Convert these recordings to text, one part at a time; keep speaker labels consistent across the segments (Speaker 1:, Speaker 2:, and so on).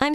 Speaker 1: I'm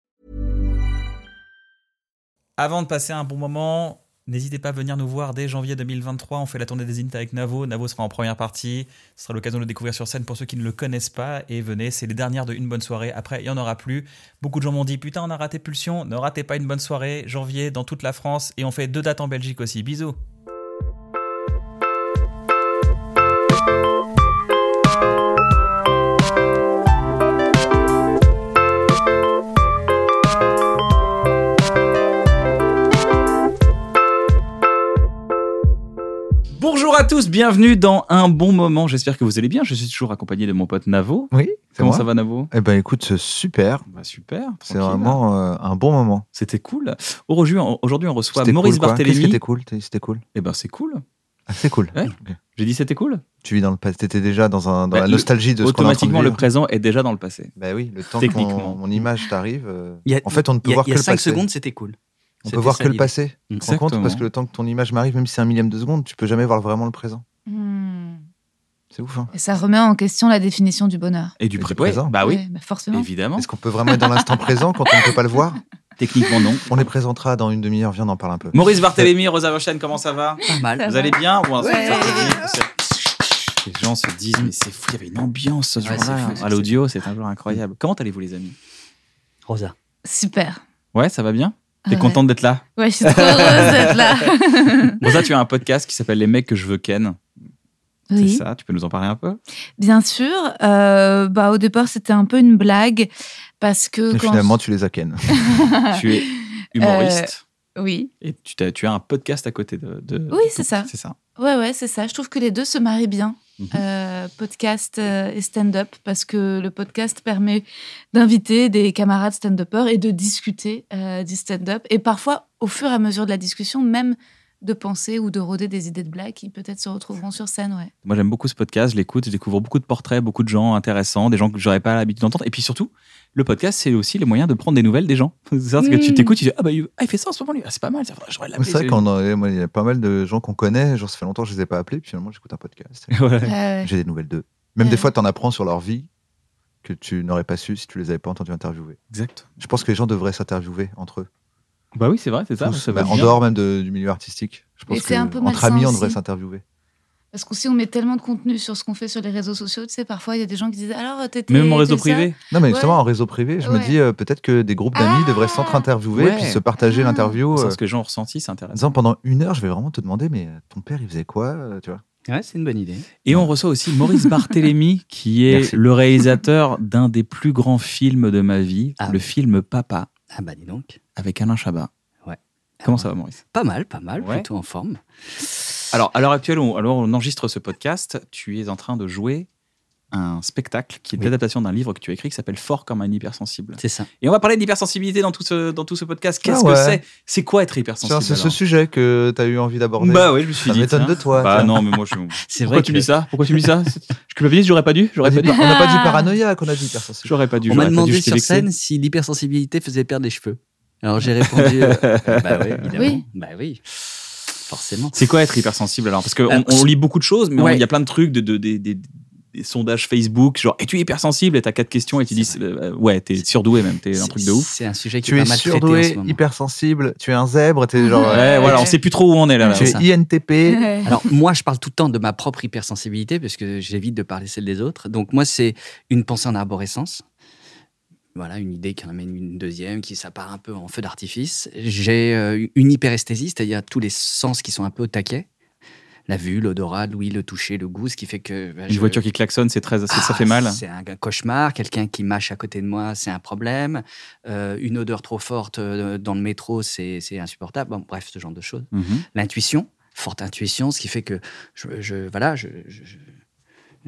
Speaker 2: Avant de passer un bon moment, n'hésitez pas à venir nous voir dès janvier 2023. On fait la tournée des Intes avec Navo. Navo sera en première partie. Ce sera l'occasion de le découvrir sur scène pour ceux qui ne le connaissent pas. Et venez, c'est les dernières de Une Bonne Soirée. Après, il n'y en aura plus. Beaucoup de gens m'ont dit Putain, on a raté Pulsion. Ne ratez pas Une Bonne Soirée. Janvier, dans toute la France. Et on fait deux dates en Belgique aussi. Bisous. Bonjour à tous. Bienvenue dans Un Bon Moment. J'espère que vous allez bien. Je suis toujours accompagné de mon pote Navo.
Speaker 3: Oui, c'est
Speaker 2: Comment
Speaker 3: moi.
Speaker 2: ça va, Navo
Speaker 3: Eh ben écoute, c'est super.
Speaker 2: Bah, Super.
Speaker 3: C'est
Speaker 2: tranquille.
Speaker 3: vraiment euh, un bon moment.
Speaker 2: C'était cool. Aujourd'hui, on- aujourd'hui, on reçoit
Speaker 3: C'était
Speaker 2: Maurice
Speaker 3: cool, quoi. Qu'est-ce
Speaker 2: Barthélémy.
Speaker 3: qui était cool T'es- C'était cool.
Speaker 2: Eh ben, c'est cool.
Speaker 3: Ah, c'est cool.
Speaker 2: Ouais.
Speaker 3: Ok.
Speaker 2: J'ai dit c'était cool.
Speaker 3: Tu vis dans le passé. T'étais déjà dans, un, dans
Speaker 2: Bah,
Speaker 3: la
Speaker 2: le-
Speaker 3: nostalgie de ce qu'on est en train de
Speaker 2: Automatiquement, le
Speaker 3: vivre.
Speaker 2: présent est déjà dans le passé.
Speaker 3: Bah oui, le temps
Speaker 2: Techniquement.
Speaker 3: que mon, mon image t'arrive. euh,
Speaker 4: Il y a-
Speaker 3: En fait, on ne peut
Speaker 4: Il y a,
Speaker 3: voir
Speaker 4: il y
Speaker 3: que
Speaker 4: a
Speaker 3: le
Speaker 4: 5
Speaker 3: passé.
Speaker 4: secondes, c'était cool.
Speaker 3: On peut
Speaker 4: C'était
Speaker 3: voir que le
Speaker 4: solide.
Speaker 3: passé. Tu te rends compte
Speaker 2: Exactement.
Speaker 3: Parce que le temps que ton image m'arrive, même si c'est un millième de seconde, tu peux jamais voir vraiment le présent.
Speaker 5: Hmm.
Speaker 3: C'est ouf. hein.
Speaker 5: Et ça remet en question la définition du bonheur.
Speaker 2: Et du
Speaker 3: Et du
Speaker 2: pré- ouais,
Speaker 3: présent.
Speaker 2: Bah oui,
Speaker 5: Ouais, bah forcément.
Speaker 2: évidemment.
Speaker 3: Est-ce qu'on peut vraiment être dans l'instant présent quand on ne peut pas le voir
Speaker 2: Techniquement, non.
Speaker 3: On les présentera dans une demi-heure. Viens, on en parle un peu.
Speaker 2: Maurice Barthélémy, Rosa Weinstein, comment ça va
Speaker 4: Pas mal.
Speaker 5: Ça
Speaker 2: Vous
Speaker 5: va.
Speaker 2: allez bien Bon,
Speaker 4: Ouais.
Speaker 2: ça- ça- ça- ça- ça- Les gens se disent, mais c'est fou, il y avait une ambiance ce
Speaker 4: Ouais,
Speaker 2: jour-là.
Speaker 4: c'est fou, c'est
Speaker 2: à l'audio, c'est un jour incroyable. Comment allez-vous, les amis
Speaker 4: Rosa.
Speaker 5: Super.
Speaker 2: Ouais, ça va bien T'es
Speaker 5: Ouais.
Speaker 2: contente d'être là
Speaker 5: Ouais, je suis trop heureuse d'être là.
Speaker 2: Rosa, tu as un podcast qui s'appelle Les mecs que je veux ken.
Speaker 5: oui,
Speaker 2: C'est ça Tu peux nous en parler un peu
Speaker 5: bien sûr. Euh, bah, au départ, c'était un peu une blague parce que
Speaker 3: Et
Speaker 5: quand
Speaker 3: finalement, tu les akennes.
Speaker 2: Tu es humoriste
Speaker 5: oui,
Speaker 2: et tu, t'as- tu as un podcast à côté de. de-
Speaker 5: Oui,
Speaker 2: de-
Speaker 5: c'est ça.
Speaker 2: C'est ça.
Speaker 5: ouais, ouais, c'est ça. Je trouve que les deux se marient bien.
Speaker 2: Mhm.
Speaker 5: euh, podcast euh, et stand-up parce que le podcast permet d'inviter des camarades stand-uppers et de discuter euh, du stand-up et parfois au fur et à mesure de la discussion même de penser ou de rôder des idées de blagues qui peut-être se retrouveront sur scène ouais
Speaker 2: Moi, j'aime beaucoup ce podcast, je l'écoute, je découvre beaucoup de portraits, beaucoup de gens intéressants, des gens que j'aurais pas l'habitude d'entendre. Et puis surtout, le podcast, c'est aussi les moyens de prendre des nouvelles des gens. C'est ça, parce que tu
Speaker 5: Mm.
Speaker 2: t'écoutes, tu dis Ah, bah, il ah, il fait ça en ce moment, lui, Ah, c'est pas mal, ça, faudrait- j'aurais l'appeler.
Speaker 3: C'est vrai
Speaker 2: celui-là.
Speaker 3: qu'on en- moi, il y a pas mal de gens qu'on connaît. Genre, ça fait longtemps que je les ai pas appelés. Puis finalement, j'écoute un podcast.
Speaker 2: Voilà.
Speaker 5: Ouais, ouais.
Speaker 3: J'ai des nouvelles d'eux. Même des
Speaker 5: Ouais.
Speaker 3: fois, tu en apprends sur leur vie que tu n'aurais pas su si tu les avais pas entendus interviewer.
Speaker 2: Exact.
Speaker 3: Je pense que les gens devraient s'interviewer entre eux.
Speaker 2: Bah oui, c'est vrai, c'est ça.
Speaker 3: Tous,
Speaker 2: ça va
Speaker 3: bah, en
Speaker 2: bien.
Speaker 3: dehors même de- du milieu artistique. Je pense
Speaker 5: Et c'est
Speaker 3: que
Speaker 5: un peu
Speaker 3: entre
Speaker 5: malsain
Speaker 3: amis, on
Speaker 5: aussi.
Speaker 3: devrait s'interviewer.
Speaker 5: Parce qu'on si on met tellement de contenu sur ce qu'on fait sur les réseaux sociaux, tu sais, parfois il y a des gens qui disent alors t'étais.
Speaker 2: Même en réseau
Speaker 5: t'es ça
Speaker 2: privé.
Speaker 3: Non, mais
Speaker 5: Ouais.
Speaker 3: justement, en réseau privé, je me
Speaker 5: Ouais.
Speaker 3: dis euh, peut-être que des groupes d'amis
Speaker 5: Ah
Speaker 3: devraient s'entre-interviewer
Speaker 2: Ouais.
Speaker 3: puis se partager
Speaker 5: Ah.
Speaker 3: l'interview.
Speaker 2: Ça,
Speaker 3: euh,
Speaker 2: ce que les gens ont ressenti, c'est
Speaker 3: en
Speaker 2: intéressant.
Speaker 3: disant pendant une heure, je vais vraiment te demander, mais euh, ton père, il faisait quoi euh, tu vois
Speaker 4: Ouais, c'est une bonne idée.
Speaker 2: Et on reçoit aussi Maurice Barthélémy, qui est
Speaker 3: Merci.
Speaker 2: le réalisateur d'un des plus grands films de ma vie,
Speaker 4: Ah.
Speaker 2: le film Papa,
Speaker 4: Ah bah dis donc.
Speaker 2: avec Alain Chabat.
Speaker 4: Ouais.
Speaker 3: Ah.
Speaker 2: Comment ça va, Maurice
Speaker 4: Pas mal, pas mal,
Speaker 2: Ouais.
Speaker 4: plutôt en forme.
Speaker 2: Alors, à l'heure actuelle, on, alors on enregistre ce podcast. Tu es en train de jouer un spectacle qui est
Speaker 4: Oui.
Speaker 2: l'adaptation d'un livre que tu as écrit qui s'appelle Fort comme un hypersensible.
Speaker 4: C'est ça.
Speaker 2: Et on va parler d'hypersensibilité dans tout ce, dans tout ce podcast. Qu'est-ce
Speaker 3: Ah ouais.
Speaker 2: que c'est C'est quoi être
Speaker 3: Tiens,
Speaker 2: hypersensible
Speaker 3: C'est ce
Speaker 2: alors
Speaker 3: sujet que tu as eu envie d'aborder.
Speaker 2: Bah oui, je me suis
Speaker 3: Ça
Speaker 2: dit.
Speaker 3: m'étonne
Speaker 2: tiens.
Speaker 3: de toi,
Speaker 2: Bah
Speaker 3: tiens.
Speaker 2: non, mais moi je.
Speaker 4: C'est
Speaker 2: Pourquoi
Speaker 4: vrai
Speaker 2: tu
Speaker 4: que
Speaker 2: dis ça Pourquoi tu me dis ça C'est- Je culpabilise, j'aurais pas dû.
Speaker 3: on
Speaker 2: J'aurais pas
Speaker 3: n'a
Speaker 2: dû.
Speaker 3: pas, on n'a pas dit
Speaker 5: Ah.
Speaker 3: paranoïa qu'on a dit hypersensible.
Speaker 2: J'aurais pas dû.
Speaker 4: On m'a
Speaker 2: j'aurais pas dû,
Speaker 4: demandé
Speaker 2: j'étais
Speaker 4: sur
Speaker 2: vexé.
Speaker 4: scène si l'hypersensibilité faisait perdre les cheveux. Alors j'ai répondu. euh, bah oui, évidemment.
Speaker 5: Oui.
Speaker 4: Bah oui. Forcément.
Speaker 2: C'est quoi être hypersensible alors Parce qu'on
Speaker 4: Euh,
Speaker 2: on lit beaucoup de choses, mais on- il
Speaker 4: ouais.
Speaker 2: y a plein de trucs, de, de- des- des- des sondages Facebook, genre, es-tu hypersensible Et t'as quatre questions et tu
Speaker 4: C'est
Speaker 2: dis,
Speaker 4: vrai.
Speaker 2: euh, ouais, t'es surdoué même, t'es un
Speaker 4: C'est-
Speaker 2: truc de ouf.
Speaker 4: C'est un sujet qui
Speaker 3: Tu
Speaker 4: est
Speaker 3: es
Speaker 4: pas mal traité en ce
Speaker 3: surdoué,
Speaker 4: moment.
Speaker 3: hypersensible, tu es un zèbre, tu es genre.
Speaker 2: Ouais,
Speaker 3: euh,
Speaker 2: voilà, on sait plus trop où on est là. là.
Speaker 3: Tu
Speaker 4: C'est
Speaker 3: es
Speaker 4: ça.
Speaker 3: INTP,
Speaker 5: Ouais.
Speaker 4: Alors moi, je parle tout le temps de ma propre hypersensibilité parce que j'évite de parler celle des autres. Donc moi, c'est une pensée en arborescence. Voilà, une idée qui en amène une deuxième, qui ça part un peu en feu d'artifice. J'ai euh, une hyperesthésie, c'est-à-dire tous les sens qui sont un peu au taquet. La vue, l'odorat, l'ouïe, le toucher, le goût, ce qui fait que... bah,
Speaker 2: Une
Speaker 4: je-
Speaker 2: voiture qui klaxonne, c'est très, c'est- ça
Speaker 4: Ah,
Speaker 2: fait mal.
Speaker 4: C'est un cauchemar. Quelqu'un qui mâche à côté de moi, c'est un problème. Euh, une odeur trop forte euh, dans le métro, c'est c'est insupportable. Bon, bref, ce genre de choses
Speaker 2: Mhm.
Speaker 4: l'intuition, forte intuition, ce qui fait que je, je- voilà, je, je- je-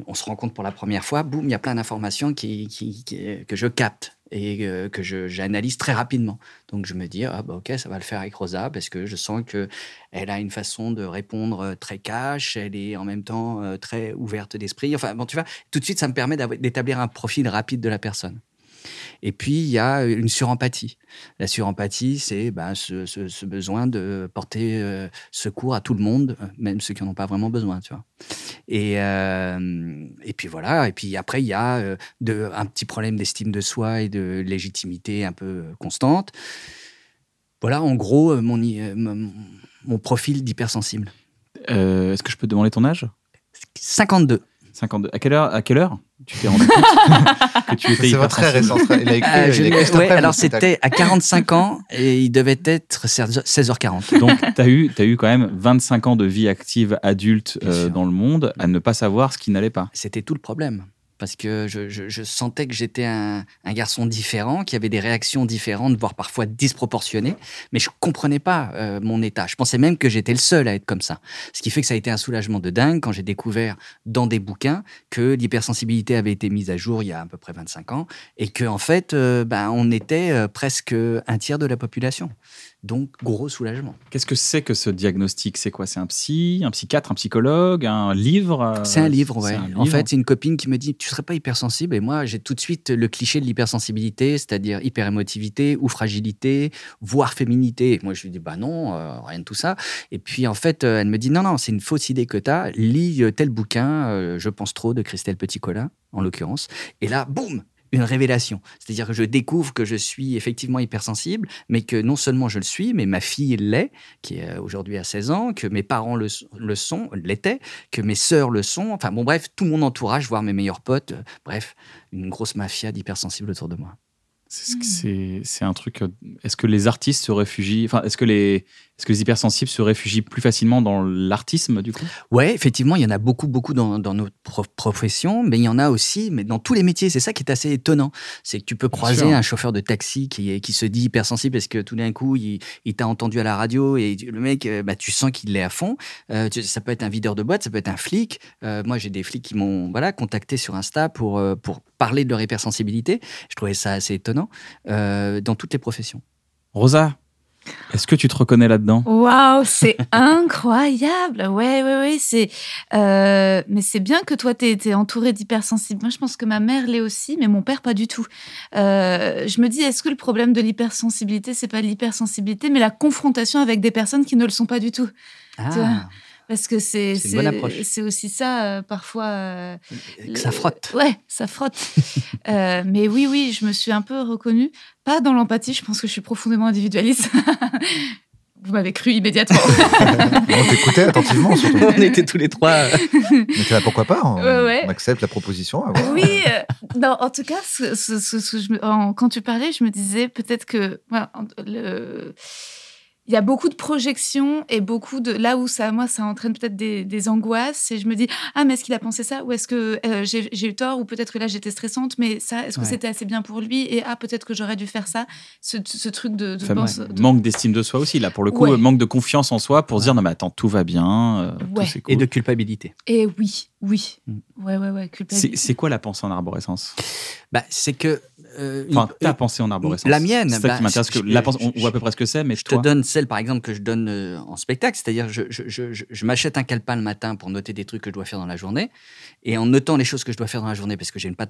Speaker 4: on se rend compte pour la première fois, boum, il y a plein d'informations qui, qui- qui- que je capte. et euh, que je- j'analyse très rapidement. Donc je me dis, ah bah ok, ça va le faire avec Rosa parce que je sens que elle a une façon de répondre euh, très cash, elle est en même temps euh, très ouverte d'esprit. Enfin bon, tu vois, tout de suite, ça me permet d'avoir- d'établir un profil rapide de la personne. Et puis, il y a euh, une surempathie. La surempathie, c'est ben, ce, ce- ce besoin de porter euh, secours à tout le monde, euh, même ceux qui n'en ont pas vraiment besoin, tu vois. Et, euh, et puis voilà. Et puis après, il y a euh, de, un petit problème d'estime de soi et de légitimité un peu euh, constante. Voilà, en gros, euh, mon, i- euh, mon- mon profil d'hypersensible.
Speaker 2: Euh, Est-ce que je peux te demander ton âge
Speaker 4: 52.
Speaker 2: 52. À quelle heure, à quelle heure tu t'es rendu compte que tu étais
Speaker 3: C'est pas très récent.
Speaker 2: hypersensible
Speaker 3: ce- Il a écrit,
Speaker 4: Euh,
Speaker 3: il a
Speaker 4: je
Speaker 3: écrit
Speaker 4: ne-
Speaker 3: juste
Speaker 4: ouais,
Speaker 3: après mon
Speaker 4: alors
Speaker 3: spectacle.
Speaker 4: c'était à 45 ans et il devait être 16h40.
Speaker 2: Donc, tu as eu, t'as eu quand même 25 ans de vie active adulte
Speaker 4: Bien
Speaker 2: euh,
Speaker 4: sûr.
Speaker 2: dans le monde à ne pas savoir ce qui n'allait pas.
Speaker 4: C'était tout le problème. Parce que je, je- je sentais que j'étais un, un garçon différent, qui avait des réactions différentes, voire parfois disproportionnées, mais je comprenais pas euh, mon état. Je pensais même que j'étais le seul à être comme ça. Ce qui fait que ça a été un soulagement de dingue quand j'ai découvert dans des bouquins que l'hypersensibilité avait été mise à jour il y a à peu près 25 ans et que en fait, euh, ben, on était euh, presque un tiers de la population. Donc, gros soulagement.
Speaker 2: Qu'est-ce que c'est que ce diagnostic C'est quoi C'est un psy, un psychiatre, un psychologue, un livre euh,
Speaker 4: C'est un livre, ouais.
Speaker 2: c'est un
Speaker 4: En
Speaker 2: livre
Speaker 4: fait, c'est une copine qui me dit Tu serais pas hypersensible Et moi, j'ai tout de suite le cliché de l'hypersensibilité, c'est-à-dire hyperémotivité ou fragilité, voire féminité. Et moi, je lui dis Bah non, euh, rien de tout ça. Et puis, en fait, euh, elle me dit Non, non, c'est une fausse idée que t'as. Lis euh, tel bouquin, euh, Je pense trop, de Christelle Petit-Colin, en l'occurrence. Et là, boum une révélation. C'est-à-dire que je découvre que je suis effectivement hypersensible, mais que non seulement je le suis, mais ma fille l'est, qui est euh, aujourd'hui à 16 ans, que mes parents le, le sont, l'étaient, que mes sœurs le sont. Enfin bon, bref, tout mon entourage, voire mes meilleurs potes. euh, Bref, une grosse mafia d'hypersensibles autour de moi.
Speaker 2: C'est ce que- c'est- c'est un truc. euh, Est-ce que les artistes se réfugient Enfin, est-ce que les, est-ce que les hypersensibles se réfugient plus facilement dans l'artisme du coup
Speaker 4: Ouais, effectivement, il y en a beaucoup, beaucoup dans, dans notre pro- profession, mais il y en a aussi, mais dans tous les métiers. C'est ça qui est assez étonnant. C'est que tu peux croiser
Speaker 2: sûr.
Speaker 4: un chauffeur de taxi qui, est- qui se dit hypersensible parce que tout d'un coup, il, il t'a entendu à la radio et tu- le mec, euh, bah, tu sens qu'il l'est à fond. Euh, tu- ça peut être un videur de boîte, ça peut être un flic. Euh, moi, j'ai des flics qui m'ont voilà, contacté sur Insta pour, euh, pour parler de leur hypersensibilité. Je trouvais ça assez étonnant euh, dans toutes les professions.
Speaker 2: Rosa, est-ce que tu te reconnais là-dedans
Speaker 5: Waouh, c'est incroyable. Ouais, ouais, ouais. C'est, euh, mais c'est bien que toi t'aies été entouré d'hypersensibles. Moi, je pense que ma mère l'est aussi, mais mon père pas du tout. Euh, je me dis, est-ce que le problème de l'hypersensibilité, c'est pas l'hypersensibilité, mais la confrontation avec des personnes qui ne le sont pas du tout Ah. Parce que c'est,
Speaker 4: C'est une bonne approche.
Speaker 5: c'est aussi ça euh, parfois. euh,
Speaker 4: que ça
Speaker 5: le-
Speaker 4: frotte.
Speaker 5: Ouais, ça frotte. Euh, mais oui, oui, je me suis un peu reconnue. Pas dans l'empathie, je pense que je suis profondément individualiste. Vous m'avez cru immédiatement.
Speaker 3: On t'écoutait attentivement, surtout.
Speaker 4: On était tous les trois. euh,
Speaker 3: Mais t'es là, pourquoi pas on,
Speaker 5: Ouais, ouais.
Speaker 3: on accepte la proposition. à voir.
Speaker 5: Oui, euh, non, en tout cas, ce- ce- ce- ce- je me- en- quand tu parlais, je me disais peut-être que voilà, en- le- il y a beaucoup de projections et beaucoup de là où ça, moi, ça entraîne peut-être des, des angoisses. Et je me dis ah mais est-ce qu'il a pensé ça ou est-ce que euh, j'ai j'ai eu tort ou peut-être que là j'étais stressante, mais ça est-ce que
Speaker 4: Ouais.
Speaker 5: c'était assez bien pour lui et ah peut-être que j'aurais dû faire ça. Ce, ce truc de, de
Speaker 2: Enfin,
Speaker 5: pense- euh,
Speaker 2: ouais, Manque d'estime de soi aussi là pour le coup,
Speaker 5: Ouais.
Speaker 2: euh, manque de confiance en soi pour se dire non mais attends tout va bien, euh, tout,
Speaker 5: Ouais.
Speaker 2: c'est
Speaker 4: Et
Speaker 2: cool.
Speaker 4: de culpabilité.
Speaker 5: Et oui, oui,
Speaker 4: Mm.
Speaker 5: ouais ouais ouais
Speaker 2: C'est
Speaker 5: culpabilité.
Speaker 2: c'est quoi la pensée en arborescence
Speaker 4: Bah, c'est que. euh,
Speaker 2: Enfin,
Speaker 4: une-
Speaker 2: ta pensée en arborescence.
Speaker 4: la mienne,
Speaker 2: C'est ça
Speaker 4: bah,
Speaker 2: qui m'intéresse.
Speaker 4: je-
Speaker 2: que la
Speaker 4: je-
Speaker 2: pensée- on
Speaker 4: je-
Speaker 2: voit à peu près ce que c'est, mais
Speaker 4: je te
Speaker 2: toi,
Speaker 4: donne celle, par exemple, que je donne euh, en spectacle. C'est-à-dire, je, je, je, je- je m'achète un calepin le matin pour noter des trucs que je dois faire dans la journée. Et en notant les choses que je dois faire dans la journée, parce que j'ai une pas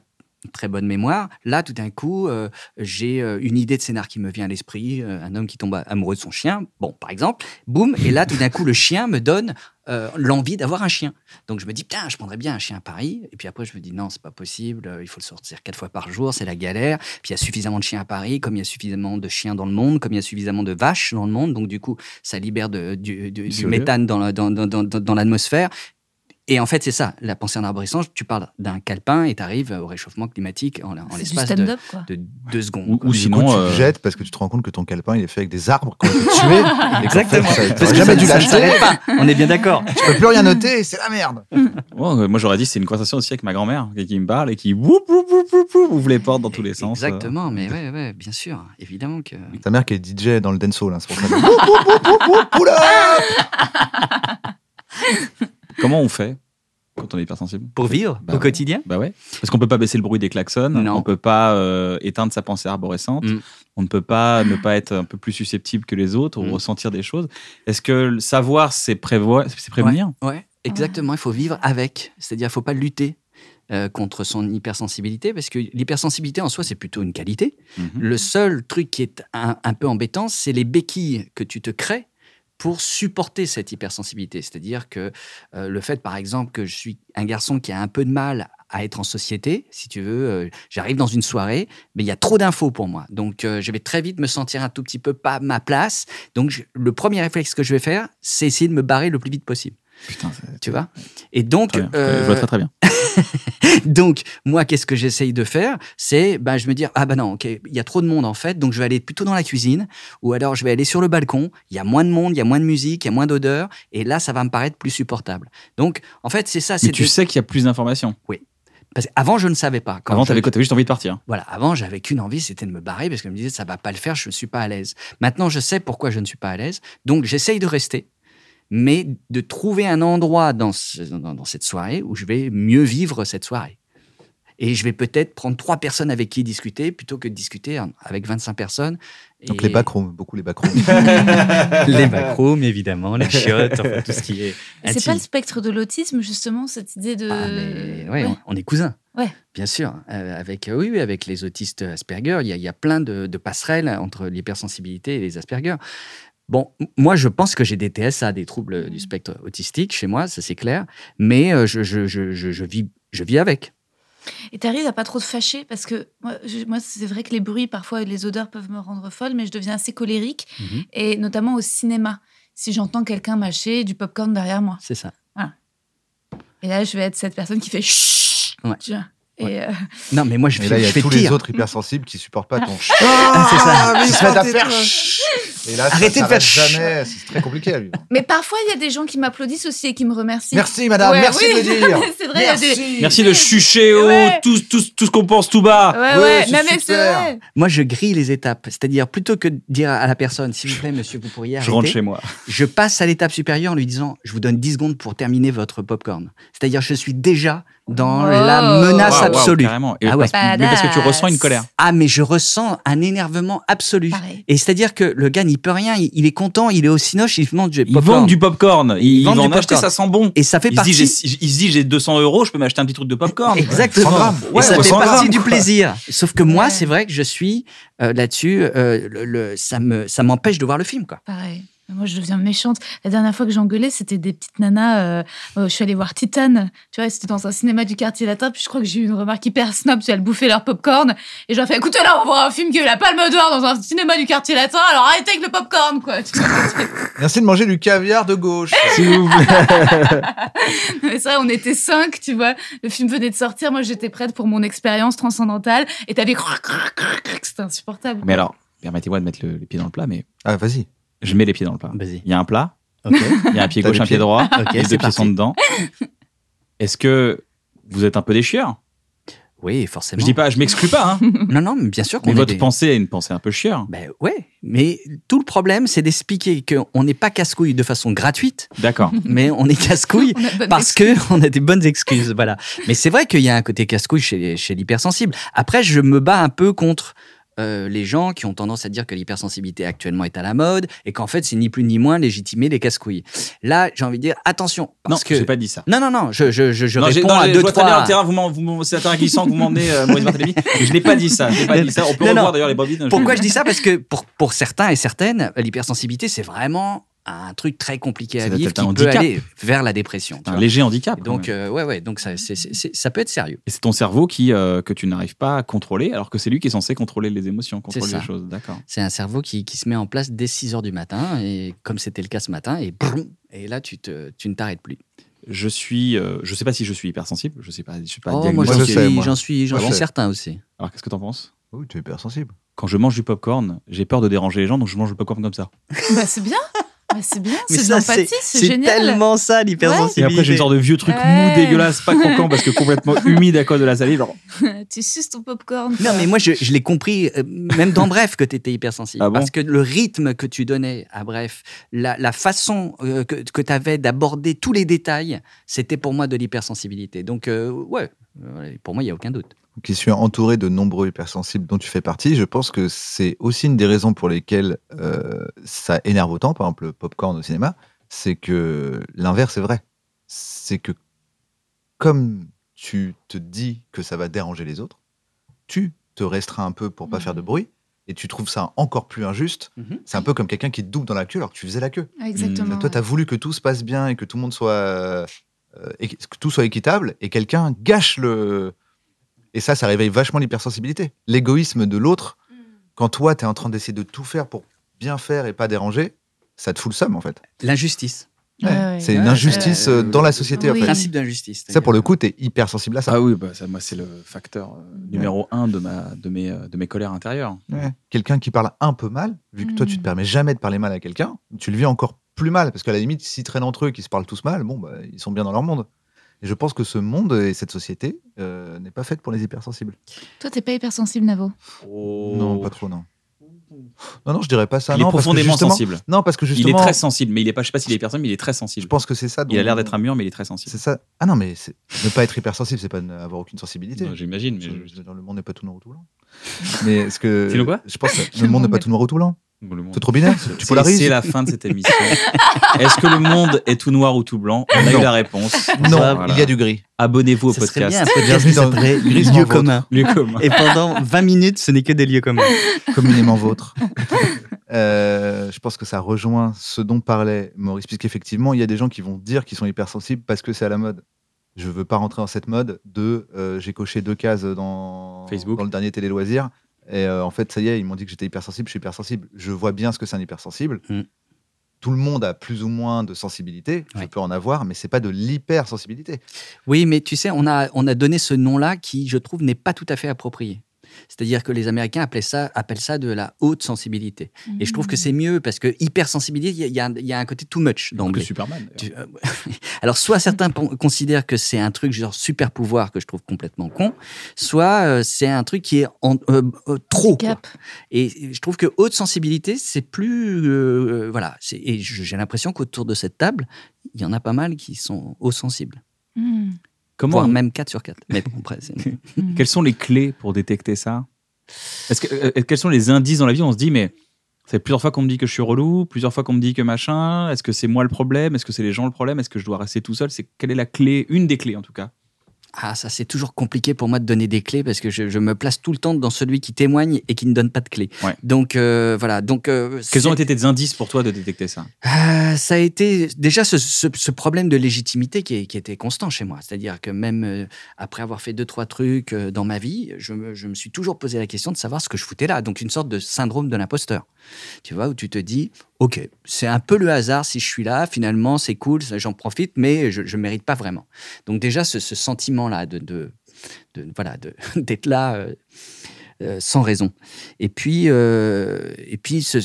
Speaker 4: très bonne mémoire, là, tout d'un coup, euh, j'ai euh, une idée de scénar qui me vient à l'esprit. euh, un homme qui tombe amoureux de son chien, bon, par exemple, boum. Et là, tout d'un coup, le chien me donne euh, l'envie d'avoir un chien. Donc je me dis, putain, je prendrais bien un chien à Paris. Et puis après, je me dis, non, c'est pas possible, euh, il faut le sortir quatre fois par jour, c'est la galère. Puis il y a suffisamment de chiens à Paris, comme il y a suffisamment de chiens dans le monde, comme il y a suffisamment de vaches dans le monde. Donc du coup, ça libère de- du, du- du
Speaker 2: CO2.
Speaker 4: méthane dans, la- dans, dans, dans, dans- dans l'atmosphère. Et en fait, c'est ça, la pensée en arborescence. Tu parles d'un calepin et tu arrives au réchauffement climatique en, en
Speaker 5: C'est du
Speaker 4: l'espace de,
Speaker 5: stand-up quoi.
Speaker 4: de deux secondes.
Speaker 2: ou,
Speaker 4: quoi.
Speaker 2: ou
Speaker 3: Du coup,
Speaker 2: sinon,
Speaker 3: tu
Speaker 2: euh,
Speaker 3: le jettes parce que tu te rends compte que ton calepin il est fait avec des arbres qu'on peut tuer.
Speaker 4: Exactement.
Speaker 3: Parce que jamais dû
Speaker 4: ça ne
Speaker 3: l'acheter.
Speaker 4: s'arrête pas. On est bien d'accord.
Speaker 3: Tu peux plus rien noter, c'est la merde.
Speaker 2: ouais, ouais, oh, moi j'aurais dit c'est une conversation aussi avec ma grand-mère qui- qui me parle et qui woup, woup, woup, woup, woup, ouvre les portes dans tous les sens. euh.
Speaker 4: Exactement, mais ouais, ouais, bien sûr, évidemment que.
Speaker 3: Ta mère qui est DJ dans le dancehall, hein, c'est pour ça. Ouh,
Speaker 4: Ah,
Speaker 3: ouh, ouh, ouh, ouh, ouh, oula
Speaker 2: Comment on fait quand on est hypersensible
Speaker 4: Pour vivre
Speaker 2: Bah
Speaker 4: au
Speaker 2: ouais.
Speaker 4: quotidien
Speaker 2: Bah ouais. Parce qu'on peut pas baisser le bruit des klaxons,
Speaker 4: Non.
Speaker 2: on peut pas euh, éteindre sa pensée arborescente,
Speaker 4: Mm.
Speaker 2: on ne peut pas ne pas être un peu plus susceptible que les autres ou
Speaker 4: Mm.
Speaker 2: ressentir des choses. Est-ce que le savoir, c'est prévoi- c'est prévenir
Speaker 4: Ouais, exactement. Il faut vivre avec. C'est-à-dire, il faut pas lutter euh, contre son hypersensibilité, parce que l'hypersensibilité en soi, c'est plutôt une qualité.
Speaker 2: Mhm.
Speaker 4: Le seul truc qui est un, un peu embêtant, c'est les béquilles que tu te crées pour supporter cette hypersensibilité. C'est-à-dire que euh, le fait, par exemple, que je suis un garçon qui a un peu de mal à être en société, si tu veux, euh, j'arrive dans une soirée, mais il y a trop d'infos pour moi. Donc, euh, je vais très vite me sentir un tout petit peu pas à ma place. Donc, je- le premier réflexe que je vais faire, c'est essayer de me barrer le plus vite possible.
Speaker 2: Putain, c'est-
Speaker 4: Tu vois Et donc,
Speaker 2: Euh, très bien.
Speaker 4: euh,
Speaker 2: je vois très très bien.
Speaker 4: donc, moi, qu'est-ce que j'essaye de faire C'est, ben, je me dire, ah ben non, ok, il y a trop de monde en fait, donc je vais aller plutôt dans la cuisine, ou alors je vais aller sur le balcon, il y a moins de monde, il y a moins de musique, il y a moins d'odeur, et là, ça va me paraître plus supportable. Donc, en fait, c'est ça. c'est
Speaker 2: Mais tu
Speaker 4: de-
Speaker 2: sais qu'il y a plus d'informations.
Speaker 4: Parce que avant, je ne savais pas. Quand
Speaker 2: Avant,
Speaker 4: je-
Speaker 2: t'avais quoi T'avais juste envie de partir.
Speaker 4: Voilà, avant, j'avais qu'une envie, c'était de me barrer, parce que je me disais, ça va pas le faire, je ne suis pas à l'aise. Maintenant, je sais pourquoi je ne suis pas à l'aise, donc j'essaye de rester. Mais de trouver un endroit dans, ce- dans- dans cette soirée où je vais mieux vivre cette soirée. Et je vais peut-être prendre trois personnes avec qui discuter plutôt que de discuter en- avec 25 personnes.
Speaker 3: Donc
Speaker 4: Et-
Speaker 3: les backrooms, beaucoup les backrooms.
Speaker 4: Les backrooms, évidemment, les chiottes, enfin, tout ce qui est.
Speaker 5: C'est pas
Speaker 4: intime.
Speaker 5: le spectre de l'autisme, justement, cette idée de.
Speaker 4: Ah, mais ouais,
Speaker 5: Euh, Ouais.
Speaker 4: On, on est cousins.
Speaker 5: Ouais.
Speaker 4: Bien sûr. Euh, avec, euh, oui, oui, avec les autistes Asperger, il y a, il y a plein de, de passerelles entre l'hypersensibilité et les Asperger. Bon, m- moi, je pense que j'ai des TSA, des troubles
Speaker 5: Mmh.
Speaker 4: du spectre autistique chez moi, ça c'est clair. Mais euh, je, je, je, je, je vis, je vis avec.
Speaker 5: Et t'arrives à pas trop te fâcher parce que moi, je- moi, c'est vrai que les bruits parfois et les odeurs peuvent me rendre folle, mais je deviens assez colérique
Speaker 4: Mhm.
Speaker 5: et notamment au cinéma. Si j'entends quelqu'un mâcher du popcorn derrière moi,
Speaker 4: C'est ça.
Speaker 5: et là je vais être cette personne qui fait chut.
Speaker 4: Ouais.
Speaker 5: tu vois. Et
Speaker 4: Ouais.
Speaker 5: euh,
Speaker 4: Non, mais moi, je
Speaker 3: Et
Speaker 4: fais,
Speaker 3: là, il y
Speaker 4: je
Speaker 3: a
Speaker 4: fais
Speaker 3: tous les
Speaker 4: pire.
Speaker 3: autres hypersensibles qui supportent pas ton
Speaker 4: Ah, c'est ça.
Speaker 3: Ils se mettent à faire Et là, ça
Speaker 4: Arrêtez de faire
Speaker 3: s'arrête jamais, c'est très compliqué à vivre.
Speaker 5: mais parfois il y a des gens qui m'applaudissent aussi et qui me remercient.
Speaker 3: Merci madame,
Speaker 5: Ouais,
Speaker 3: merci
Speaker 5: oui.
Speaker 3: de le dire.
Speaker 5: c'est vrai, il y a des.
Speaker 2: Merci de chucher haut
Speaker 5: Ouais.
Speaker 2: tout, tout, tout ce qu'on pense tout bas.
Speaker 5: Ouais,
Speaker 3: Ouais,
Speaker 5: ouais,
Speaker 3: c'est
Speaker 5: non, mais c'est
Speaker 3: super.
Speaker 5: vrai.
Speaker 4: Moi, je grille les étapes. C'est-à-dire, plutôt que de dire à la personne, s'il vous plaît, monsieur, vous pourriez arrêter.
Speaker 2: Je rentre chez moi.
Speaker 4: je passe à l'étape supérieure en lui disant je vous donne 10 secondes pour terminer votre popcorn. C'est-à-dire je suis déjà dans
Speaker 5: Oh.
Speaker 4: la menace
Speaker 2: Waouh, waouh,
Speaker 4: absolue.
Speaker 2: carrément. Et
Speaker 4: Ah
Speaker 2: parce-
Speaker 5: ouais.
Speaker 2: mais parce que tu ressens une
Speaker 5: Badass.
Speaker 2: colère.
Speaker 4: ah mais je ressens un énervement absolu.
Speaker 5: Pareil.
Speaker 4: Et c'est-à-dire que le gars n'y peut rien, il, il est content, il est au cinoche, il demande du
Speaker 2: Ils
Speaker 4: popcorn.
Speaker 2: vendent du popcorn. Ils,
Speaker 4: Ils
Speaker 2: vont
Speaker 4: vendent
Speaker 2: en
Speaker 4: du
Speaker 2: acheter, ça
Speaker 4: popcorn.
Speaker 2: sent bon.
Speaker 4: Et ça fait
Speaker 2: Il se dit,
Speaker 4: partie
Speaker 2: j'ai- il se dit, j'ai 200 euros, je peux m'acheter un petit truc de popcorn.
Speaker 3: Cent
Speaker 4: Exactement.
Speaker 3: grammes.
Speaker 4: Et
Speaker 2: Ouais,
Speaker 4: ça fait
Speaker 2: 100
Speaker 4: partie
Speaker 2: grammes,
Speaker 4: du
Speaker 2: quoi.
Speaker 4: plaisir. Sauf que
Speaker 5: Ouais.
Speaker 4: moi, c'est vrai que je suis euh, là-dessus, euh, le, le- ça me ça m'empêche de voir le film quoi.
Speaker 5: Pareil. Moi, je deviens méchante. La dernière fois que j'engueulais, c'était des petites nanas. euh, euh, je suis allée voir Titan. Tu vois, c'était dans un cinéma du quartier latin. Puis je crois que j'ai eu une remarque hyper snob. Parce qu'elles bouffaient leur popcorn. Et je leur fais écoutez, là, on va voir un film qui a eu la palme d'or dans un cinéma du quartier latin. Alors arrêtez avec le popcorn, quoi. Tu vois,
Speaker 3: Merci de manger du caviar de gauche.
Speaker 5: Mais c'est vrai, on était cinq, tu vois. Le film venait de sortir. Moi, j'étais prête pour mon expérience transcendantale. Et t'avais. crac, crac, crac, crac, C'était insupportable.
Speaker 2: Mais alors, permettez-moi de mettre le- les pieds dans le plat, mais
Speaker 3: Ah vas-y.
Speaker 2: je mets les pieds dans le plat.
Speaker 4: Vas-y.
Speaker 2: Il y a un plat,
Speaker 4: Ok.
Speaker 2: il y a un pied
Speaker 3: T'as
Speaker 2: gauche,
Speaker 3: les
Speaker 2: un pied
Speaker 3: pieds.
Speaker 2: droit,
Speaker 4: Ok,
Speaker 2: les
Speaker 4: c'est
Speaker 2: deux pieds sont
Speaker 4: parti.
Speaker 2: dedans. Est-ce que vous êtes un peu des chieurs
Speaker 4: Oui, forcément.
Speaker 2: Je dis pas, je m'exclus pas, hein.
Speaker 4: Non non, mais bien sûr qu'on
Speaker 2: mais
Speaker 4: est
Speaker 2: votre
Speaker 4: des-
Speaker 2: pensée est une pensée un peu chieur.
Speaker 4: Ben ouais, mais tout le problème, c'est d'expliquer qu'on n'est pas casse-couille de façon gratuite,
Speaker 2: D'accord.
Speaker 4: mais on est casse-couille
Speaker 5: On a bah, de bonnes
Speaker 4: parce que on a des bonnes excuses, voilà. Mais c'est vrai qu'il y a un côté casse-couille chez, chez l'hypersensible. Après, je me bats un peu contre euh, les gens qui ont tendance à dire que l'hypersensibilité actuellement est à la mode et qu'en fait, c'est ni plus ni moins légitimer les casse-couilles. Là, j'ai envie de dire attention,
Speaker 2: Non,
Speaker 4: parce
Speaker 2: je
Speaker 4: que
Speaker 2: pas dit ça.
Speaker 4: non, non, non, je, je, je, je
Speaker 2: Non, j'ai-
Speaker 4: réponds
Speaker 2: non,
Speaker 4: à
Speaker 2: j'ai-
Speaker 4: deux
Speaker 2: je vois très bien
Speaker 4: trois.
Speaker 2: le terrain, vous m'en- vous m'en- c'est un terrain glissant que vous m'emmenez, euh, Maurice Barthélémy. Je n'ai pas dit ça, je n'ai pas dit ça. On peut
Speaker 4: Non,
Speaker 2: revoir
Speaker 4: non.
Speaker 2: d'ailleurs les bobines.
Speaker 4: Pourquoi je dis ça Parce que pour, pour certains et certaines, l'hypersensibilité, c'est vraiment un truc très compliqué
Speaker 2: C'est
Speaker 4: à vivre
Speaker 2: peut-être
Speaker 4: qui
Speaker 2: un
Speaker 4: peut
Speaker 2: handicap.
Speaker 4: aller vers la dépression. tu
Speaker 2: Un
Speaker 4: vois.
Speaker 2: léger handicap.
Speaker 4: Et
Speaker 2: quand même.
Speaker 4: donc, euh, ouais, ouais, donc ça, c'est- c'est- c'est- ça peut être sérieux.
Speaker 2: Et c'est ton cerveau qui, euh, que tu n'arrives pas à contrôler, alors que c'est lui qui est censé contrôler les émotions, contrôler
Speaker 4: ça.
Speaker 2: les choses. D'accord.
Speaker 4: C'est un cerveau qui, qui se met en place dès 6 heures du matin, et comme c'était le cas ce matin, et, brum, et là, tu, te, tu ne t'arrêtes plus.
Speaker 2: Je suis, euh, je sais pas si je suis hypersensible, je sais pas, je suis pas
Speaker 4: Oh, moi,
Speaker 2: diagnostiqué.
Speaker 4: j'en
Speaker 3: je sais,
Speaker 4: suis,
Speaker 3: moi.
Speaker 4: j'en suis, j'en
Speaker 3: Moi, je
Speaker 4: suis
Speaker 3: sais.
Speaker 4: certain aussi.
Speaker 2: Alors qu'est-ce que t'en penses
Speaker 3: Oui, tu es hypersensible.
Speaker 2: Quand je mange du popcorn, j'ai peur de déranger les gens, donc je mange le popcorn comme ça.
Speaker 5: Bah, c'est bien. Ah, c'est bien, c'est
Speaker 4: Mais
Speaker 5: de
Speaker 4: ça, c'est
Speaker 5: l'empathie, c'est
Speaker 4: c'est
Speaker 5: génial.
Speaker 4: tellement ça, l'hypersensibilité.
Speaker 2: Et après, j'ai une sorte de vieux truc
Speaker 5: Ouais.
Speaker 2: mou, dégueulasse, pas croquant, parce que complètement humide à cause de la salive. genre,
Speaker 5: tu suces ton popcorn.
Speaker 4: Non, mais moi, je, je l'ai compris, euh, même dans Bref, que tu étais hypersensible.
Speaker 2: Ah bon
Speaker 4: parce que le rythme que tu donnais à Bref, la, la façon euh, que, que tu avais d'aborder tous les détails, c'était pour moi de l'hypersensibilité. Donc, euh, ouais, ouais, pour moi, il n'y a aucun doute.
Speaker 3: qui suis entouré de nombreux hypersensibles dont tu fais partie, je pense que c'est aussi une des raisons pour lesquelles euh, ça énerve autant, par exemple le popcorn au cinéma, c'est que l'inverse est vrai. C'est que comme tu te dis que ça va déranger les autres, tu te restreins un peu pour pas
Speaker 5: Mhm.
Speaker 3: faire de bruit et tu trouves ça encore plus injuste.
Speaker 4: Mhm.
Speaker 3: C'est un peu comme quelqu'un qui te double dans la queue alors que tu faisais la queue.
Speaker 5: Ah, Exactement.
Speaker 4: Mmh,
Speaker 2: Mm,
Speaker 3: Toi, tu as voulu que tout se passe bien et que tout le monde soit, euh, et que tout soit équitable, et quelqu'un gâche le. Et ça, ça réveille vachement l'hypersensibilité. L'égoïsme de l'autre, quand toi, tu es en train d'essayer de tout faire pour bien faire et pas déranger, ça te fout le somme, en fait.
Speaker 4: L'injustice.
Speaker 5: Ouais, ouais.
Speaker 3: C'est une
Speaker 4: Ouais,
Speaker 3: injustice
Speaker 4: euh,
Speaker 3: euh, dans la société,
Speaker 5: Oui.
Speaker 4: Le
Speaker 3: en fait.
Speaker 4: principe d'injustice.
Speaker 3: Ça, pour le coup, tu es hypersensible à ça.
Speaker 2: Ah oui, bah, ça, moi, c'est le facteur euh, numéro un de, ma, de, mes, euh, de mes colères intérieures.
Speaker 3: Ouais. Quelqu'un qui parle un peu mal, vu que toi, tu te
Speaker 5: Mm.
Speaker 3: permets jamais de parler mal à quelqu'un, tu le vis encore plus mal. Parce qu'à la limite, s'ils traînent entre eux, qu'ils se parlent tous mal, bon, bah, ils sont bien dans leur monde. Et je pense que ce monde et cette société euh, n'est pas faite pour les hypersensibles.
Speaker 5: Toi, t'es pas hypersensible, Navo.
Speaker 3: Non, pas trop, non. Non, non, je dirais pas ça.
Speaker 2: Oh. Il
Speaker 3: non,
Speaker 2: est
Speaker 3: parce que
Speaker 2: profondément
Speaker 3: justement-
Speaker 2: sensible.
Speaker 3: Non, parce que
Speaker 2: Il est
Speaker 3: justement,
Speaker 2: très sensible, mais il est pas, je sais pas s'il est personne, mais il est très
Speaker 3: je
Speaker 2: sensible.
Speaker 3: pense que c'est ça.
Speaker 2: Il a
Speaker 3: dont-
Speaker 2: l'air d'être un mur, mais il est très sensible.
Speaker 3: C'est ça. Ah non, mais c'est- ne pas être hypersensible, c'est pas n'avoir aucune sensibilité.
Speaker 2: Non, J'imagine, mais.
Speaker 3: Je-
Speaker 2: je-
Speaker 3: je- dans le monde n'est pas tout noir ou tout blanc. Mais ce que.
Speaker 2: C'est le quoi
Speaker 3: Je pense que
Speaker 5: Le
Speaker 3: le monde n'est
Speaker 5: monde
Speaker 3: pas
Speaker 5: n'est-
Speaker 3: tout noir ou tout blanc.
Speaker 2: Bon, le monde-
Speaker 3: C'est trop binaire. Tu
Speaker 2: C'est-
Speaker 3: polarises.
Speaker 2: C'est la fin de cette émission. Est-ce que le monde est tout noir ou tout blanc On a
Speaker 3: Non.
Speaker 2: eu la réponse.
Speaker 3: Non,
Speaker 2: Ça,
Speaker 3: il
Speaker 2: voilà.
Speaker 3: y a du gris.
Speaker 2: Abonnez-vous au
Speaker 4: Ça serait bien un
Speaker 2: podcast.
Speaker 4: podcast
Speaker 3: Bienvenue
Speaker 4: qui
Speaker 3: dans
Speaker 4: s'appellerait
Speaker 3: Grise
Speaker 4: Lieux
Speaker 3: en vôtre.
Speaker 4: communs.
Speaker 2: Lieu commun.
Speaker 4: Et pendant 20 minutes, ce n'est que des lieux communs.
Speaker 3: communément vôtre. Euh, je pense que ça rejoint ce dont parlait Maurice, puisqu'effectivement, il y a des gens qui vont dire qu'ils sont hypersensibles parce que c'est à la mode. Je veux pas rentrer dans cette mode de euh, j'ai coché deux cases dans,
Speaker 2: Facebook.
Speaker 3: dans le dernier télé loisirs et euh, en fait, ça y est, ils m'ont dit que j'étais hypersensible, je suis hypersensible. Je vois bien ce que c'est un hypersensible.
Speaker 4: Mm.
Speaker 3: Tout le monde a plus ou moins de sensibilité, je
Speaker 4: Ouais.
Speaker 3: peux en avoir, mais c'est pas de l'hypersensibilité.
Speaker 4: Oui, mais tu sais, on a, on a donné ce nom-là qui, je trouve, n'est pas tout à fait approprié. C'est-à-dire que les Américains appelaient ça, appellent ça de la haute sensibilité. Et je trouve que c'est mieux parce que hypersensibilité, il y a- il y, a un- il y a un côté too much
Speaker 2: Donc,
Speaker 4: d'anglais.
Speaker 2: Superman. d'ailleurs.
Speaker 4: Tu- euh, Alors, soit certains pon- considèrent que c'est un truc genre super pouvoir que je trouve complètement con, soit euh, c'est un truc qui est en- euh, euh, trop. quoi.
Speaker 5: Cap.
Speaker 4: Et je trouve que haute sensibilité, c'est plus. euh, euh, voilà. C'est- Et je- j'ai l'impression qu'autour de cette table, il y en a pas mal qui sont haut sensibles,
Speaker 5: Mm.
Speaker 2: Comment
Speaker 4: voire même 4 sur 4. Mais bon, après, c'est-
Speaker 5: Mm.
Speaker 2: Quelles sont les clés pour détecter ça Est-ce que, euh, Quels sont les indices dans la vie où On se dit, mais c'est plusieurs fois qu'on me dit que je suis relou, plusieurs fois qu'on me dit que machin. Est-ce que c'est moi le problème Est-ce que c'est les gens le problème Est-ce que je dois rester tout seul C'est quelle est la clé Une des clés en tout cas.
Speaker 4: Ah, ça, c'est toujours compliqué pour moi de donner des clés parce que je, je me place tout le temps dans celui qui témoigne et qui ne donne pas de clés.
Speaker 2: Ouais.
Speaker 4: Donc, euh, voilà. Donc, euh,
Speaker 2: Quels
Speaker 4: c'est-
Speaker 2: ont été tes indices pour toi de détecter ça
Speaker 4: Ah, Ça a été déjà ce, ce- ce problème de légitimité qui, est- qui était constant chez moi. C'est-à-dire que même euh, après avoir fait deux, trois trucs euh, dans ma vie, je me, je me suis toujours posé la question de savoir ce que je foutais là. Donc, une sorte de syndrome de l'imposteur. Tu vois, où tu te dis, OK, c'est un peu le hasard si je suis là, finalement, c'est cool, ça, j'en profite, mais je ne mérite pas vraiment. Donc, déjà, ce, ce sentiment-là de, de, de- voilà, de- d'être là. euh, euh, sans raison. Et puis, euh, et puis ce-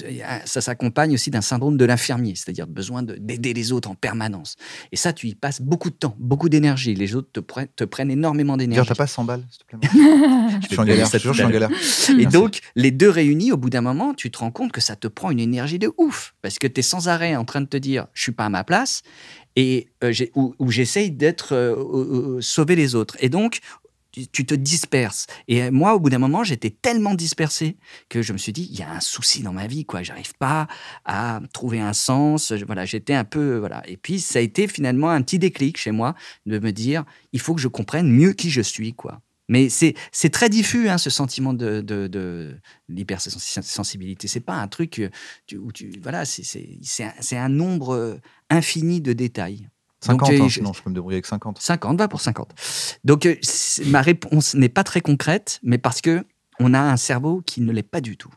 Speaker 4: ça s'accompagne aussi d'un syndrome de l'infirmier, c'est-à-dire besoin de- d'aider les autres en permanence. Et ça, tu y passes beaucoup de temps, beaucoup d'énergie. Les autres te, prennent- te prennent énormément
Speaker 3: D'ailleurs,
Speaker 4: d'énergie.
Speaker 3: t'as pas 100 balles, s'il te plaît. moi je suis en
Speaker 4: payer
Speaker 3: galère,
Speaker 4: ça
Speaker 3: je te jure, je
Speaker 4: tout
Speaker 3: suis
Speaker 4: à
Speaker 3: en galère.
Speaker 4: Et
Speaker 3: Merci.
Speaker 4: donc, les deux réunis, au bout d'un moment, tu te rends compte que ça te prend une énergie de ouf. Parce que tu es sans arrêt en train de te dire, je suis pas à ma place, et euh, j'ai- ou, ou j'essaye d'être euh, euh, euh, sauver les autres. Et donc, tu, tu te disperses. Et euh, moi, au bout d'un moment, j'étais tellement dispersé que je me suis dit, il y a un souci dans ma vie, quoi. J'arrive pas à trouver un sens. Je- Voilà, j'étais un peu. euh, Voilà. Et puis, ça a été finalement un petit déclic chez moi de me dire, il faut que je comprenne mieux qui je suis, quoi. Mais c'est c'est très diffus, hein, ce sentiment de, de, de l'hypersensibilité. C'est pas un truc euh, tu- où tu. Voilà, c'est- c'est c'est un, c'est un nombre euh, infini de détails. Donc,
Speaker 3: 50,
Speaker 4: tu-
Speaker 3: hein,
Speaker 4: je-
Speaker 3: non, je peux me débrouiller avec 50.
Speaker 4: 50, va pour 50. Donc, euh, c'est- ma réponse n'est pas très concrète, mais parce que on a un cerveau qui ne l'est pas du tout.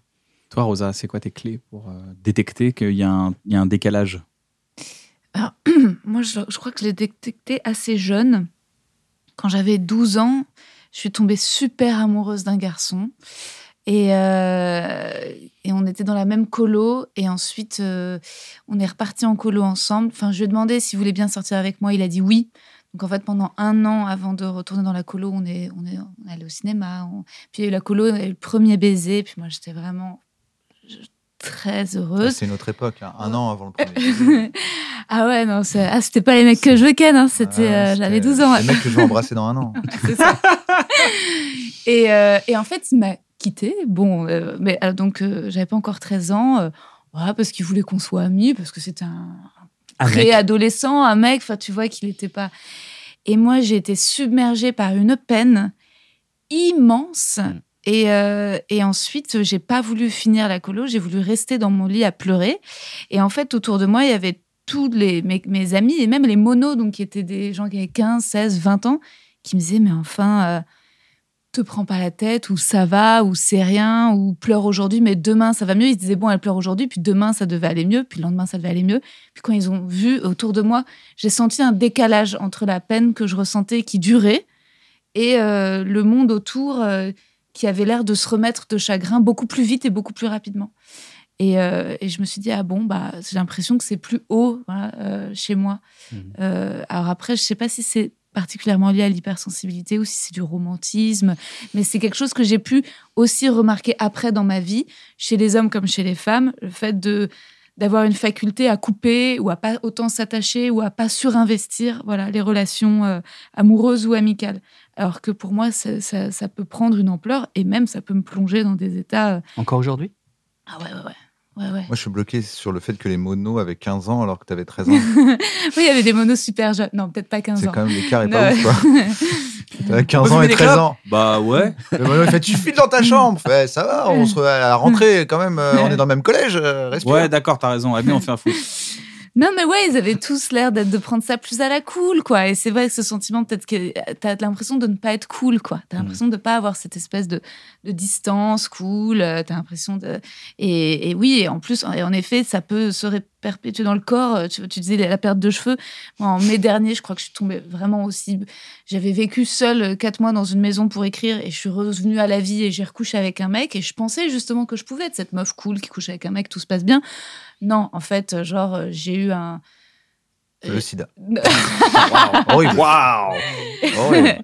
Speaker 2: Toi, Rosa, c'est quoi tes clés pour euh, détecter qu'il y, a un- il y a un décalage
Speaker 5: Alors, moi, je, je crois que je l'ai détecté assez jeune. Quand j'avais 12 ans, je suis tombée super amoureuse d'un garçon. Et, euh, et on était dans la même colo. Et ensuite, euh, on est reparti en colo ensemble. Enfin, je lui ai demandé s'il voulait bien sortir avec moi. Il a dit oui. Donc en fait, pendant un an avant de retourner dans la colo, on est, on est, on est allé au cinéma. on- Puis il y a eu la colo, il y a eu le premier baiser. Puis moi, j'étais vraiment je- très heureuse.
Speaker 3: Bah, C'est une autre époque, hein, un an avant le premier.
Speaker 5: ah ouais, non, c'est- ah, c'était pas les mecs que je ken, hein, c'était,
Speaker 3: Ah,
Speaker 5: euh,
Speaker 3: c'était
Speaker 5: j'avais 12 ans.
Speaker 3: Le mec que je vais embrasser dans un an.
Speaker 5: C'est ça. et, euh, et en fait, il m'a quittée. Bon, euh, mais alors, donc, euh, j'avais pas encore 13 ans, euh, voilà, parce qu'il voulait qu'on soit amis, parce que c'était un préadolescent, un mec, enfin, tu vois qu'il n'était pas. Et moi, j'ai été submergée par une peine immense.
Speaker 4: Mm.
Speaker 5: Et, euh, et ensuite, j'ai pas voulu finir la colo, j'ai voulu rester dans mon lit à pleurer. Et en fait, autour de moi, il y avait tous les, mes, mes amis et même les monos, donc qui étaient des gens qui avaient 15, 16, 20 ans, qui me disaient Mais enfin, euh, te prends pas la tête, ou ça va, ou c'est rien, ou pleure aujourd'hui, mais demain ça va mieux. Ils se disaient Bon, elle pleure aujourd'hui, puis demain ça devait aller mieux, puis le lendemain ça devait aller mieux. Puis quand ils ont vu autour de moi, j'ai senti un décalage entre la peine que je ressentais qui durait et euh, le monde autour euh, qui avait l'air de se remettre de chagrin beaucoup plus vite et beaucoup plus rapidement. Et, euh, et je me suis dit, ah bon, bah, j'ai l'impression que c'est plus haut voilà, euh, chez moi.
Speaker 4: Mhm.
Speaker 5: Euh, alors après, je sais pas si c'est particulièrement lié à l'hypersensibilité ou si c'est du romantisme, mais c'est quelque chose que j'ai pu aussi remarquer après dans ma vie, chez les hommes comme chez les femmes, le fait de d'avoir une faculté à couper ou à pas autant s'attacher ou à pas surinvestir voilà les relations euh, amoureuses ou amicales alors que pour moi ça, ça- ça peut prendre une ampleur et même ça peut me plonger dans des états euh,
Speaker 4: Encore aujourd'hui
Speaker 5: ah ouais ouais ouais ouais, ouais.
Speaker 3: Moi, je suis bloqué sur le fait que les monos avaient 15 ans alors que tu avais 13 ans.
Speaker 5: oui il y avait des monos super jeunes non peut-être pas 15
Speaker 3: C'est
Speaker 5: ans
Speaker 3: quand même l'écart est
Speaker 5: Non,
Speaker 3: pas ouf, quoi. T'as 15
Speaker 2: Vous
Speaker 3: ans et
Speaker 2: fumez des
Speaker 3: 13
Speaker 2: clopes
Speaker 3: ans.
Speaker 2: Bah ouais.
Speaker 3: Le mono, il fait Tu files dans ta chambre. Fait, ça va, on se à la rentrée quand même. euh, on est dans le même collège. euh, respire.
Speaker 2: Ouais, d'accord, t'as raison. Allez, on fait un fou.
Speaker 5: Non, mais ouais, ils avaient tous l'air d'être de prendre ça plus à la cool, quoi. Et c'est vrai que ce sentiment, peut-être que euh, t'as l'impression de ne pas être cool, quoi. T'as l'impression de pas avoir cette espèce de, de distance cool. euh, T'as l'impression de. Et, et oui, et en plus, et en effet, ça peut se ré- perpétuer dans le corps. Euh, Tu, tu disais la perte de cheveux. Moi, en mai dernier, je crois que je suis tombée vraiment aussi. J'avais vécu seule euh, quatre mois dans une maison pour écrire et je suis revenue à la vie et j'ai recouché avec un mec. Et je pensais justement que je pouvais être cette meuf cool qui couche avec un mec, tout se passe bien. Non, en fait, euh, genre, euh, j'ai eu un.
Speaker 3: Le sida.
Speaker 2: Waouh.
Speaker 3: Horrible.
Speaker 2: Waouh.
Speaker 3: Horrible.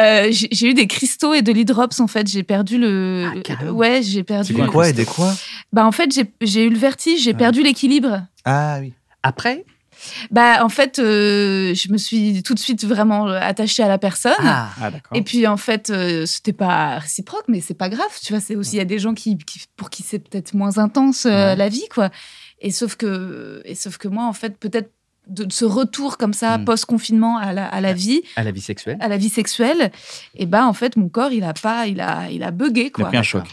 Speaker 5: Euh, j'ai j'ai eu des cristaux et de l'hydrops en fait. J'ai perdu le.
Speaker 4: Ah, carrément.
Speaker 5: ouais, j'ai
Speaker 2: C'est
Speaker 5: perdu.
Speaker 2: quoi,
Speaker 3: Des quoi et des quoi
Speaker 5: Bah en fait, j'ai- j'ai eu le vertige, j'ai
Speaker 2: Ouais.
Speaker 5: perdu l'équilibre.
Speaker 3: Ah oui.
Speaker 4: Après
Speaker 5: Bah en fait, euh, je me suis tout de suite vraiment attachée à la personne.
Speaker 4: Ah
Speaker 2: Ah d'accord.
Speaker 5: Et puis en fait, euh, c'était pas réciproque, mais c'est pas grave, tu vois. C'est aussi il y a des gens qui, qui- pour qui c'est peut-être moins intense euh,
Speaker 4: Ouais.
Speaker 5: la vie, quoi. Et sauf que, et sauf que moi, en fait, peut-être de de ce retour comme ça
Speaker 2: Hmm.
Speaker 4: Mm.
Speaker 5: post confinement à la, à la vie,
Speaker 4: À la vie sexuelle
Speaker 5: à la vie sexuelle, et bah en fait, mon corps, il a pas, il a, il a bugué,
Speaker 2: Il a
Speaker 5: quoi.
Speaker 2: pris un choc.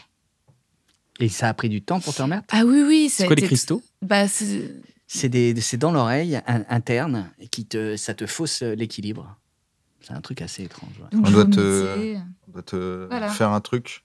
Speaker 4: Et ça a pris du temps pour te remettre
Speaker 5: Ah oui, oui, ça
Speaker 2: C'est
Speaker 5: a
Speaker 2: quoi les
Speaker 5: été-
Speaker 2: cristaux
Speaker 5: bah, c'est-
Speaker 4: C'est des- c'est dans l'oreille un- interne et qui te, ça te fausse euh, l'équilibre. C'est un truc assez étrange. ouais.
Speaker 5: donc
Speaker 3: On
Speaker 5: je
Speaker 3: doit te-
Speaker 5: vomissais.
Speaker 3: On va te
Speaker 5: Voilà.
Speaker 3: faire un truc.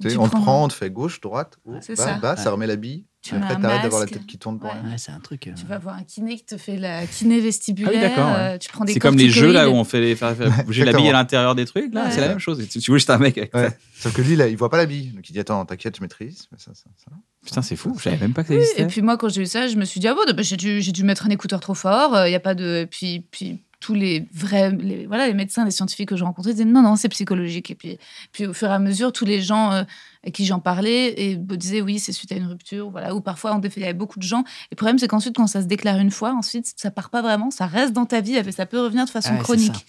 Speaker 3: Tu sais,
Speaker 5: Tu
Speaker 3: on te
Speaker 5: prends-
Speaker 3: prend, on te fait gauche, droite, haut,
Speaker 5: C'est
Speaker 3: bas,
Speaker 5: ça.
Speaker 3: bas,
Speaker 4: Ouais.
Speaker 3: ça remet la bille.
Speaker 5: Tu mets
Speaker 3: après,
Speaker 5: un
Speaker 3: t'arrêtes d'avoir la
Speaker 5: masque.
Speaker 3: tête qui tourne pour
Speaker 5: Ouais.
Speaker 3: rien.
Speaker 4: Ouais, c'est un truc. euh,
Speaker 5: Tu vas voir un kiné qui te fait la kiné vestibulaire.
Speaker 2: Ah d'accord, ouais.
Speaker 5: euh, Tu prends des
Speaker 2: C'est comme les jeux là où
Speaker 5: corticoïdes.
Speaker 2: on fait les, faire, faire bouger la bille à
Speaker 3: exactement.
Speaker 2: l'intérieur des trucs. Là,
Speaker 5: Ouais.
Speaker 2: c'est la même chose. Tu, tu veux juste un mec avec.
Speaker 3: Ouais. Sauf que lui, là, il voit pas la bille. Donc il dit Attends, t'inquiète, je maîtrise. Mais ça, ça, ça.
Speaker 2: Putain, c'est fou. Je savais même pas que ça
Speaker 5: Oui,
Speaker 2: existait.
Speaker 5: Et puis moi, quand j'ai eu ça, je me suis dit, ah bon, bah, j'ai dû, j'ai dû mettre un écouteur trop fort, il y a pas de... Et puis, puis tous les vrais... les- voilà, les médecins, les scientifiques que j'ai rencontrés disaient, non, non, c'est psychologique. Et puis, puis au fur et à mesure, tous les gens euh, à qui j'en parlais et, me disaient, oui, c'est suite à une rupture, voilà. Ou parfois, en effet, il y avait beaucoup de gens. Et le problème, c'est qu'ensuite, quand ça se déclare une fois, ensuite, ça part pas vraiment, ça reste dans ta vie, et ça peut revenir de façon
Speaker 4: Ah ouais, c'est ça.
Speaker 5: chronique.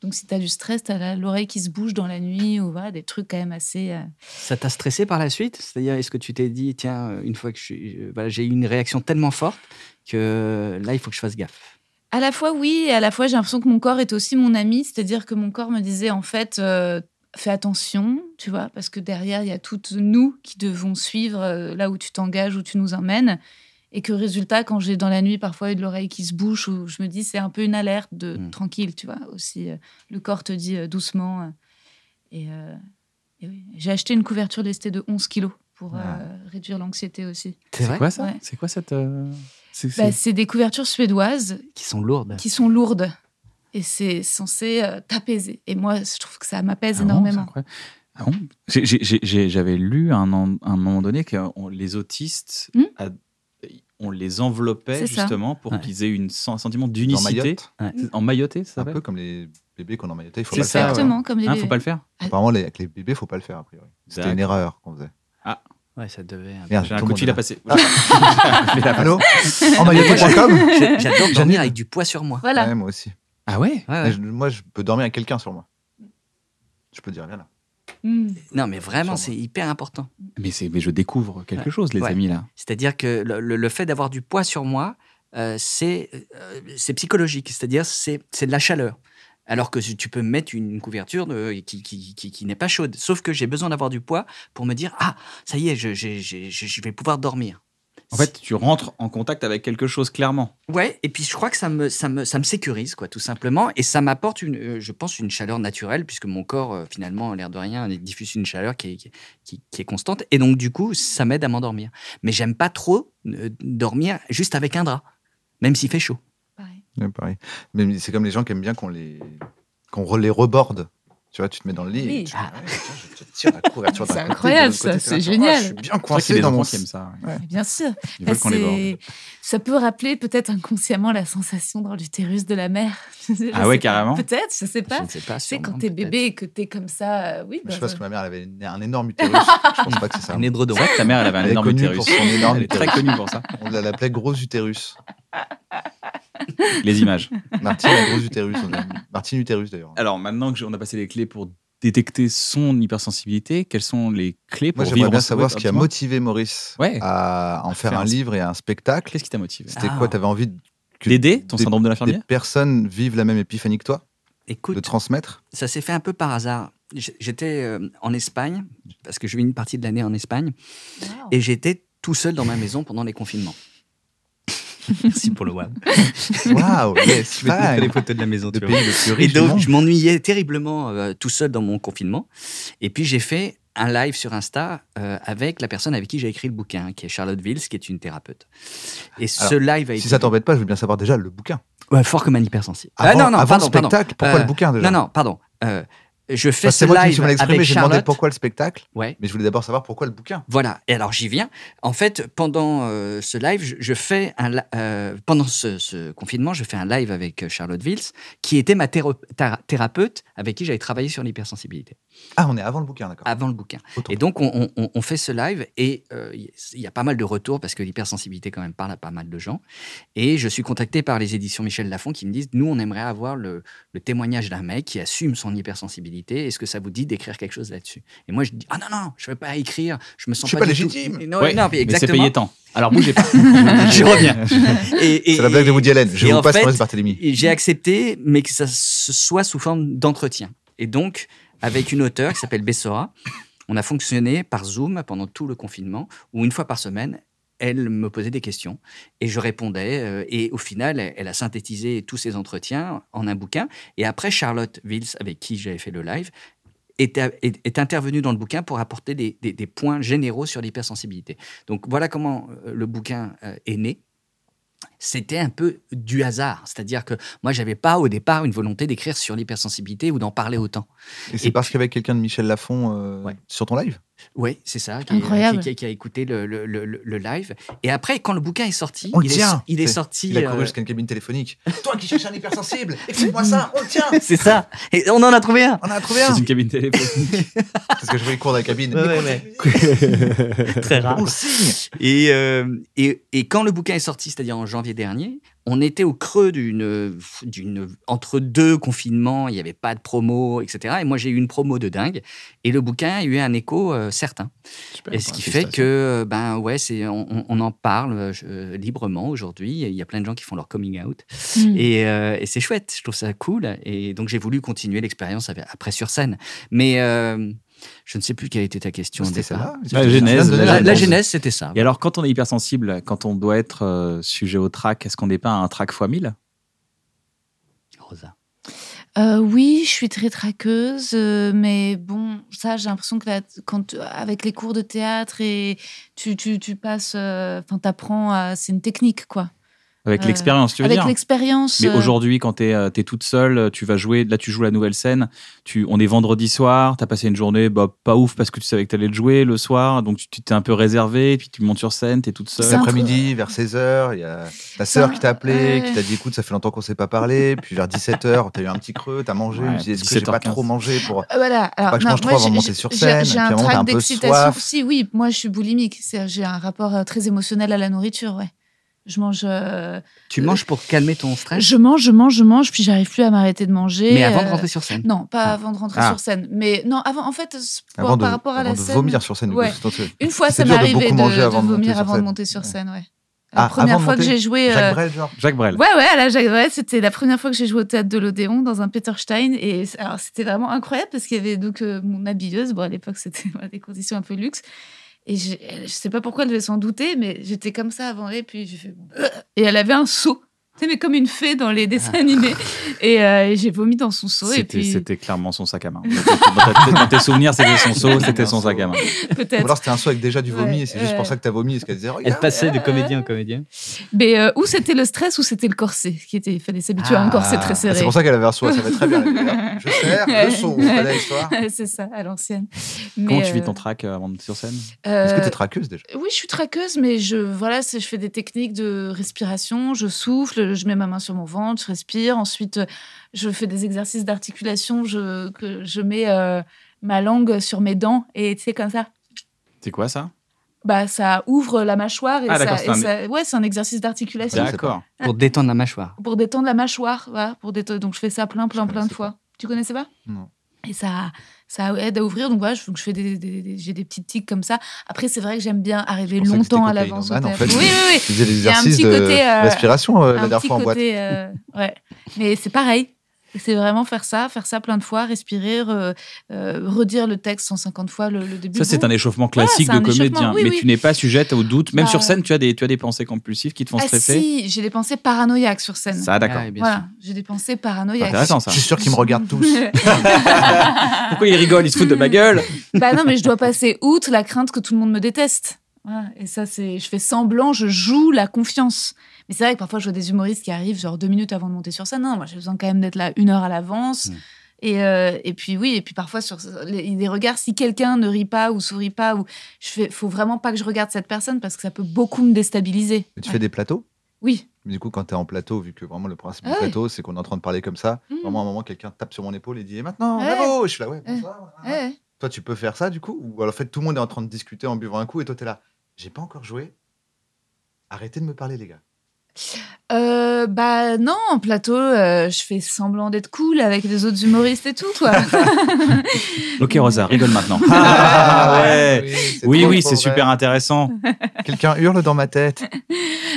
Speaker 5: Donc, si tu as du stress, tu as l'oreille qui se bouge dans la nuit, ou voilà, des trucs quand même assez... euh,
Speaker 4: Ça t'a stressé par la suite C'est-à-dire, est-ce que tu t'es dit, tiens, euh, une fois que je suis- euh, voilà, j'ai eu une réaction tellement forte que euh, là, il faut que je fasse gaffe
Speaker 5: À la fois oui, et à la fois j'ai l'impression que mon corps était aussi mon ami, c'est-à-dire que mon corps me disait en fait euh, fais attention, tu vois, parce que derrière il y a toutes nous qui devons suivre euh, là où tu t'engages, où tu nous emmènes, et que résultat quand j'ai dans la nuit parfois eu de l'oreille qui se bouche ou je me dis c'est un peu une alerte de
Speaker 4: Mm.
Speaker 5: tranquille, tu vois, aussi euh, le corps te dit euh, doucement euh, et, euh, et oui. j'ai acheté une couverture lestée de 11 kilos pour
Speaker 3: Ah.
Speaker 5: euh, réduire l'anxiété aussi.
Speaker 2: C'est quoi ça
Speaker 5: Ouais.
Speaker 2: C'est quoi cette euh, c'est-
Speaker 5: Bah,
Speaker 2: c'est-
Speaker 5: c'est des couvertures suédoises
Speaker 4: Qui sont lourdes.
Speaker 5: qui sont lourdes. Et c'est censé euh, t'apaiser. Et moi, je trouve que ça m'apaise
Speaker 2: Ah bon, c'est
Speaker 5: énormément.
Speaker 2: incroyable. Ah bon J'ai- j'ai- j'ai- j'ai- J'avais lu à un, an- un moment donné que euh, on- les autistes,
Speaker 5: Hmm
Speaker 2: a- on les enveloppait
Speaker 5: C'est ça.
Speaker 2: justement pour
Speaker 4: Ouais.
Speaker 2: qu'ils aient une, sen- un sentiment
Speaker 3: Dans
Speaker 2: d'unicité.
Speaker 3: Mayotte,
Speaker 2: En mailloté, ça
Speaker 3: c'est un
Speaker 2: s'appelle
Speaker 3: peu comme les bébés qu'on emmaillotait. Il faut
Speaker 2: C'est
Speaker 3: pas
Speaker 2: ça,
Speaker 3: le faire.
Speaker 5: Exactement, comme les
Speaker 2: Hein,
Speaker 5: bébés.
Speaker 2: Faut pas le faire
Speaker 3: Apparemment, les- avec les bébés, faut pas le faire, a priori. C'était
Speaker 2: D'accord.
Speaker 3: une erreur qu'on faisait.
Speaker 4: Ouais, ça devait. euh, un peu-
Speaker 3: Merde,
Speaker 2: J'ai un
Speaker 3: tout
Speaker 2: coup de
Speaker 3: le monde
Speaker 2: fil à
Speaker 3: est
Speaker 2: passer.
Speaker 3: là. Allô En mailloté.com
Speaker 4: J'ai- J'adore dormir
Speaker 3: J'annule.
Speaker 4: avec du poids sur moi.
Speaker 5: Voilà.
Speaker 3: Ouais, moi aussi.
Speaker 2: Ah ouais
Speaker 4: Ouais, ouais.
Speaker 3: Mais je- moi, je peux dormir avec quelqu'un sur moi. Je peux dire, viens là.
Speaker 5: Mm.
Speaker 4: Non, mais vraiment,
Speaker 3: Sûrement.
Speaker 4: c'est hyper important.
Speaker 2: mais, c'est- mais je découvre quelque
Speaker 4: Ouais.
Speaker 2: chose, les
Speaker 4: Ouais.
Speaker 2: amis, là.
Speaker 4: C'est-à-dire que le, le- le fait d'avoir du poids sur moi, euh, c'est euh, c'est psychologique, c'est-à-dire c'est c'est de la chaleur. Alors que tu peux mettre une couverture de- qui, qui, qui- qui n'est pas chaude. Sauf que j'ai besoin d'avoir du poids pour me dire Ah, ça y est, je, je- je- je- je vais pouvoir dormir.
Speaker 2: En fait, tu rentres en contact avec quelque chose, clairement.
Speaker 4: Ouais, et puis je crois que ça me, ça me, ça me sécurise, quoi, tout simplement. Et ça m'apporte, une, euh, je pense, une chaleur naturelle, puisque mon corps, euh, finalement, l'air de rien, diffuse une chaleur qui est, qui, qui- qui est constante. Et donc, du coup, ça m'aide à m'endormir. Mais j'aime pas trop euh, dormir juste avec un drap, même s'il fait chaud.
Speaker 5: Pareil.
Speaker 3: Ouais, pareil. Mais mais c'est comme les gens qui aiment bien qu'on les, qu'on re- les reborde. Tu vois, tu te mets dans le lit
Speaker 5: Oui.
Speaker 3: et tu,
Speaker 2: Ah.
Speaker 3: ouais, tiens, je te tire la couverture d'un
Speaker 5: C'est
Speaker 3: côté, de
Speaker 5: incroyable,
Speaker 3: l'autre côté,
Speaker 5: ça,
Speaker 3: t'es là,
Speaker 5: c'est
Speaker 3: genre, Ah,
Speaker 5: génial.
Speaker 3: Je suis bien
Speaker 2: C'est vrai qu'il y
Speaker 3: coincé
Speaker 2: a des
Speaker 3: dans mon
Speaker 2: enfants qui aiment ça. ouais.
Speaker 5: Mais Bien sûr.
Speaker 2: Ils veulent qu'on les borde.
Speaker 5: Ah, C'est- Ça peut rappeler peut-être inconsciemment la sensation dans l'utérus de la mère. Je
Speaker 2: Ah ouais,
Speaker 5: sais pas.
Speaker 2: carrément.
Speaker 5: Peut-être, je sais
Speaker 4: Je
Speaker 5: pas.
Speaker 4: ne sais pas.
Speaker 5: Tu sais, quand
Speaker 4: sûrement,
Speaker 5: t'es
Speaker 4: peut-être.
Speaker 5: bébé et que t'es comme ça, euh, oui.
Speaker 3: Mais je
Speaker 5: dans
Speaker 3: pense
Speaker 5: un-
Speaker 3: que ma mère elle avait une- un énorme utérus. je pense pas que c'est ça.
Speaker 4: Un édredon.
Speaker 2: C'est vrai que ta mère, elle avait un
Speaker 3: Elle est
Speaker 2: énorme
Speaker 3: connue
Speaker 2: utérus.
Speaker 3: pour son énorme
Speaker 2: Elle est très
Speaker 3: utérus.
Speaker 2: connue pour ça.
Speaker 3: On l'a- l'appelait gros utérus.
Speaker 2: Les images.
Speaker 3: Martine a gros utérus. on l'a- Martine utérus d'ailleurs.
Speaker 2: Alors, maintenant que j'ai- on a passé les clés pour détecter son hypersensibilité, quelles sont les clés pour
Speaker 3: Moi j'aimerais
Speaker 2: vivre
Speaker 3: bien
Speaker 2: en-
Speaker 3: savoir ce qui a
Speaker 2: Dis-moi.
Speaker 3: motivé Ah. Maurice
Speaker 2: Ouais.
Speaker 3: à en faire
Speaker 2: Faire
Speaker 3: un
Speaker 2: un-
Speaker 3: livre et un spectacle.
Speaker 2: Qu'est-ce qui t'a motivé
Speaker 3: C'était
Speaker 4: Ah.
Speaker 3: quoi T'avais envie de- que
Speaker 2: D'aider ton
Speaker 3: des-
Speaker 2: syndrome de
Speaker 3: des
Speaker 2: l'infirmière
Speaker 3: personnes vivent la même épiphanie que toi, de
Speaker 4: Écoute,
Speaker 3: transmettre
Speaker 4: ça s'est fait un peu par hasard. J- J'étais euh, en Espagne, parce que je vis une partie de l'année en Espagne.
Speaker 5: Wow.
Speaker 4: Et j'étais tout seul dans ma maison pendant les confinements. Merci pour le web.
Speaker 3: Waouh, yes,
Speaker 4: Je vais te montrer
Speaker 3: fine.
Speaker 4: les photos de la maison.
Speaker 3: de
Speaker 4: tu vois.
Speaker 3: pays le plus
Speaker 4: Et
Speaker 3: riche du
Speaker 4: donc,
Speaker 3: monde.
Speaker 4: je m'ennuyais terriblement euh, tout seul dans mon confinement. Et puis, j'ai fait un live sur Insta euh, avec la personne avec qui j'ai écrit le bouquin, qui est Charlotte Wills, qui est une thérapeute. Et ce live a été
Speaker 3: Si ça t'embête pas, je veux bien savoir déjà le bouquin.
Speaker 4: Ouais, fort comme un hypersensible.
Speaker 3: Avant,
Speaker 4: ah non, non,
Speaker 3: avant
Speaker 4: pardon,
Speaker 3: le spectacle, pourquoi
Speaker 4: Euh,
Speaker 3: le bouquin déjà
Speaker 4: pardon. Non, non, pardon. Euh, je fais
Speaker 3: Enfin,
Speaker 4: ce
Speaker 3: c'est moi qui me suis
Speaker 4: live
Speaker 3: mal
Speaker 4: avec
Speaker 3: exprimé, j'ai demandé
Speaker 4: Charlotte.
Speaker 3: pourquoi le spectacle,
Speaker 4: Ouais.
Speaker 3: mais je voulais d'abord savoir pourquoi le bouquin.
Speaker 4: Voilà, et alors j'y viens. En fait, pendant euh, ce live, je, je fais un li- euh, pendant ce, ce confinement, je fais un live avec euh, Charlotte Wills, qui était ma théro- théra- thérapeute avec qui j'avais travaillé sur l'hypersensibilité
Speaker 3: Ah, on est avant le bouquin, d'accord.
Speaker 4: avant le bouquin.
Speaker 3: Autant.
Speaker 4: Et donc on, on- on- on fait ce live et euh, il y a pas mal de retours parce que l'hypersensibilité quand même parle à pas mal de gens. Et je suis contacté par les éditions Michel Lafon qui me disent nous on aimerait avoir le, le témoignage d'un mec qui assume son hypersensibilité. Est-ce que ça vous dit d'écrire quelque chose là-dessus Et moi je dis ah non non je veux pas écrire, je me sens
Speaker 3: Je suis
Speaker 4: pas,
Speaker 3: pas
Speaker 4: du tout-
Speaker 3: légitime.
Speaker 4: Non,
Speaker 2: Ouais,
Speaker 4: non, mais
Speaker 2: mais c'est
Speaker 4: exactement.
Speaker 2: payé tant. Alors, bougez pas.
Speaker 4: je reviens. Et- et-
Speaker 3: C'est la blague de Woody Allen. Je
Speaker 4: et
Speaker 3: vous
Speaker 4: en
Speaker 3: passe
Speaker 4: fait,
Speaker 3: Maurice Barthélemy.
Speaker 4: et J'ai accepté, mais que ça se soit sous forme d'entretien. Et donc, avec une auteure qui s'appelle Bessora, on a fonctionné par Zoom pendant tout le confinement, où une fois par semaine, elle me posait des questions et je répondais. euh, Et au final, elle elle a synthétisé tous ces entretiens en un bouquin. Et après, Charlotte Wills, avec qui j'avais fait le live, est, a- est- est intervenue dans le bouquin pour apporter des, des- des points généraux sur l'hypersensibilité. Donc voilà comment euh, le bouquin euh, est né. C'était un peu du hasard, c'est-à-dire que moi, j'avais pas au départ une volonté d'écrire sur l'hypersensibilité ou d'en parler autant.
Speaker 3: Et c'est
Speaker 4: et
Speaker 3: parce qu'il y avait quelqu'un de Michel Lafon euh,
Speaker 4: Ouais.
Speaker 3: sur ton live
Speaker 4: Oui, c'est ça, qui,
Speaker 5: Incroyable.
Speaker 4: qui- qui- qui a écouté le, le- le- le live. Et après, quand le bouquin est sorti,
Speaker 3: On le
Speaker 4: il, est,
Speaker 3: tient.
Speaker 4: il est
Speaker 3: C'est-
Speaker 4: sorti.
Speaker 3: Il a
Speaker 4: euh,
Speaker 3: couru jusqu'à une cabine téléphonique. Toi qui cherches un hypersensible, explique-moi ça, on le tient
Speaker 4: c'est ça. Et on en a trouvé un.
Speaker 3: On en a trouvé un
Speaker 2: C'est une cabine téléphonique.
Speaker 3: Parce que je voulais courir dans la cabine.
Speaker 4: Ouais,
Speaker 3: Mais
Speaker 4: ouais,
Speaker 3: quoi,
Speaker 4: Très
Speaker 3: On le signe
Speaker 4: Et, euh, et, et quand le bouquin est sorti, c'est-à-dire en janvier dernier, on était au creux d'une, d'une entre deux confinements, il n'y avait pas de promo, etc. Et moi, j'ai eu une promo de dingue. Et le bouquin a eu un écho euh, certain. Et ce qui fait que, euh, ben ouais, c'est, on, on- on en parle euh, je- euh, librement aujourd'hui. Il y a plein de gens qui font leur coming out.
Speaker 5: Mm.
Speaker 4: Et, euh, et c'est chouette, je trouve ça cool. Et donc, j'ai voulu continuer l'expérience avec- après sur scène. Mais euh, je ne sais plus quelle était ta question. au
Speaker 3: C'était
Speaker 4: départ.
Speaker 3: celle-là
Speaker 2: La genèse,
Speaker 4: La, la
Speaker 2: Voilà.
Speaker 4: genèse, c'était ça.
Speaker 2: Et alors, quand on est hypersensible, quand on doit être euh, sujet au trac, est-ce qu'on n'est pas un trac x 1000
Speaker 4: Rosa.
Speaker 5: Euh, oui, je suis très traqueuse, euh, mais bon, ça, j'ai l'impression que la- quand, tu- avec les cours de théâtre et tu, tu, tu passes, euh, enfin, t'apprends à. C'est une technique, quoi.
Speaker 2: Avec
Speaker 5: Euh,
Speaker 2: l'expérience, tu veux
Speaker 5: Avec
Speaker 2: dire
Speaker 5: l'expérience.
Speaker 2: Mais
Speaker 5: euh,
Speaker 2: aujourd'hui, quand t'es es toute seule, tu vas jouer. Là, tu joues la nouvelle scène. Tu, on est vendredi soir. T'as passé une journée, bah, pas ouf parce que tu savais que t'allais le jouer le soir. Donc tu tu t'es un peu réservé. Puis tu montes sur scène, t'es toute
Speaker 5: C'est
Speaker 2: seule.
Speaker 5: un
Speaker 3: L'après-midi, vers 16h, il y a ta sœur qui t'a appelé,
Speaker 5: ouais.
Speaker 3: qui t'a dit écoute, ça fait longtemps qu'on s'est pas parlé. Puis vers 17h, t'as eu un petit creux, t'as mangé.
Speaker 2: Ouais,
Speaker 3: je me suis dit, est-ce que j'ai pas
Speaker 2: 17h15.
Speaker 3: trop mangé pour.
Speaker 5: euh, Voilà. Alors,
Speaker 3: Pas que je
Speaker 5: non,
Speaker 3: mange
Speaker 5: moi,
Speaker 3: trop avant
Speaker 5: j'ai-
Speaker 3: de monter
Speaker 5: j'ai-
Speaker 3: sur
Speaker 5: j'ai-
Speaker 3: scène,
Speaker 5: J'ai
Speaker 3: puis à un
Speaker 5: un
Speaker 3: moment, t'as
Speaker 5: trac
Speaker 3: un peu
Speaker 5: d'excitation.
Speaker 3: soif.
Speaker 5: Si, oui, moi, je suis boulimique. C'est- J'ai un rapport euh, très émotionnel à la nourriture, ouais. Je mange, euh,
Speaker 4: Tu manges pour calmer ton stress,
Speaker 5: je mange, je mange, je mange, puis j'arrive plus à m'arrêter de manger.
Speaker 4: mais avant de
Speaker 5: euh,
Speaker 4: rentrer sur scène.
Speaker 5: Non, pas
Speaker 4: Ah.
Speaker 5: avant de rentrer
Speaker 2: Ah.
Speaker 5: sur scène. Mais non, avant, en fait, c'est pour-
Speaker 3: Avant de,
Speaker 5: par rapport à
Speaker 3: avant
Speaker 5: la
Speaker 3: de
Speaker 5: scène.
Speaker 3: vomir sur scène. du coup,
Speaker 5: Ouais.
Speaker 3: c'est ton truc.
Speaker 5: Une fois,
Speaker 3: C'est
Speaker 5: ça
Speaker 3: dur
Speaker 5: m'est
Speaker 3: de
Speaker 5: arrivé
Speaker 3: beaucoup
Speaker 5: de,
Speaker 3: manger
Speaker 5: de
Speaker 3: avant de monter
Speaker 5: vomir
Speaker 3: sur
Speaker 5: avant de
Speaker 3: scène.
Speaker 5: monter sur
Speaker 3: Ouais.
Speaker 5: scène, ouais.
Speaker 3: Ah,
Speaker 5: La première
Speaker 3: avant de
Speaker 5: fois que
Speaker 3: monter
Speaker 5: j'ai joué. euh,
Speaker 3: Jacques Brel, genre.
Speaker 2: Jacques Brel.
Speaker 5: Ouais, ouais, à la Jacques Brel, c'était la première fois que j'ai joué au théâtre de l'Odéon dans un Peter Stein. Et c- alors, c'était vraiment incroyable parce qu'il y avait donc euh, mon habilleuse. Bon, à l'époque, c'était voilà, des conditions un peu luxe. Et j'ai- elle- je sais pas pourquoi elle devait s'en douter, mais j'étais comme ça avant elle. Et puis, j'ai fait. Et elle avait un seau. Tu sais, mais comme une fée dans les
Speaker 3: Ah.
Speaker 5: dessins animés. Et euh, j'ai vomi dans son seau. Et
Speaker 2: C'était
Speaker 5: puis,
Speaker 2: c'était clairement son sac à main. dans, ta- dans tes souvenirs, c'était son seau, c'était son sac à main.
Speaker 3: Ou
Speaker 5: peut-être.
Speaker 3: alors c'était un saut avec déjà du vomi
Speaker 5: Ouais,
Speaker 3: et c'est juste
Speaker 5: ouais.
Speaker 3: pour ça que t'as vomi. Parce qu'elle disait
Speaker 6: Elle
Speaker 3: regarde.
Speaker 6: passait de comédien en comédien.
Speaker 5: Mais euh, ou c'était le stress ou c'était le corset. qui était- Il fallait s'habituer à un corset
Speaker 3: Ah,
Speaker 5: très serré.
Speaker 3: C'est pour ça qu'elle avait un saut. Ça va très bien. les gars. Je sers le saut. On fallait l'histoire.
Speaker 5: C'est ça, à l'ancienne. Mais,
Speaker 2: Comment tu vis
Speaker 5: euh,
Speaker 2: ton track euh, avant de monter sur scène
Speaker 3: Est-ce que
Speaker 5: euh,
Speaker 3: t'es traqueuse déjà
Speaker 5: Oui, je suis traqueuse, mais je, voilà, c'est- je fais des techniques de respiration. Je souffle, je mets ma main sur mon ventre, je respire. Ensuite, euh, je fais des exercices d'articulation. Je, que je mets euh, ma langue sur mes dents et tu sais, comme ça.
Speaker 2: C'est quoi ça
Speaker 5: Bah, ça ouvre la mâchoire. Et
Speaker 2: Ah,
Speaker 5: ça,
Speaker 2: d'accord, c'est
Speaker 5: et
Speaker 2: un-
Speaker 5: ça- ouais, c'est un exercice d'articulation.
Speaker 3: sais pas.
Speaker 2: D'accord.
Speaker 4: Pour détendre la mâchoire.
Speaker 5: Pour détendre la mâchoire. Voilà, pour détendre. Donc, je fais ça plein, plein,
Speaker 3: Je
Speaker 5: plein de
Speaker 3: connaissais
Speaker 5: fois. Tu connaissais pas
Speaker 3: Non.
Speaker 5: et ça, ça aide à ouvrir. Donc voilà, je, donc je fais des, des- des- j'ai des petites tics comme ça. Après, c'est vrai que j'aime bien arriver
Speaker 3: Je pensais que
Speaker 5: longtemps
Speaker 3: c'était
Speaker 5: à l'avance au
Speaker 3: cocaïnomane, en
Speaker 5: théâtre.
Speaker 3: fait.
Speaker 5: Oui, oui, oui.
Speaker 3: Tu faisais des
Speaker 5: y a un
Speaker 3: exercices
Speaker 5: petit
Speaker 3: de
Speaker 5: côté, euh,
Speaker 3: respiration euh, la
Speaker 5: un
Speaker 3: dernière
Speaker 5: petit
Speaker 3: fois en boîte.
Speaker 5: côté, euh, ouais. Mais c'est pareil. C'est vraiment faire ça, faire ça plein de fois, respirer, re- euh, redire le texte 150 fois le, le début.
Speaker 2: Ça, c'est
Speaker 5: Bon.
Speaker 2: un échauffement classique
Speaker 5: Voilà, c'est
Speaker 2: de
Speaker 5: un échauffement,
Speaker 2: comédien.
Speaker 5: oui,
Speaker 2: mais
Speaker 5: oui.
Speaker 2: tu n'es pas sujette au doute. Même
Speaker 5: Bah,
Speaker 2: sur scène, tu as, des, tu as des pensées compulsives qui te font
Speaker 5: Ah
Speaker 2: stresser.
Speaker 5: si, j'ai des pensées paranoïaques sur scène.
Speaker 2: Ça, d'accord.
Speaker 4: Ah, oui, bien
Speaker 5: voilà, j'ai des pensées
Speaker 2: C'est
Speaker 5: paranoïaques.
Speaker 2: intéressant,
Speaker 3: Je
Speaker 2: ça.
Speaker 3: suis sûr qu'ils me regardent tous.
Speaker 2: Pourquoi ils rigolent Ils se foutent de ma gueule
Speaker 5: bah non, mais je dois passer outre la crainte que tout le monde me déteste. Voilà. Et ça, c'est, je fais semblant, je joue la confiance. Mais c'est vrai que parfois, je vois des humoristes qui arrivent genre deux minutes avant de monter sur scène. Non, moi, j'ai besoin quand même d'être là une heure à l'avance.
Speaker 4: Mm.
Speaker 5: Et, euh, et puis oui, et puis parfois sur les, les regards, si quelqu'un ne rit pas ou sourit pas, ou je fais, faut vraiment pas que je regarde cette personne parce que ça peut beaucoup me déstabiliser.
Speaker 3: Mais Tu fais des plateaux
Speaker 5: Oui.
Speaker 3: Mais Du coup, quand t'es en plateau, vu que vraiment le principe
Speaker 5: Ah
Speaker 3: du
Speaker 5: ouais.
Speaker 3: plateau, c'est qu'on est en train de parler comme ça,
Speaker 5: Mm.
Speaker 3: vraiment à un moment, quelqu'un tape sur mon épaule et dit Et maintenant,
Speaker 5: Ouais.
Speaker 3: bravo Et Je suis là, ouais,
Speaker 5: Ouais.
Speaker 3: bonsoir.
Speaker 5: Ouais, ouais.
Speaker 3: Toi, tu peux faire ça du coup Ou alors, en fait, tout le monde est en train de discuter en buvant un coup et toi, t'es là. J'ai pas encore joué. Arrêtez de me parler, les gars.
Speaker 5: Euh, bah non, en plateau, euh, je fais semblant d'être cool avec les autres humoristes et tout, quoi.
Speaker 2: Ok, Rosa, rigole maintenant.
Speaker 3: Ah,
Speaker 2: Ah, ouais
Speaker 3: c'est
Speaker 2: Oui,
Speaker 3: trop,
Speaker 2: oui,
Speaker 3: trop
Speaker 2: c'est
Speaker 3: vrai.
Speaker 2: super intéressant.
Speaker 3: Quelqu'un hurle dans ma tête.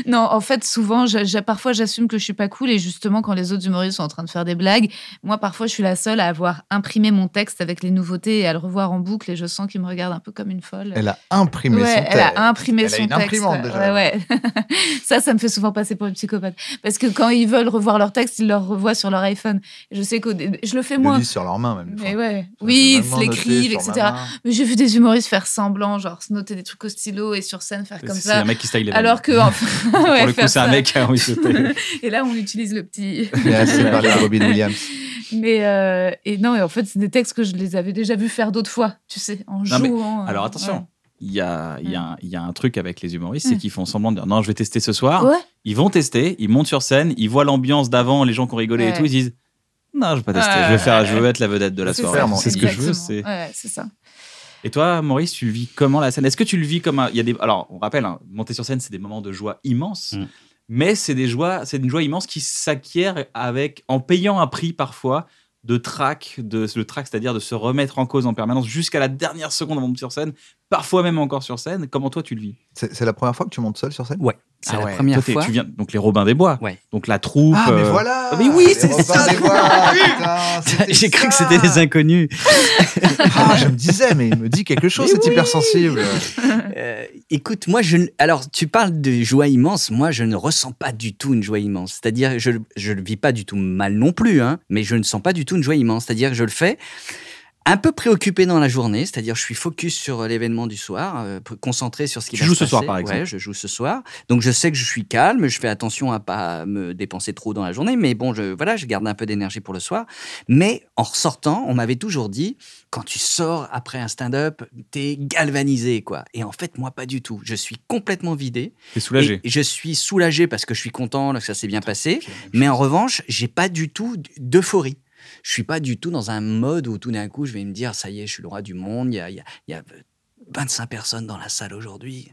Speaker 5: Non, en fait, souvent, je- je- parfois, j'assume que je suis pas cool et justement, quand les autres humoristes sont en train de faire des blagues, moi, parfois, je suis la seule à avoir imprimé mon texte avec les nouveautés et à le revoir en boucle et je sens qu'il me regarde un peu comme une folle.
Speaker 3: Elle a imprimé
Speaker 5: Ouais,
Speaker 3: son
Speaker 5: elle
Speaker 3: texte.
Speaker 5: a imprimé
Speaker 3: Elle a
Speaker 5: son
Speaker 3: une
Speaker 5: texte.
Speaker 3: imprimante, déjà.
Speaker 5: Ouais, ouais. ça, ça me fait souvent passer pour une psychopathe. Parce que quand ils veulent revoir leur texte, ils le revoient sur leur iPhone. Je sais que je le fais
Speaker 3: Ils le
Speaker 5: moins.
Speaker 3: lisent sur leurs mains, même. des
Speaker 5: Mais
Speaker 3: fois.
Speaker 5: ouais.
Speaker 3: Ça,
Speaker 5: Oui,
Speaker 3: j'ai
Speaker 5: ils se
Speaker 3: vraiment noté
Speaker 5: l'écrivent,
Speaker 3: sur ma
Speaker 5: etc.
Speaker 3: main.
Speaker 5: Mais j'ai vu des humoristes faire semblant, genre se noter des trucs au stylo et sur scène faire comme
Speaker 2: C'est un
Speaker 5: ça.
Speaker 2: mec qui style les
Speaker 5: Alors
Speaker 2: vannes.
Speaker 5: que. enfin,
Speaker 2: Pour
Speaker 5: ouais,
Speaker 2: le coup,
Speaker 5: faire
Speaker 2: c'est un
Speaker 5: ça.
Speaker 2: mec qui a envie de sauter.
Speaker 5: Et là, on utilise le petit.
Speaker 3: Mais assez parlé de Robin Williams.
Speaker 5: Mais euh, et non, et en fait, c'est des textes que je les avais déjà vus faire d'autres fois, tu sais, en
Speaker 2: Non, mais-
Speaker 5: jouant. euh,
Speaker 2: Alors attention, il y a, il y a un- il y a un truc avec les humoristes, c'est qu'ils font semblant de dire non, je vais tester ce
Speaker 5: ouais.
Speaker 2: soir.
Speaker 5: Ouais.
Speaker 2: Ils vont tester, ils montent sur scène, ils voient l'ambiance d'avant, les gens qui ont rigolé et
Speaker 5: Ouais.
Speaker 2: tout, ils disent non, je vais pas tester, je vais faire, je veux être la vedette de la
Speaker 5: C'est
Speaker 2: soirée.
Speaker 5: ça,
Speaker 2: C'est ce que je veux.
Speaker 5: exactement.
Speaker 2: c'est-
Speaker 5: Ouais, c'est ça.
Speaker 2: Et toi, Maurice, tu le vis comment la scène Est-ce que tu le vis comme un... Il y a des... Alors, on rappelle, hein, monter sur scène, c'est des moments de joie immense,
Speaker 6: Mm.
Speaker 2: mais c'est des joies, c'est une joie immense qui s'acquiert avec, en payant un prix parfois de trac, de le trac, c'est-à-dire de se remettre en cause en permanence jusqu'à la dernière seconde avant de monter sur scène, parfois même encore sur scène. Comment toi tu le vis
Speaker 3: C'est c'est la première fois que tu montes seul sur scène
Speaker 4: C'est
Speaker 2: Ah
Speaker 4: la
Speaker 2: ouais,
Speaker 4: première
Speaker 2: toi, t'es-
Speaker 4: fois.
Speaker 2: Tu viens donc les Robins des Bois,
Speaker 4: Ouais.
Speaker 2: donc la troupe.
Speaker 3: Ah, mais
Speaker 2: euh,
Speaker 3: voilà
Speaker 2: Mais oui,
Speaker 3: Les
Speaker 2: c'est
Speaker 3: Robins
Speaker 2: ça.
Speaker 3: des Bois, putain, c'était
Speaker 4: J'ai cru que
Speaker 3: ça.
Speaker 4: c'était des inconnus.
Speaker 3: Ah, je me disais, mais il me dit quelque chose, c'est hypersensible.
Speaker 4: Euh, écoute, moi, je ne- alors tu parles de joie immense. Moi, je ne ressens pas du tout une joie immense. C'est-à-dire, je je ne vis pas du tout mal non plus, hein, mais je ne sens pas du tout une joie immense. C'est-à-dire, que je le fais un peu préoccupé dans la journée, c'est-à-dire je suis focus sur euh, l'événement du soir, euh, pr- concentré sur ce qui
Speaker 2: Tu
Speaker 4: va
Speaker 2: joues
Speaker 4: se
Speaker 2: ce soir,
Speaker 4: passer.
Speaker 2: par exemple.
Speaker 4: Ouais, je joue ce soir. Donc je sais que je suis calme, je fais attention à pas me dépenser trop dans la journée, mais bon, je, voilà, je garde un peu d'énergie pour le soir. Mais en ressortant, on m'avait toujours dit, quand tu sors après un stand-up, t'es galvanisé, quoi. Et en fait, moi, pas du tout. Je suis complètement vidé.
Speaker 2: T'es soulagé.
Speaker 4: Et je suis soulagé parce que je suis content que ça s'est bien passé. Mais en revanche, j'ai pas du tout d'euphorie. Je suis pas du tout dans un mode où tout d'un coup, je vais me dire, ça y est, je suis le roi du monde. Il y a, il y a- il y a 25 personnes dans la salle aujourd'hui.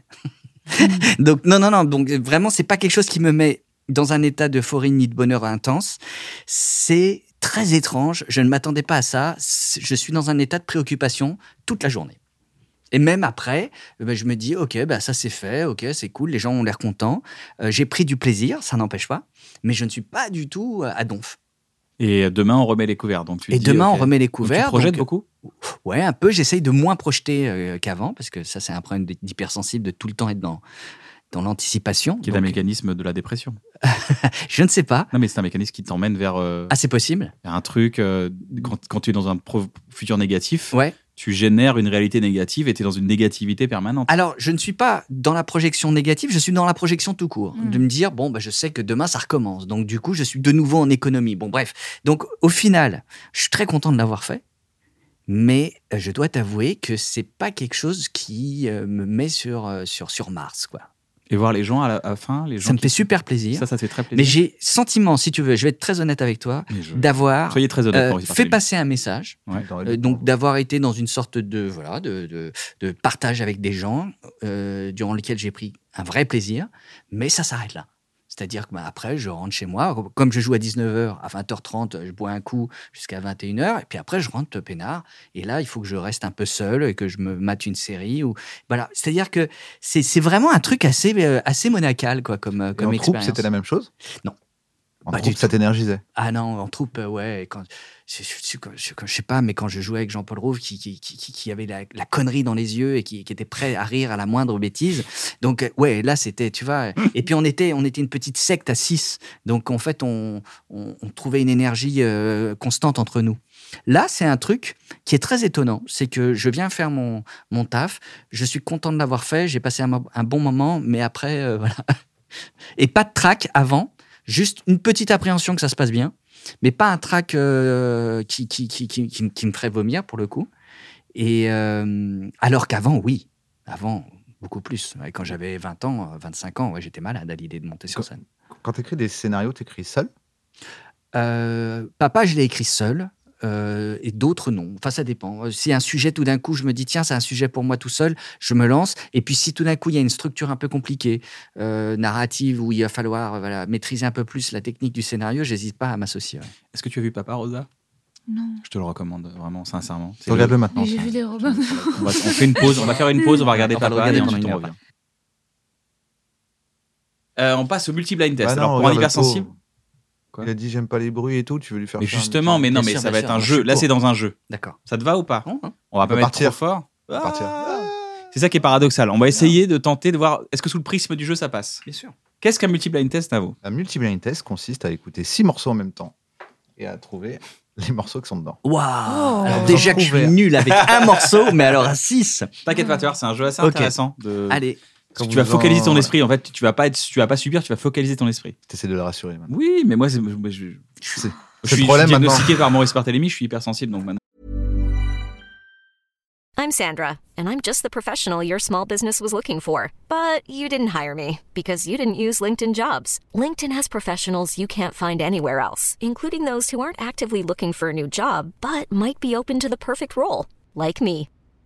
Speaker 4: donc non, non, non. Donc vraiment, c'est pas quelque chose qui me met dans un état d'euphorie ni de bonheur intense. C'est très étrange. Je ne m'attendais pas à ça. C'est- Je suis dans un état de préoccupation toute la journée. Et même après, eh ben, je me dis, ok, bah, ça c'est fait, ok, c'est cool, les gens ont l'air contents. Euh, J'ai pris du plaisir, ça n'empêche pas, mais je ne suis pas du tout euh, à donf.
Speaker 2: Et euh, demain, on remet les couverts. Donc tu
Speaker 4: Et
Speaker 2: dis,
Speaker 4: demain,
Speaker 2: ok.
Speaker 4: on remet les
Speaker 2: Donc,
Speaker 4: couverts.
Speaker 2: Tu projettes
Speaker 4: donc,
Speaker 2: beaucoup
Speaker 4: Ouais, un peu. J'essaye de moins projeter euh, qu'avant, parce que ça, c'est un problème d'hy- d'hypersensible de tout le temps être dans, dans l'anticipation.
Speaker 2: Qui est un
Speaker 4: Donc,
Speaker 2: mécanisme de la dépression.
Speaker 4: Je ne sais pas.
Speaker 2: Non, mais c'est un mécanisme qui t'emmène vers euh,
Speaker 4: Ah, c'est possible
Speaker 2: vers un truc. euh, quand, quand tu es dans un pro- futur négatif,
Speaker 4: Ouais.
Speaker 2: tu génères une réalité négative et tu es dans une négativité permanente.
Speaker 4: Alors, je ne suis pas dans la projection négative, je suis dans la projection tout court.
Speaker 5: Mm.
Speaker 4: De me dire, bon, bah, je sais que demain, ça recommence. Donc, du coup, je suis de nouveau en économie. Bon, bref. Donc, au final, je suis très content de l'avoir fait. Mais euh, je dois t'avouer que c'est pas quelque chose qui euh, me met sur, euh, sur, sur Mars, quoi.
Speaker 2: Et voir les gens à la à la fin, les gens.
Speaker 4: Ça me
Speaker 2: qui-
Speaker 4: fait super plaisir.
Speaker 2: Ça, ça te fait très plaisir.
Speaker 4: mais j'ai sentiment, si tu veux, je vais être très honnête avec toi,
Speaker 2: Mais je-
Speaker 4: d'avoir
Speaker 2: Soyez très honnête.
Speaker 4: euh,
Speaker 2: Maurice
Speaker 4: fait
Speaker 2: Barthélémy.
Speaker 4: passer un message.
Speaker 3: Dans
Speaker 4: Euh,
Speaker 3: le-
Speaker 4: donc d'avoir été dans une sorte de voilà de, de- de partage avec des gens euh, durant lequel j'ai pris un vrai plaisir, mais ça s'arrête là. C'est-à-dire que bah, après, je rentre chez moi. Comme je joue à 19h, à 20h30, je bois un coup jusqu'à 21h. Et puis après, je rentre peinard. Et là, il faut que je reste un peu seul et que je me mate une série. Ou... Voilà. C'est-à-dire que c'est c'est vraiment un truc assez, euh, assez monacal quoi, comme, euh,
Speaker 3: Et en
Speaker 4: comme
Speaker 3: troupe,
Speaker 4: expérience.
Speaker 3: c'était la même chose
Speaker 4: Non.
Speaker 3: En
Speaker 4: Pas du
Speaker 3: troupe, ça
Speaker 4: tout.
Speaker 3: t'énergisait.
Speaker 4: Ah non, en troupe, euh, ouais. et Quand, je, je- je- quand- je- quand- je sais pas, mais quand je jouais avec Jean-Paul Rouve, qui, qui, qui- qui- qui avait la, la connerie dans les yeux et qui, qui était prêt à rire à la moindre bêtise. Donc, euh, ouais, là, c'était, tu vois. et puis, on était, on était une petite secte à 6. Donc, en fait, on, on- on trouvait une énergie euh, constante entre nous. Là, c'est un truc qui est très étonnant. C'est que je viens faire mon, mon taf. Je suis content de l'avoir fait. J'ai passé un, mo- un bon moment, mais après, euh, voilà. Et pas de trac avant. Juste une petite appréhension que ça se passe bien mais pas un track euh, qui, qui, qui, qui, qui me- qui me ferait vomir pour le coup. Et euh, alors qu'avant, oui, avant beaucoup plus. Ouais, Quand j'avais 20 ans, euh, 25 ans, ouais, j'étais malade à l'idée de monter sur
Speaker 3: Quand-
Speaker 4: scène.
Speaker 3: Quand t'écris des scénarios, t'écris seul
Speaker 4: Euh, papa, je l'ai écrit seul. euh, et d'autres non. Enfin, ça dépend. Euh, Si un sujet, tout d'un coup, je me dis, tiens, c'est un sujet pour moi tout seul, je me lance. Et puis, si tout d'un coup, il y a une structure un peu compliquée, euh, narrative, où il va falloir euh, voilà, maîtriser un peu plus la technique du scénario, j'hésite pas à m'associer. ouais.
Speaker 2: Est-ce que tu as vu Papa Rosa
Speaker 5: Non.
Speaker 2: Je te le recommande euh, vraiment, sincèrement. C'est le-
Speaker 3: Regarde-le maintenant.
Speaker 5: Mais j'ai vu les Robins.
Speaker 2: On, va, on fait une pause, on va faire une pause, on va regarder
Speaker 4: On va
Speaker 2: Papa
Speaker 4: le regarder
Speaker 2: et
Speaker 4: pendant
Speaker 2: ensuite
Speaker 4: une
Speaker 2: on
Speaker 4: heure.
Speaker 2: revient. Euh, on passe au multi-blind test.
Speaker 3: Bah non,
Speaker 2: Alors pour un
Speaker 3: regarde le
Speaker 2: hypersensible,
Speaker 3: pauvre.
Speaker 2: Quoi
Speaker 3: Il a dit j'aime pas les bruits et tout, tu veux lui faire
Speaker 2: mais
Speaker 3: faire un
Speaker 2: justement,
Speaker 3: petit-
Speaker 2: mais non,
Speaker 4: Bien
Speaker 2: mais
Speaker 4: sûr,
Speaker 2: ça
Speaker 4: bien
Speaker 2: va être
Speaker 4: sûr,
Speaker 2: un
Speaker 4: je
Speaker 2: jeu.
Speaker 4: suis
Speaker 2: Là,
Speaker 4: pour.
Speaker 2: c'est dans un jeu.
Speaker 4: D'accord.
Speaker 2: Ça te va ou pas
Speaker 4: Bon, hein.
Speaker 2: On va pas
Speaker 3: peut
Speaker 2: mettre
Speaker 3: partir.
Speaker 2: trop fort.
Speaker 3: va partir.
Speaker 2: Ah C'est ça qui est paradoxal. On va essayer de tenter de voir est-ce que sous le prisme du jeu ça passe.
Speaker 4: Bien sûr.
Speaker 2: Qu'est-ce qu'un multi-blind test, Navo
Speaker 3: Un multi-blind test consiste à écouter six morceaux en même temps et à trouver les morceaux qui sont dedans.
Speaker 4: Waouh
Speaker 5: Oh.
Speaker 4: Alors
Speaker 5: Vous
Speaker 4: déjà
Speaker 3: en
Speaker 4: que je suis
Speaker 3: trouvez.
Speaker 4: nul avec un morceau, mais alors à 6
Speaker 2: T'inquiète pas, tu vas voir, c'est un jeu assez
Speaker 4: Ok.
Speaker 2: intéressant. de-
Speaker 4: Allez,
Speaker 2: Parce que
Speaker 3: Quand
Speaker 2: tu vas
Speaker 3: vous en-
Speaker 2: focaliser ton
Speaker 3: voilà.
Speaker 2: esprit. En fait, tu vas pas être, tu vas pas subir, tu vas focaliser ton esprit.
Speaker 3: T'essaies de le rassurer maintenant.
Speaker 2: Oui, mais moi, c'est- moi, je,
Speaker 3: C'est
Speaker 2: je
Speaker 3: c'est
Speaker 2: suis
Speaker 3: le problème maintenant.
Speaker 2: diagnostiqué par Maurice Barthélémy, je suis hypersensible, donc maintenant.
Speaker 1: I'm Sandra, and I'm just the professional your small business was looking for. But you didn't hire me because you didn't use LinkedIn jobs. LinkedIn has professionals you can't find anywhere else, including those who aren't actively looking for a new job but might be open to the perfect role, like me.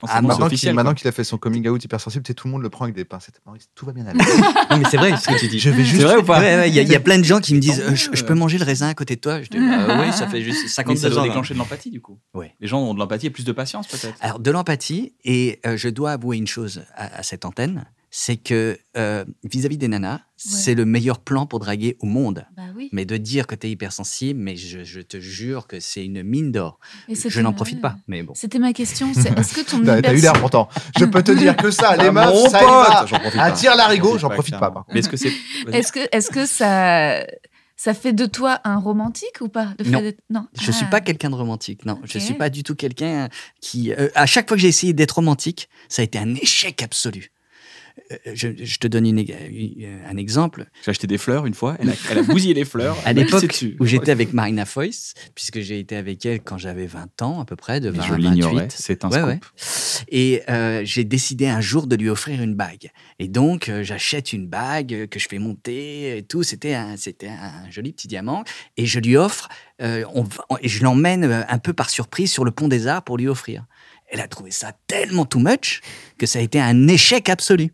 Speaker 2: forcément, c'est
Speaker 3: Ah, Maintenant qu'il
Speaker 2: officiel.
Speaker 3: maintenant
Speaker 2: quoi.
Speaker 3: qu'il a fait son coming out hypersensible, t'sais, tout le monde le prend avec des pincettes. Maurice, tout va bien aller.
Speaker 4: non, mais c'est vrai ce que tu dis.
Speaker 3: je vais juste.
Speaker 2: C'est vrai ou
Speaker 4: Il
Speaker 2: pas
Speaker 4: y, a- il y a plein de gens qui me disent
Speaker 2: Tant
Speaker 4: euh, je,
Speaker 2: mieux.
Speaker 4: je peux manger le raisin à côté de toi Je dis Euh, Oui, ça fait juste
Speaker 2: Mais
Speaker 4: 50
Speaker 2: ça doit
Speaker 4: secondes.
Speaker 2: déclencher de l'empathie, du coup.
Speaker 4: Ouais.
Speaker 2: Les gens ont de l'empathie et plus de patience, peut-être.
Speaker 4: Alors, de l'empathie, et euh, je dois avouer une chose à, à cette antenne c'est que euh, vis-à-vis des nanas, c'est le meilleur plan pour draguer au monde.
Speaker 5: Bah oui.
Speaker 4: Mais de dire que t'es hypersensible, mais je, je te jure que c'est une mine d'or.
Speaker 5: Et
Speaker 4: Je
Speaker 5: c'était-
Speaker 4: n'en profite pas, mais bon.
Speaker 5: C'était ma question. C'est est-ce que ton
Speaker 3: T'as t'as eu
Speaker 5: hypersen-
Speaker 3: l'air pourtant. Je peux te dire que
Speaker 2: Ah,
Speaker 3: ça, les meufs, ça y va.
Speaker 6: j'en
Speaker 2: hein.
Speaker 6: profite pas.
Speaker 3: Attire l'arigot, j'en
Speaker 6: pas,
Speaker 3: profite pas.
Speaker 6: clairement.
Speaker 3: par contre.
Speaker 2: Mais est-ce que c'est. vas-y.
Speaker 5: Est-ce que, est-ce que ça, ça fait de toi un romantique ou pas le fait
Speaker 4: Non.
Speaker 5: d'être-
Speaker 4: Je suis
Speaker 5: Ah.
Speaker 4: pas quelqu'un de romantique, non. Je
Speaker 5: Ok.
Speaker 4: suis pas du tout quelqu'un qui. euh, à chaque fois que j'ai essayé d'être romantique, ça a été un échec absolu. Euh, je, je te donne une ég- une- un exemple.
Speaker 2: J'ai acheté des fleurs une fois, elle a, elle a bousillé les fleurs.
Speaker 4: À
Speaker 2: elle m'a pissé
Speaker 4: l'époque
Speaker 2: dessus.
Speaker 4: où j'étais avec Marina Foïs, puisque j'ai été avec elle quand j'avais 20 ans à peu près, de
Speaker 2: Mais
Speaker 4: 20
Speaker 2: je
Speaker 4: à
Speaker 2: l'ignorais,
Speaker 4: 28.
Speaker 2: c'est un
Speaker 4: Ouais,
Speaker 2: scoop.
Speaker 4: ouais. Et euh, j'ai décidé un jour de lui offrir une bague. Et donc, euh, j'achète une bague euh, que je fais monter et tout. C'était un, c'était un joli petit diamant. Et je lui offre, euh, on va- on- et je l'emmène euh, un peu par surprise sur le pont des arts pour lui offrir. Elle a trouvé ça tellement too much que ça a été un échec absolu.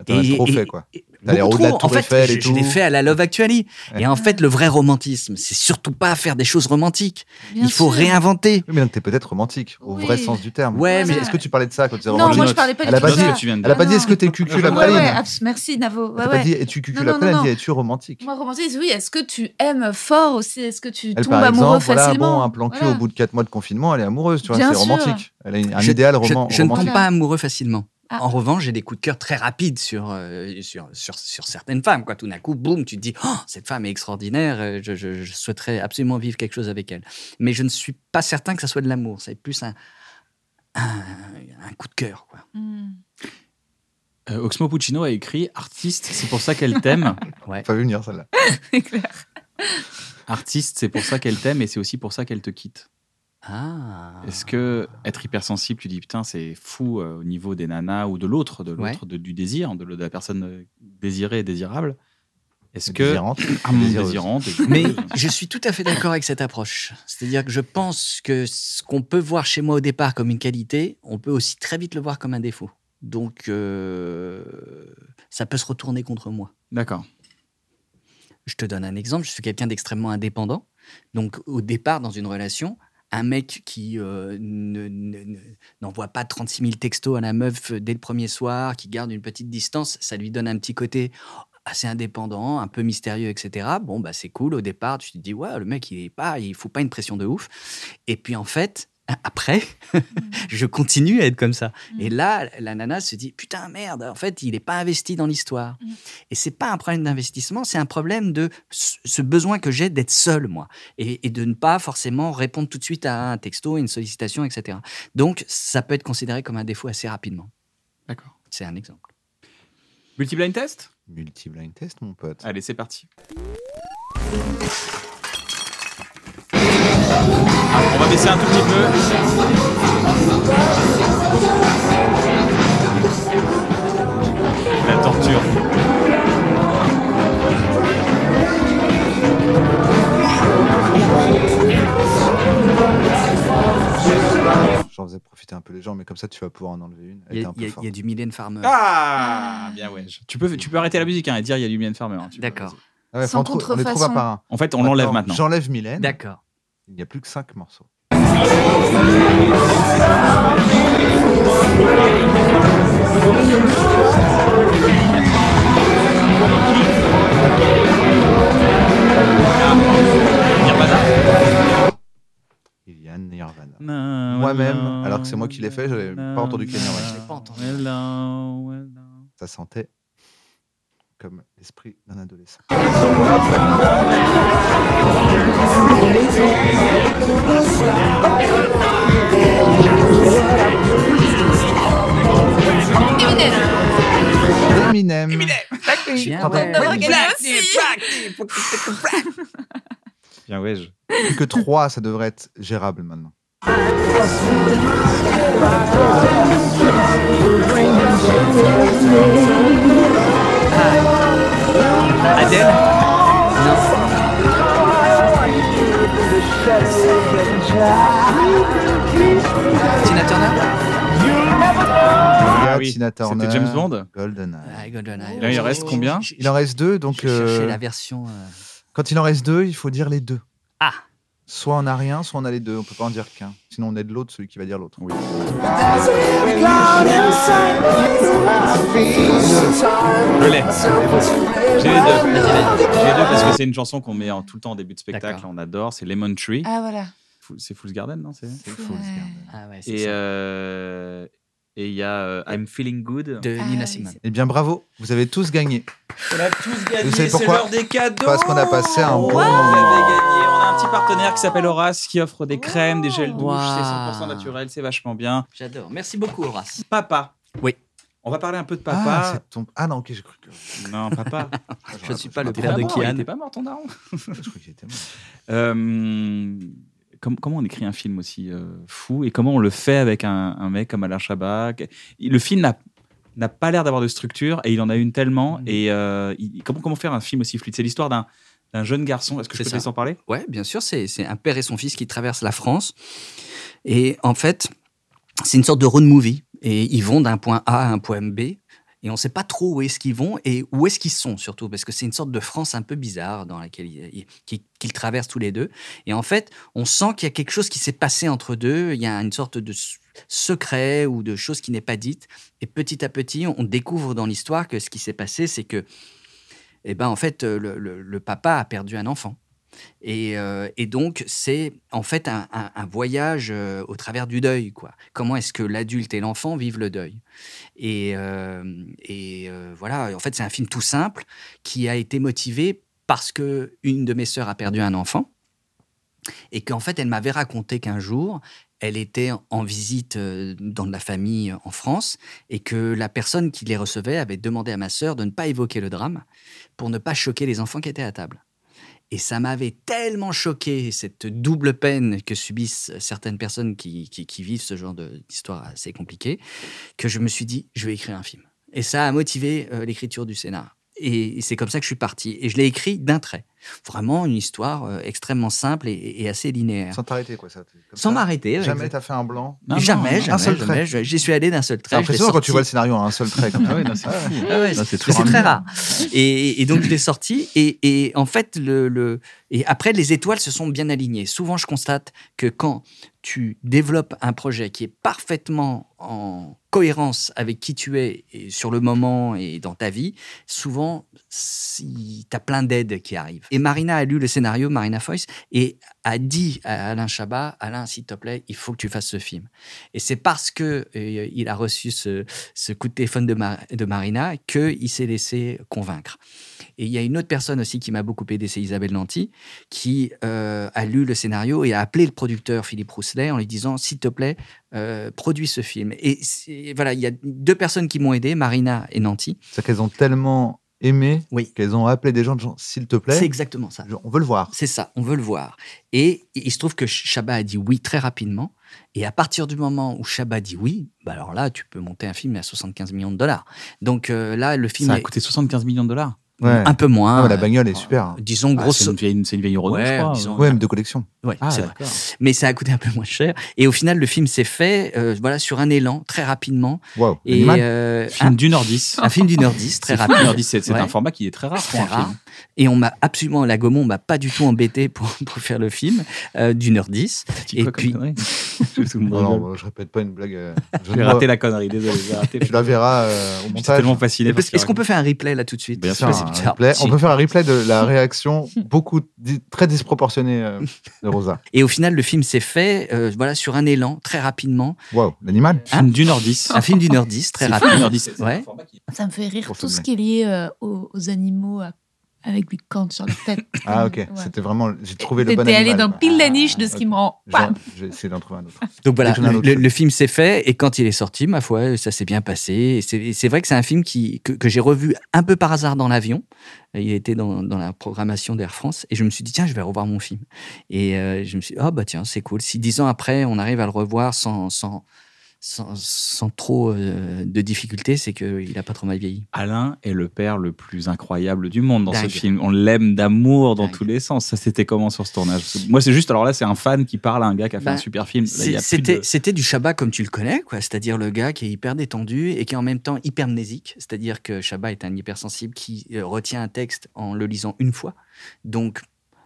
Speaker 3: Attends, elle est hein. trop fait, quoi.
Speaker 4: et-
Speaker 3: T'as l'air
Speaker 4: beaucoup
Speaker 3: au-delà
Speaker 4: trop.
Speaker 3: de Tour
Speaker 4: en fait,
Speaker 3: Eiffel
Speaker 4: je,
Speaker 3: et
Speaker 4: je l'ai
Speaker 3: tout.
Speaker 4: fait à la Love Actually.
Speaker 3: Ouais.
Speaker 4: Et en fait, le vrai romantisme, c'est surtout pas faire des choses romantiques.
Speaker 5: Bien
Speaker 4: Il faut
Speaker 5: sûr.
Speaker 4: réinventer.
Speaker 3: Oui, mais non, t'es peut-être romantique, au
Speaker 5: Oui.
Speaker 3: vrai sens du terme.
Speaker 4: Ouais,
Speaker 5: Voilà.
Speaker 4: mais
Speaker 3: Est-ce que tu parlais de ça quand tu disais
Speaker 5: Non,
Speaker 3: romantique
Speaker 5: moi je parlais pas
Speaker 3: Elle
Speaker 5: du
Speaker 3: a
Speaker 5: tout
Speaker 3: pas
Speaker 5: de
Speaker 3: dit-
Speaker 5: ça.
Speaker 2: que tu viens de
Speaker 3: Elle a
Speaker 5: Ah
Speaker 3: pas dit
Speaker 5: non.
Speaker 3: est-ce que t'es cucul la
Speaker 5: Ouais,
Speaker 3: praline
Speaker 5: ouais, abs- merci Navo.
Speaker 3: Elle
Speaker 5: Ouais,
Speaker 3: t'a pas
Speaker 5: ouais.
Speaker 3: dit es-tu cucul
Speaker 5: Non,
Speaker 3: la
Speaker 5: non,
Speaker 3: praline
Speaker 5: non,
Speaker 3: Elle dit
Speaker 5: non.
Speaker 3: es-tu romantique
Speaker 5: Moi romantique, oui. Est-ce que tu aimes fort aussi Est-ce que tu
Speaker 3: Elle,
Speaker 5: tombes
Speaker 3: par
Speaker 5: amoureux
Speaker 3: exemple, voilà,
Speaker 5: facilement
Speaker 3: bon, un plan cul
Speaker 5: Voilà.
Speaker 3: au bout de 4 mois de confinement, elle est amoureuse, tu vois,
Speaker 5: Bien
Speaker 3: c'est
Speaker 5: sûr.
Speaker 3: romantique. Elle a une- un
Speaker 4: Je-
Speaker 3: idéal
Speaker 4: je-
Speaker 3: roman-
Speaker 4: Je, ne
Speaker 3: romantique.
Speaker 4: tombe pas amoureux facilement.
Speaker 5: Ah.
Speaker 4: En revanche, j'ai des coups de cœur très rapides sur, euh, sur, sur, sur certaines femmes. Quoi. Tout d'un coup, boum, tu te dis Oh, cette femme est extraordinaire, euh, je, je- je souhaiterais absolument vivre quelque chose avec elle. Mais je ne suis pas certain que ça soit de l'amour. C'est plus un, un, un coup de cœur. Quoi.
Speaker 5: Hmm.
Speaker 2: Euh, Oxmo Puccino a écrit Artiste, c'est pour ça qu'elle t'aime.
Speaker 4: Ouais.
Speaker 3: Pas vu venir celle-là.
Speaker 5: C'est clair.
Speaker 2: Artiste, c'est pour ça qu'elle t'aime et c'est aussi pour ça qu'elle te quitte.
Speaker 4: Ah.
Speaker 2: Est-ce que être hypersensible, tu dis putain, c'est fou euh, au niveau des nanas ou de l'autre, de l'autre, de- du désir, de, de la personne euh, désirée et désirable Est-ce que.
Speaker 3: Désirante,
Speaker 2: Ah, mon
Speaker 3: désireuse.
Speaker 2: désirante.
Speaker 4: Mais je suis tout à fait d'accord avec cette approche. C'est-à-dire que je pense que ce qu'on peut voir chez moi au départ comme une qualité, on peut aussi très vite le voir comme un défaut. Donc, euh, ça peut se retourner contre moi.
Speaker 2: D'accord.
Speaker 4: Je te donne un exemple, je suis quelqu'un d'extrêmement indépendant. Donc au départ, dans une relation, un mec qui euh, ne- ne- ne- n'envoie pas 36 000 textos à la meuf euh, dès le premier soir, qui garde une petite distance, ça lui donne un petit côté assez indépendant, un peu mystérieux, etc. Bon, bah c'est cool, au départ, tu te dis, ouais, le mec, il est pas, il fout pas une pression de ouf. Et puis en fait, après, je continue à être comme ça. Et là, la nana se dit, putain, merde, en fait, il n'est pas investi dans l'histoire. Et c'est pas un problème d'investissement, c'est un problème de ce ce besoin que j'ai d'être seul, moi, et, et de ne pas forcément répondre tout de suite à un texto, une sollicitation, etc. Donc, ça peut être considéré comme un défaut assez rapidement.
Speaker 2: D'accord.
Speaker 4: C'est un exemple.
Speaker 2: Multi-blind test
Speaker 3: Multi-blind test, mon pote.
Speaker 2: Allez, c'est parti. Ah, on va baisser un tout petit peu. La torture.
Speaker 3: J'en faisais profiter un peu les gens, mais comme ça, tu vas pouvoir en enlever une. Elle
Speaker 4: Il y
Speaker 3: était
Speaker 4: a,
Speaker 3: un
Speaker 4: il y
Speaker 3: peu
Speaker 4: a-
Speaker 3: forte.
Speaker 4: il y a du Mylène Farmer.
Speaker 2: Ah Bien ouais. je- Tu peux, tu peux arrêter la musique hein, et dire il y a du Mylène Farmer. hein, tu peux,
Speaker 4: D'accord,
Speaker 2: vas-y.
Speaker 3: Ah ouais,
Speaker 5: Sans
Speaker 3: on trou- on les trouve un
Speaker 5: contrefaçon.
Speaker 3: par un.
Speaker 2: En fait, on l'enlève
Speaker 3: Attends,
Speaker 2: maintenant.
Speaker 3: J'enlève Mylène.
Speaker 4: d'accord.
Speaker 3: Il n'y a plus que 5 morceaux.
Speaker 2: Nirvana.
Speaker 3: Il y a Nirvana.
Speaker 4: Mm.
Speaker 2: Non,
Speaker 3: Moi-même,
Speaker 2: non,
Speaker 3: alors que c'est moi qui l'ai fait, j'avais
Speaker 2: non,
Speaker 3: pas entendu qu'il y ait
Speaker 2: non,
Speaker 3: Nirvana.
Speaker 4: J'ai pas entendu.
Speaker 2: hello, hello.
Speaker 3: Ça sentait comme l'esprit d'un adolescent.
Speaker 5: Eminem.
Speaker 3: Eminem.
Speaker 4: Bien,
Speaker 3: T'entends
Speaker 4: ouais.
Speaker 5: On aurait gagné aussi.
Speaker 2: Bien ouais. je-
Speaker 3: Plus que 3, ça devrait être gérable maintenant.
Speaker 4: Adèle Tina Turner
Speaker 3: Ah,
Speaker 2: oui,
Speaker 3: Tina
Speaker 2: c'était
Speaker 3: Turner,
Speaker 2: James Bond.
Speaker 3: GoldenEye.
Speaker 4: Ah, GoldenEye.
Speaker 2: Là, il reste combien
Speaker 4: Je- je-
Speaker 3: Il en reste deux, donc
Speaker 4: je cherchais
Speaker 3: euh,
Speaker 4: la version. euh,
Speaker 3: quand il en reste deux, il faut dire les deux.
Speaker 4: Ah
Speaker 3: Soit on a rien, soit on a les deux. On peut pas en dire qu'un. Sinon on est de l'autre, celui qui va dire l'autre.
Speaker 7: Cloud inside, I feel
Speaker 2: Je l'ai. J'ai les deux. J'ai les deux parce
Speaker 3: Ah.
Speaker 2: que c'est une chanson qu'on met en, tout le temps en début de spectacle.
Speaker 4: D'accord.
Speaker 2: On adore. C'est Lemon Tree.
Speaker 5: Ah voilà.
Speaker 2: Fou- C'est Fool's Garden, non c'est-
Speaker 5: Ouais.
Speaker 4: Ah ouais, c'est
Speaker 2: Et
Speaker 4: ça.
Speaker 2: euh, et il y a euh, I'm Feeling Good.
Speaker 4: De
Speaker 5: Ah
Speaker 4: Nina
Speaker 5: oui,
Speaker 4: Simone.
Speaker 5: c'est-
Speaker 3: Eh bien, bravo, vous avez tous gagné.
Speaker 8: On a tous gagné,
Speaker 3: Vous savez
Speaker 8: c'est
Speaker 3: pourquoi
Speaker 8: l'heure des cadeaux
Speaker 3: Parce qu'on a passé un bon
Speaker 8: Vous avez
Speaker 3: moment.
Speaker 8: gagné, on a un petit partenaire qui s'appelle Horace qui offre des crèmes, des gels douche,
Speaker 4: Wow.
Speaker 8: c'est 100% naturel, c'est vachement bien.
Speaker 4: J'adore. Merci beaucoup, Horace.
Speaker 8: Papa.
Speaker 4: Oui.
Speaker 8: On va parler un peu de
Speaker 3: Ah,
Speaker 8: papa.
Speaker 3: c'est ton- ah non, ok, j'ai cru que.
Speaker 2: non, papa.
Speaker 4: Je ne suis pas le
Speaker 3: T'es
Speaker 4: père
Speaker 2: pas
Speaker 4: de
Speaker 2: mort, il
Speaker 4: Kian.
Speaker 2: était pas mort, ton daron.
Speaker 3: Ah, Je crois qu'il était mort.
Speaker 2: Euh, com- comment on écrit un film aussi euh, fou et comment on le fait avec un, un mec comme Alain Chabat que- Le film n'a n'a pas l'air d'avoir de structure et il en a une tellement.
Speaker 4: Mmh.
Speaker 2: Et euh, il- comment, comment faire un film aussi fluide C'est l'histoire d'un d'un jeune garçon. Est-ce que je peux
Speaker 4: C'est
Speaker 2: te
Speaker 4: ça.
Speaker 2: laisser en parler
Speaker 4: Ouais, bien sûr, c'est c'est un père et son fils qui traversent la France. Et en fait, c'est une sorte de road movie. Et ils vont d'un point A à un point B. Et on ne sait pas trop où est-ce qu'ils vont et où est-ce qu'ils sont surtout, parce que c'est une sorte de France un peu bizarre dans laquelle ils, ils- qu'ils- qu'ils traversent tous les deux. Et en fait, on sent qu'il y a quelque chose qui s'est passé entre deux. Il y a une sorte de s- secret ou de chose qui n'est pas dite. Et petit à petit, on découvre dans l'histoire que ce qui s'est passé, c'est que, eh ben, en fait, le- le- le papa a perdu un enfant. Et, euh, et donc, c'est en fait un, un- un voyage euh, au travers du deuil. Quoi. Comment est-ce que l'adulte et l'enfant vivent le deuil Et, euh, et, euh, voilà, en fait, c'est un film tout simple qui a été motivé parce que une de mes sœurs a perdu un enfant et qu'en fait, elle m'avait raconté qu'un jour, elle était en- en visite euh, dans de la famille euh, en France et que la personne qui les recevait avait demandé à ma sœur de ne pas évoquer le drame pour ne pas choquer les enfants qui étaient à table. Et ça m'avait tellement choqué, cette double peine que subissent certaines personnes qui, qui- qui vivent ce genre de- d'histoire assez compliquée, que je me suis dit, je vais écrire un film. Et ça a motivé euh, l'écriture du scénar. Et c'est comme ça que je suis parti. Et je l'ai écrit d'un trait. Vraiment une histoire euh, extrêmement simple et, et assez linéaire.
Speaker 3: Sans t'arrêter, quoi. Ça, comme ça.
Speaker 4: Sans m'arrêter. ouais,
Speaker 3: Jamais
Speaker 4: exact-
Speaker 3: t'as fait un blanc.
Speaker 2: Non, non,
Speaker 4: jamais,
Speaker 2: non,
Speaker 4: jamais,
Speaker 3: un seul trait.
Speaker 4: jamais. Je- J'y suis allé d'un seul
Speaker 3: C'est
Speaker 4: trait. je l'ai
Speaker 3: impressionnant quand tu
Speaker 4: sorti.
Speaker 3: vois le scénario en un seul trait. Comme ça.
Speaker 4: Ah ouais,
Speaker 3: Non,
Speaker 4: c'est
Speaker 3: c'est
Speaker 4: mais c'est
Speaker 3: toujours
Speaker 4: très
Speaker 3: un-
Speaker 4: rare. Et, et donc je l'ai sorti. Et, et en fait, le, le- et après, les étoiles se sont bien alignées. Souvent, je constate que quand tu développes un projet qui est parfaitement en cohérence avec qui tu es et sur le moment et dans ta vie, souvent, si, tu as plein d'aides qui arrivent. Et Marina a lu le scénario, Marina Foyce, et a dit à Alain Chabat, Alain, s'il te plaît, il faut que tu fasses ce film. Et c'est parce que euh, il a reçu ce, ce coup de téléphone de, Mar- de Marina qu'il s'est laissé convaincre. Et il y a une autre personne aussi qui m'a beaucoup aidé, c'est Isabelle Lanty, qui euh, a lu le scénario et a appelé le producteur Philippe Rousselet en lui disant S'il te plaît, euh, produis ce film. Et c'est- voilà, il y a deux personnes qui m'ont aidé, Marina et Nanty.
Speaker 3: C'est qu'elles ont tellement aimé
Speaker 4: Oui.
Speaker 3: qu'elles ont appelé des gens, genre, s'il te
Speaker 4: C'est
Speaker 3: plaît,
Speaker 4: exactement ça.
Speaker 3: je- on veut le voir.
Speaker 4: C'est ça, on veut le voir. Et il se trouve que Ch- Chabat a dit oui très rapidement. Et à partir du moment où Chabat dit oui, bah alors là, tu peux monter un film à 75 millions de dollars. Donc euh, là, le film
Speaker 2: Ça a
Speaker 4: est
Speaker 2: coûté 75 millions de dollars.
Speaker 3: Ouais.
Speaker 4: un peu moins.
Speaker 3: Ah, mais la
Speaker 4: euh,
Speaker 3: bagnole est super.
Speaker 4: disons,
Speaker 2: Ah,
Speaker 4: grosso
Speaker 2: c'est une vieille, c'est une vieille Renault,
Speaker 4: Ouais,
Speaker 2: je crois.
Speaker 4: disons-
Speaker 3: Ouais, mais de collection.
Speaker 4: Ouais,
Speaker 2: Ah,
Speaker 4: c'est vrai.
Speaker 2: d'accord.
Speaker 4: Mais ça a coûté un peu moins cher. Et au final, le film s'est fait euh, voilà, sur un élan, très rapidement.
Speaker 3: Waouh.
Speaker 4: Et,
Speaker 3: Animal.
Speaker 4: euh,
Speaker 2: Film d'une heure dix.
Speaker 4: un, un film d'une heure dix, très
Speaker 2: C'est-
Speaker 4: rapide.
Speaker 2: d'une heure dix, C'est c'est un
Speaker 4: Ouais.
Speaker 2: format qui est très rare pour
Speaker 4: Très
Speaker 2: un
Speaker 4: rare.
Speaker 2: film.
Speaker 4: Et on m'a absolument, la Gaumont m'a pas du tout embêté pour, pour faire le film euh, d'une heure dix.
Speaker 2: Petit
Speaker 4: Et
Speaker 2: quoi comme
Speaker 4: puis-
Speaker 2: connerie Tout
Speaker 4: euh,
Speaker 2: le monde
Speaker 3: Non, non,
Speaker 2: rigole.
Speaker 3: moi, je répète pas une blague. euh, je
Speaker 2: J'ai
Speaker 3: ne
Speaker 2: raté
Speaker 3: vois-
Speaker 2: la connerie, désolé. j'ai raté.
Speaker 3: Tu la verras euh, au
Speaker 2: J'étais
Speaker 3: montage.
Speaker 2: tellement fasciné. par ce
Speaker 4: Est-ce
Speaker 2: qu'il
Speaker 4: est-ce qu'on peut faire un replay là tout de suite
Speaker 2: Bien
Speaker 4: C'est
Speaker 3: Faire
Speaker 4: possible.
Speaker 3: un
Speaker 4: Alors,
Speaker 3: replay.
Speaker 4: si.
Speaker 3: On peut faire un replay de la réaction beaucoup di- très disproportionnée euh, de Rosa.
Speaker 4: Et au final, le film s'est fait euh, voilà, sur un élan, très rapidement.
Speaker 3: Waouh, l'animal.
Speaker 2: Film d'une heure dix.
Speaker 4: Un Ah. film d'une heure dix, très
Speaker 2: C'est
Speaker 4: rapide.
Speaker 2: une heure dix, c'est un
Speaker 4: Ouais.
Speaker 2: format qui-
Speaker 5: Ça me fait rire
Speaker 3: Pour
Speaker 5: tout
Speaker 3: se
Speaker 5: ce qui est lié euh, aux, aux animaux à- avec des cornes sur leur tête.
Speaker 3: Ah, ok.
Speaker 5: Ouais.
Speaker 3: C'était vraiment. J'ai trouvé le
Speaker 5: T'étais
Speaker 3: bon
Speaker 5: allé
Speaker 3: animal.
Speaker 5: dans
Speaker 3: quoi.
Speaker 5: pile la niche de ce qui me rend.
Speaker 3: Genre, J'ai essayé d'en trouver un autre.
Speaker 4: Donc voilà,
Speaker 3: Et j'en ai un
Speaker 4: le,
Speaker 3: autre.
Speaker 4: le- le film s'est fait et quand il est sorti, ma foi, ça s'est bien passé. Et c'est- et C'est vrai que c'est un film qui, que, que j'ai revu un peu par hasard dans l'avion. Il était dans, dans la programmation d'Air France et je me suis dit, tiens, je vais revoir mon film. Et euh, je me suis dit, oh bah tiens, c'est cool. Si dix ans après, on arrive à le revoir sans, sans, sans, sans trop euh, de difficultés, c'est qu'il n'a pas trop mal vieilli.
Speaker 2: Alain est le père le plus incroyable du monde dans
Speaker 4: Dingue.
Speaker 2: ce film. On l'aime d'amour dans
Speaker 4: Dingue.
Speaker 2: tous les sens. Ça, c'était comment sur ce tournage Parce que Moi, c'est juste, alors là, c'est un fan qui parle à un gars qui a fait
Speaker 4: Bah,
Speaker 2: un super film. Là, il y
Speaker 4: C'est-
Speaker 2: a plus
Speaker 4: C'était
Speaker 2: de-
Speaker 4: c'était du Shabbat comme tu le connais, quoi. C'est-à-dire le gars qui est hyper détendu et qui est en même temps hyper mnésique. C'est-à-dire que Shabbat est un hypersensible qui euh, retient un texte en le lisant une fois. Donc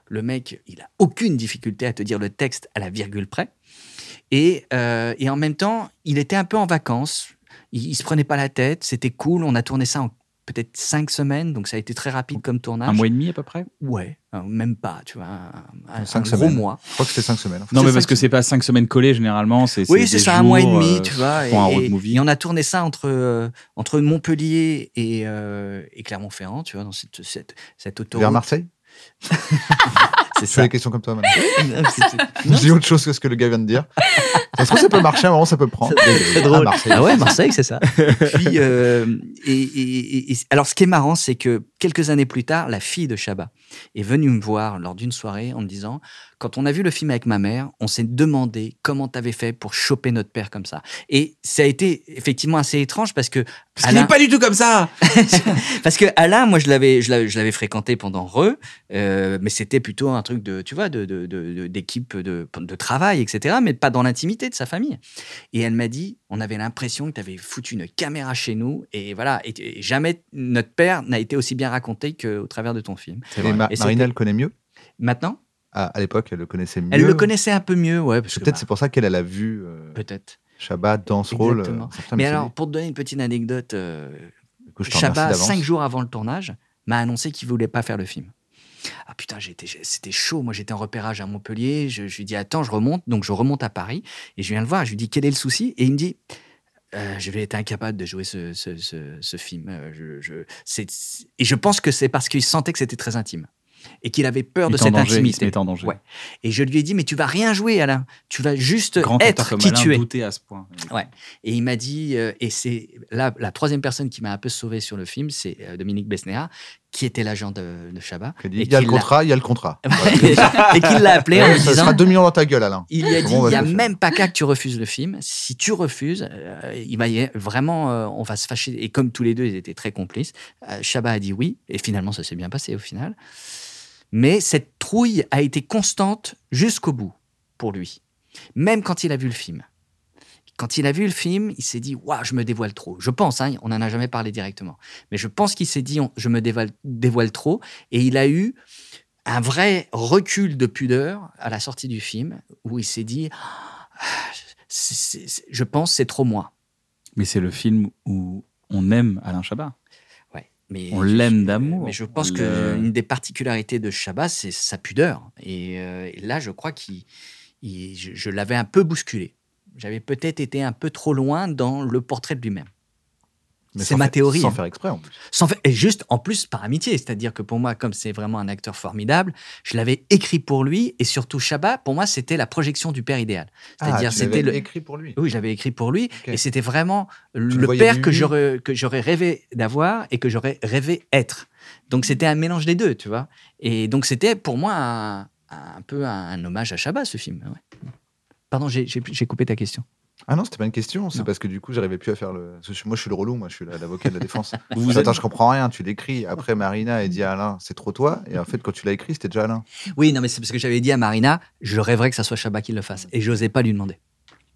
Speaker 4: le mec, il a aucune difficulté à te dire le texte à la virgule près. Et, euh, et en même temps, il était un peu en vacances. Il, il se prenait pas la tête. C'était cool. On a tourné ça en peut-être cinq semaines, donc ça a été très rapide comme tournage.
Speaker 2: Un mois et demi à peu près
Speaker 4: Ouais, euh, même pas, tu vois, un, un-
Speaker 3: Cinq
Speaker 4: un gros
Speaker 3: semaines.
Speaker 4: mois.
Speaker 3: Je crois que c'était 5 semaines. hein. en fait.
Speaker 2: Non, mais
Speaker 4: cinq
Speaker 2: parce que c'est pas cinq semaines collées généralement. c'est
Speaker 4: Oui,
Speaker 2: des
Speaker 4: c'est ça, un mois et
Speaker 2: jours,
Speaker 4: demi,
Speaker 2: euh,
Speaker 4: tu vois.
Speaker 2: pour un
Speaker 4: et,
Speaker 2: road
Speaker 4: et-
Speaker 2: movie.
Speaker 4: et on a tourné ça entre, euh, entre Montpellier et, euh, et Clermont-Ferrand, tu vois, dans cette, cette, cette autoroute.
Speaker 3: Vers Marseille
Speaker 4: C'est
Speaker 3: Je fais
Speaker 4: ça.
Speaker 3: des questions comme toi maintenant.
Speaker 4: C'est-
Speaker 3: Je dis autre chose que ce que le gars vient de dire. Ça se trouve, ça peut marcher, à un moment, ça peut
Speaker 2: Oh,
Speaker 3: prendre.
Speaker 4: C'est
Speaker 3: À
Speaker 4: drôle.
Speaker 3: Marseille.
Speaker 4: Ah ouais, Marseille, c'est ça. Puis, euh, et, et- et- et- alors, ce qui est marrant, c'est que quelques années plus tard, la fille de Chabat est venue me voir lors d'une soirée en me disant Quand on a vu le film avec ma mère, on s'est demandé comment t'avais fait pour choper notre père comme ça. Et ça a été effectivement assez étrange parce que.
Speaker 2: Parce qu'il
Speaker 4: Alain-
Speaker 2: n'est pas du tout comme ça
Speaker 4: parce que Alain, moi, je l'avais, je l'avais, je l'avais fréquenté pendant Re, euh, mais c'était plutôt un truc de, tu vois, de, de- de- de- d'équipe de, de travail, etc., mais pas dans l'intimité de sa famille. Et elle m'a dit, on avait l'impression que tu avais foutu une caméra chez nous, et voilà, et, et jamais notre père n'a été aussi bien raconté qu'au travers de ton film.
Speaker 3: Et Ma-
Speaker 4: Et c'était-
Speaker 3: Marina le connaît mieux. Ah,
Speaker 4: Maintenant,
Speaker 3: À, à l'époque, elle le connaissait mieux.
Speaker 4: elle le connaissait un peu mieux, ouais, parce que,
Speaker 3: Peut-être
Speaker 4: bah,
Speaker 3: c'est pour ça qu'elle elle a vu euh,
Speaker 4: peut-être.
Speaker 3: Shabbat dans ce rôle.
Speaker 4: Exactement.
Speaker 3: euh, putain,
Speaker 4: mais
Speaker 3: c'est-
Speaker 4: alors, pour te donner une petite anecdote, euh,
Speaker 3: du coup, je te remercie
Speaker 4: Chabat,
Speaker 3: d'avance.
Speaker 4: cinq jours avant le tournage, m'a annoncé qu'il voulait pas faire le film. Ah putain, j'étais- j'ai- c'était chaud. Moi, j'étais en repérage à Montpellier. Je, je lui dis attends, je remonte. Donc, je remonte à Paris et je viens le voir. Je lui dis quel est le souci et il me dit Euh, je vais être incapable de jouer ce, ce- ce- ce film. Euh, Je, je- c'est- c'est- et je pense que c'est parce qu'il sentait que c'était très intime et qu'il avait peur
Speaker 2: Il
Speaker 4: de
Speaker 2: est en
Speaker 4: cette
Speaker 2: danger, il se
Speaker 4: intimité.
Speaker 2: met en danger.
Speaker 4: Ouais. Et je lui ai dit mais tu vas rien jouer, Alain. Tu vas juste
Speaker 2: Grand acteur
Speaker 4: être
Speaker 2: comme
Speaker 4: qui
Speaker 2: Alain
Speaker 4: tu es.
Speaker 2: douter à ce point.
Speaker 4: Et il m'a dit, euh, et c'est là la troisième personne qui m'a un peu sauvé sur le film, c'est euh, Dominique Besnéa, qui était l'agent de, de Chabat.
Speaker 3: Elle dit,
Speaker 4: et
Speaker 3: Il y a
Speaker 4: qui
Speaker 3: le
Speaker 4: l'a-
Speaker 3: contrat, il y a le contrat.
Speaker 4: et qu'il l'a appelé en lui
Speaker 3: Ça
Speaker 4: disant.
Speaker 3: sera 2 millions dans ta gueule, Alain.
Speaker 4: Il lui a dit,
Speaker 3: Comment on va
Speaker 4: il n'y a
Speaker 3: se le faire
Speaker 4: même pas cas que tu refuses le film. Si tu refuses, euh, il va y- vraiment, euh, on va se fâcher. Et comme tous les deux, ils étaient très complices, euh, Chabat a dit oui. Et finalement, ça s'est bien passé au final. Mais cette trouille a été constante jusqu'au bout pour lui. Même quand il a vu le film. Quand il a vu le film, il s'est dit Waouh, je me dévoile trop. Je pense, hein, on n'en a jamais parlé directement. Mais je pense qu'il s'est dit On- Je me dévoile, dévoile trop. Et il a eu un vrai recul de pudeur à la sortie du film où il s'est dit Ah, c'est- c'est- c'est- Je pense, c'est trop moi.
Speaker 2: Mais c'est le film où on aime Alain Chabat.
Speaker 4: Ouais. Mais
Speaker 2: On
Speaker 4: je-
Speaker 2: l'aime d'amour.
Speaker 4: Mais je pense
Speaker 2: On
Speaker 4: que
Speaker 2: l'aime.
Speaker 4: une des particularités de Chabat, c'est sa pudeur. Et, euh, et là, je crois qu'il, il- je, je l'avais un peu bousculé. J'avais peut-être été un peu trop loin dans le portrait de lui-même.
Speaker 3: Mais
Speaker 4: C'est
Speaker 3: sans
Speaker 4: ma
Speaker 3: faire-
Speaker 4: théorie,
Speaker 3: Sans
Speaker 4: hein.
Speaker 3: faire exprès, en plus.
Speaker 4: Sans fa- et juste en plus par amitié, c'est-à-dire que pour moi, comme c'est vraiment un acteur formidable, je l'avais écrit pour lui et surtout Chabat, pour moi, c'était la projection du père idéal. C'est-à-dire,
Speaker 3: Ah, tu
Speaker 4: c'était
Speaker 3: l'avais
Speaker 4: le.
Speaker 3: écrit pour lui.
Speaker 4: Oui, je l'avais écrit pour lui
Speaker 3: Ok.
Speaker 4: et c'était vraiment
Speaker 3: le
Speaker 4: le
Speaker 3: voyais
Speaker 4: père
Speaker 3: lui.
Speaker 4: que j'aurais que j'aurais rêvé d'avoir et que j'aurais rêvé être. Donc c'était un mélange des deux, tu vois. Et donc c'était pour moi un, un peu un, hommage à Chabat ce film. ouais. Pardon, j'ai- j'ai j'ai coupé ta question.
Speaker 3: Ah non, c'était pas une question. C'est
Speaker 4: Non.
Speaker 3: parce que du coup, j'arrivais plus à faire le. parce que je- Moi, je suis le relou. Moi, je suis la- l'avocat de la défense.
Speaker 2: Vous vous
Speaker 3: Attends,
Speaker 2: êtes-
Speaker 3: je comprends rien. Tu l'écris. Après, Marina, elle dit à Alain, c'est trop toi. Et en fait, quand tu l'as écrit, c'était déjà Alain.
Speaker 4: Oui, non, mais c'est parce que j'avais dit à Marina, je rêverais que ça soit Chabat qui le fasse et j'osais pas lui demander.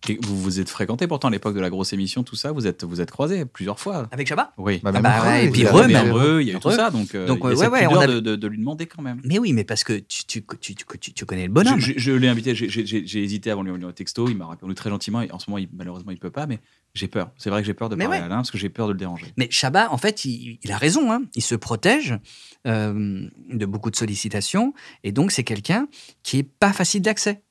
Speaker 2: Et Vous vous êtes fréquenté pourtant à l'époque de la grosse émission, tout ça. Vous êtes, vous êtes croisés plusieurs fois.
Speaker 4: Avec Chabat
Speaker 2: Oui.
Speaker 3: Bah,
Speaker 4: Ah
Speaker 3: même
Speaker 4: bah
Speaker 3: Re,
Speaker 4: ouais, et
Speaker 3: il
Speaker 4: puis
Speaker 2: il y
Speaker 3: a
Speaker 2: a
Speaker 4: Re,
Speaker 2: eu
Speaker 3: jamais-
Speaker 4: même.
Speaker 2: Re, il y a eu tout
Speaker 4: Re.
Speaker 2: ça, donc, euh,
Speaker 4: Donc,
Speaker 2: il y a
Speaker 4: ouais,
Speaker 2: cette
Speaker 4: ouais,
Speaker 2: pudeur
Speaker 4: on a-
Speaker 2: de, de- de lui demander quand même.
Speaker 4: Mais oui, mais parce que tu tu tu, tu- tu- tu connais le bonhomme.
Speaker 2: Je, je- je l'ai invité, j'ai- j'ai j'ai- j'ai hésité avant de lui envoyer un texto, il m'a répondu très gentiment, et en ce moment, il- malheureusement, il peut pas, mais j'ai peur. C'est vrai que j'ai peur de
Speaker 4: Mais
Speaker 2: parler
Speaker 4: ouais.
Speaker 2: à Alain, parce que j'ai peur de le déranger.
Speaker 4: Mais Chabat, en fait, il, il a raison. hein. Il se protège euh, de beaucoup de sollicitations. Et donc, c'est quelqu'un qui est pas facile d'accès.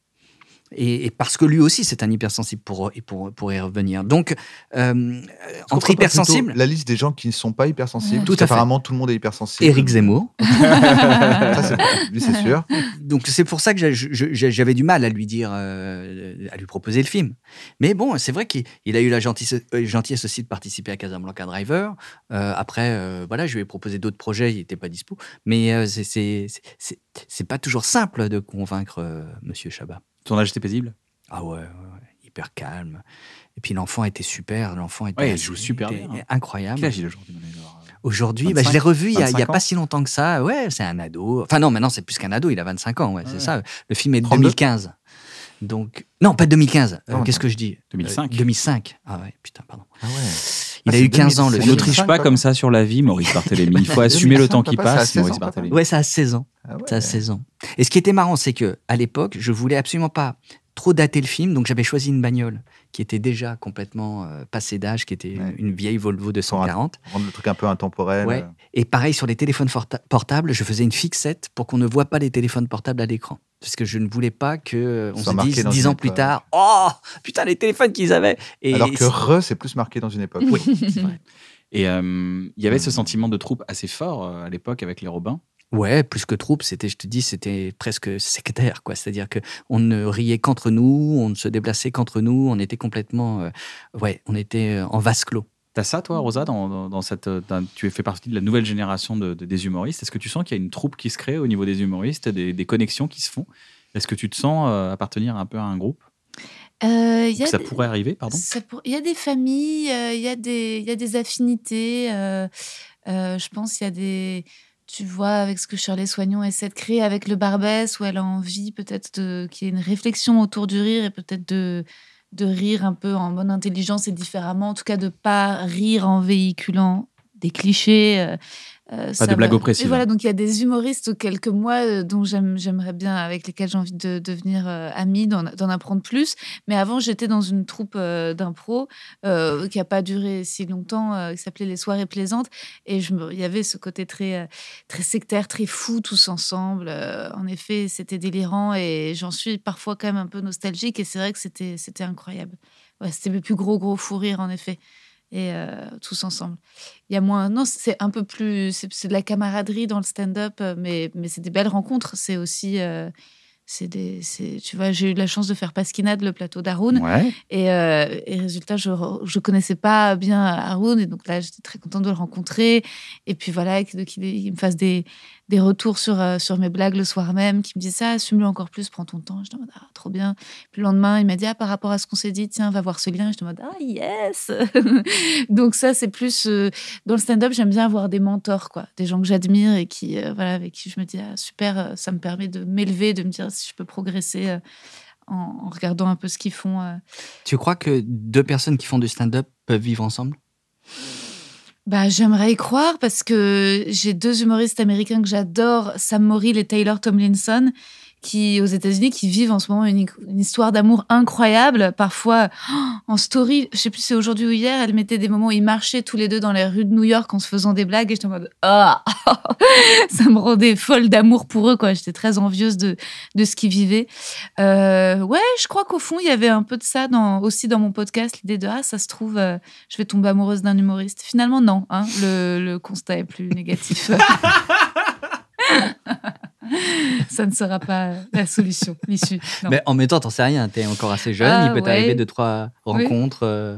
Speaker 4: Et, et parce que lui aussi, c'est un hypersensible pour, et pour, pour y revenir. Donc, euh, euh,
Speaker 3: Est-ce qu'on
Speaker 4: entre
Speaker 3: ferait pas
Speaker 4: hypersensible,
Speaker 3: plutôt La liste des gens qui ne sont pas hypersensibles.
Speaker 5: Ouais.
Speaker 4: Tout
Speaker 3: Tout
Speaker 4: à fait.
Speaker 3: Apparemment, tout le monde est hypersensible. Ah,
Speaker 4: Éric Zemmour.
Speaker 3: Ça, c'est- lui, c'est sûr.
Speaker 4: Donc, c'est pour ça que j'a- je- je- j'avais du mal à lui dire, euh, à lui proposer le film. Mais bon, c'est vrai qu'il il a eu la gentillesse, euh, gentillesse aussi de participer à Casablanca Driver. Euh, après, euh, voilà, je lui ai proposé d'autres projets, il n'était pas dispo. Mais euh, c'est- c'est c'est- c'est- c'est pas toujours simple de convaincre euh, Monsieur Chabat.
Speaker 2: Tournage, c'était paisible
Speaker 4: Ah ouais, ouais, ouais, hyper calme. Et puis l'enfant était super, l'enfant était
Speaker 2: Ouais, il joue super
Speaker 4: était
Speaker 2: bien. hein.
Speaker 4: Incroyable.
Speaker 2: Quel âge il a aujourd'hui Manuel Neuer
Speaker 4: Aujourd'hui, bah, je l'ai
Speaker 2: 25,
Speaker 4: revu il n'y a, il y a
Speaker 2: 25 ans.
Speaker 4: pas si longtemps que ça. Ouais, c'est un ado. Enfin non, maintenant c'est plus qu'un ado, il a 25 ans, ouais, c'est
Speaker 2: Ouais.
Speaker 4: ça. Le film est de
Speaker 3: 32.
Speaker 4: 2015. Donc non, pas de 2015. Euh,
Speaker 3: Non,
Speaker 4: Qu'est-ce
Speaker 3: non.
Speaker 4: que je dis
Speaker 2: 2005.
Speaker 4: Euh, 2005. Ah ouais, putain, pardon.
Speaker 3: Ah ouais.
Speaker 4: Il
Speaker 3: Ah,
Speaker 4: a
Speaker 3: c'est
Speaker 4: eu 15 ans le
Speaker 3: C'est
Speaker 2: On
Speaker 4: film.
Speaker 2: ne
Speaker 3: 2005,
Speaker 2: triche pas
Speaker 3: papa.
Speaker 2: comme ça sur la vie, Maurice Barthélémy. Il faut assumer le
Speaker 3: 2005,
Speaker 2: temps qui
Speaker 3: papa, ça a
Speaker 2: passe,
Speaker 3: 16 ans,
Speaker 2: Maurice
Speaker 3: papa.
Speaker 2: Barthélémy.
Speaker 4: Ouais, ça a 16 ans.
Speaker 3: Ah ouais.
Speaker 4: Ça a 16 ans. Et ce qui était marrant, c'est que à l'époque, je voulais absolument pas trop dater le film, donc j'avais choisi une bagnole qui était déjà complètement euh, passée d'âge, qui était
Speaker 3: Ouais.
Speaker 4: une, une vieille Volvo 240.
Speaker 3: Rendre le truc un peu intemporel. euh,
Speaker 4: Ouais. Et pareil, sur les téléphones forta- portables, je faisais une fixette pour qu'on ne voit pas les téléphones portables à l'écran. Parce que je ne voulais pas que euh, on
Speaker 3: Soit
Speaker 4: se
Speaker 3: marqué
Speaker 4: dise
Speaker 3: dans
Speaker 4: dix
Speaker 3: une
Speaker 4: ans plus
Speaker 3: époque.
Speaker 4: tard Oh putain, les téléphones qu'ils avaient Et
Speaker 3: Alors que
Speaker 4: c'est-
Speaker 3: re, c'est plus marqué dans une époque.
Speaker 4: Oui, c'est vrai.
Speaker 2: Et euh, il y avait ce sentiment de troupe assez fort euh, à l'époque avec les Robins.
Speaker 4: Ouais, plus que troupe, c'était, je te dis, c'était presque sectaire, quoi. C'est-à-dire que on ne riait qu'entre nous, on ne se déplaçait qu'entre nous, on était complètement, euh, ouais, on était euh, en vase clos.
Speaker 2: T'as ça, toi, Rosa, dans, dans- dans cette, euh, dans- tu fais partie de la nouvelle génération de- de- des humoristes. Est-ce que tu sens qu'il y a une troupe qui se crée au niveau des humoristes, des, des connexions qui se font Est-ce que tu te sens euh, appartenir un peu à un groupe
Speaker 5: Euh, il y a
Speaker 2: Ça
Speaker 5: des-
Speaker 2: pourrait arriver, pardon
Speaker 5: ça pour- Il y a des familles, euh, il y, a des- il y a des affinités. euh, euh, je pense qu'il y a des. Tu vois, avec ce que Shirley Soignon essaie de créer avec le Barbès, où elle a envie peut-être de- qu'il y ait une réflexion autour du rire et peut-être de, de rire un peu en bonne intelligence et différemment. En tout cas, de pas rire en véhiculant des clichés. euh, euh, ça
Speaker 2: de blagues
Speaker 5: va-
Speaker 2: oppressives. hein.
Speaker 5: Et voilà, donc il y a des humoristes quelques mois euh, dont j'aime- j'aimerais bien, avec lesquels j'ai envie de devenir euh, amie, d'en d'en apprendre plus. Mais avant, j'étais dans une troupe euh, d'impro euh, qui n'a pas duré si longtemps, euh, qui s'appelait Les Soirées Plaisantes. Et je me- il y avait ce côté très, euh, très sectaire, très fou, tous ensemble. Euh, en effet, c'était délirant et j'en suis parfois quand même un peu nostalgique. Et c'est vrai que c'était c'était incroyable. Ouais, c'était mes plus gros, gros fous rires, en effet. Et euh, tous ensemble. Il y a moins. Non, c'est un peu plus. C'est c'est de la camaraderie dans le stand-up, euh, mais, mais c'est des belles rencontres. C'est aussi. euh, c'est des, c'est- tu vois, j'ai eu la chance de faire Pasquinade, le plateau d'Arun.
Speaker 2: Ouais.
Speaker 5: Et, euh, et résultat, je ne connaissais pas bien Haroun. Et donc là, j'étais très contente de le rencontrer. Et puis voilà, que- qu'il il me fasse des, des retours sur, euh, sur mes blagues le soir même, qui me disent ça, assume-le encore plus, prends ton temps. Je dis, ah, trop bien. Puis le lendemain, il m'a dit, ah, par rapport à ce qu'on s'est dit, tiens, va voir ce lien. Je demande, ah, yes Donc ça, c'est plus. euh, dans le stand-up, j'aime bien avoir des mentors, quoi. Des gens que j'admire et qui, euh, voilà, avec qui je me dis, ah, super, euh, ça me permet de m'élever, de me dire si je peux progresser. euh, en, en regardant un peu ce qu'ils font euh,
Speaker 4: Tu crois que deux personnes qui font du stand-up peuvent vivre ensemble
Speaker 5: Bah, j'aimerais y croire parce que j'ai deux humoristes américains que j'adore, Sam Morrill et Taylor Tomlinson, qui aux États-Unis, qui vivent en ce moment une, une histoire d'amour incroyable. Parfois, oh, en story, je sais plus si c'est aujourd'hui ou hier, elle mettait des moments où ils marchaient tous les deux dans les rues de New York en se faisant des blagues et j'étais en mode ah, ça me rendait folle d'amour pour eux quoi. J'étais très envieuse de de ce qu'ils vivaient. Euh, ouais, je crois qu'au fond il y avait un peu de ça dans, aussi dans mon podcast l'idée de ah ça se trouve. euh, je vais tomber amoureuse d'un humoriste. Finalement, non, hein, le, le constat est plus négatif. Ça ne sera pas la solution, l'issue. non.
Speaker 4: Mais en même temps, t'en sais rien, t'es encore assez jeune,
Speaker 5: Ah,
Speaker 4: il peut
Speaker 5: ouais.
Speaker 4: t'arriver deux, trois
Speaker 5: Oui.
Speaker 4: rencontres. euh,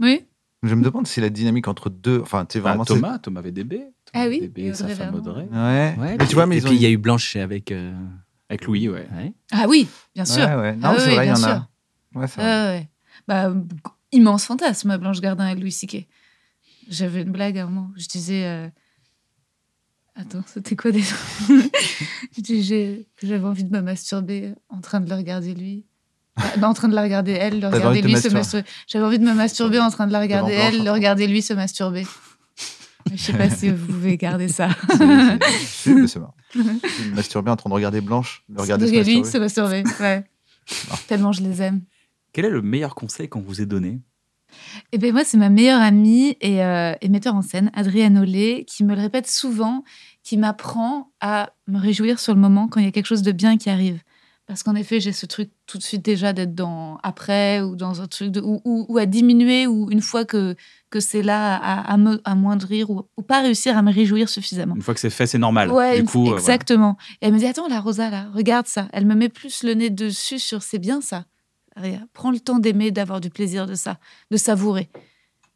Speaker 5: Oui,
Speaker 3: Je me demande si la dynamique entre deux. Enfin, tu sais,
Speaker 2: Bah,
Speaker 3: vraiment. c'est-
Speaker 2: Thomas, Thomas VDB. Thomas
Speaker 5: Ah oui,
Speaker 2: VDB,
Speaker 5: et
Speaker 2: sa
Speaker 5: Audrey
Speaker 2: femme
Speaker 5: Vernon.
Speaker 2: Audrey.
Speaker 3: Ouais.
Speaker 4: ouais,
Speaker 3: mais
Speaker 4: puis-
Speaker 3: tu vois, mais
Speaker 4: et
Speaker 3: ils ont.
Speaker 4: puis il y a eu Blanche avec. euh,
Speaker 2: Avec Louis, ouais.
Speaker 4: ouais.
Speaker 5: ah oui, bien sûr.
Speaker 3: Ouais, ouais. Non,
Speaker 5: Ah
Speaker 3: c'est
Speaker 5: oui,
Speaker 3: vrai, il y
Speaker 5: bien
Speaker 3: en a.
Speaker 5: sûr.
Speaker 3: Ouais, c'est
Speaker 4: Euh.
Speaker 5: Ouais,
Speaker 3: vrai.
Speaker 5: ouais. Bah, immense fantasme, Blanche Gardin et Louis Siquet. J'avais une blague à un moment. Je disais. euh, Attends, c'était quoi déjà Je disais que j'avais envie de me masturber en train de le regarder lui. Ah, non, en train de la regarder elle, le
Speaker 3: T'avais
Speaker 5: regarder
Speaker 3: envie de
Speaker 5: lui
Speaker 3: te
Speaker 5: se
Speaker 3: masturber.
Speaker 5: masturber. J'avais envie de me masturber en train de la regarder
Speaker 3: Blanche.
Speaker 5: elle, le regarder lui se masturber. Je sais pas si vous pouvez garder ça.
Speaker 3: C'est- c'est- c'est- mais c'est marrant. Je me masturber en train de regarder Blanche, de regarder se
Speaker 5: lui
Speaker 3: masturber.
Speaker 5: se masturber. Ouais. Tellement je les aime.
Speaker 2: Quel est le meilleur conseil qu'on vous ait donné
Speaker 5: Eh ben moi, c'est ma meilleure amie et, euh, et metteur en scène, Adrienne Ollet, qui me le répète souvent, qui m'apprend à me réjouir sur le moment quand il y a quelque chose de bien qui arrive. Parce qu'en effet, j'ai ce truc tout de suite déjà d'être dans après ou dans un truc de, ou, ou- ou à diminuer ou une fois que, que c'est là à, à me amoindrir ou, ou pas réussir à me réjouir suffisamment.
Speaker 2: Une fois que c'est fait, c'est normal.
Speaker 5: Ouais,
Speaker 2: du
Speaker 5: une-
Speaker 2: coup, euh, voilà.
Speaker 5: exactement. Et elle me dit Attends, la Rosa, là, regarde ça. Elle me met plus le nez dessus sur c'est bien ça. Regarde, Prends le temps d'aimer, d'avoir du plaisir de ça, de savourer.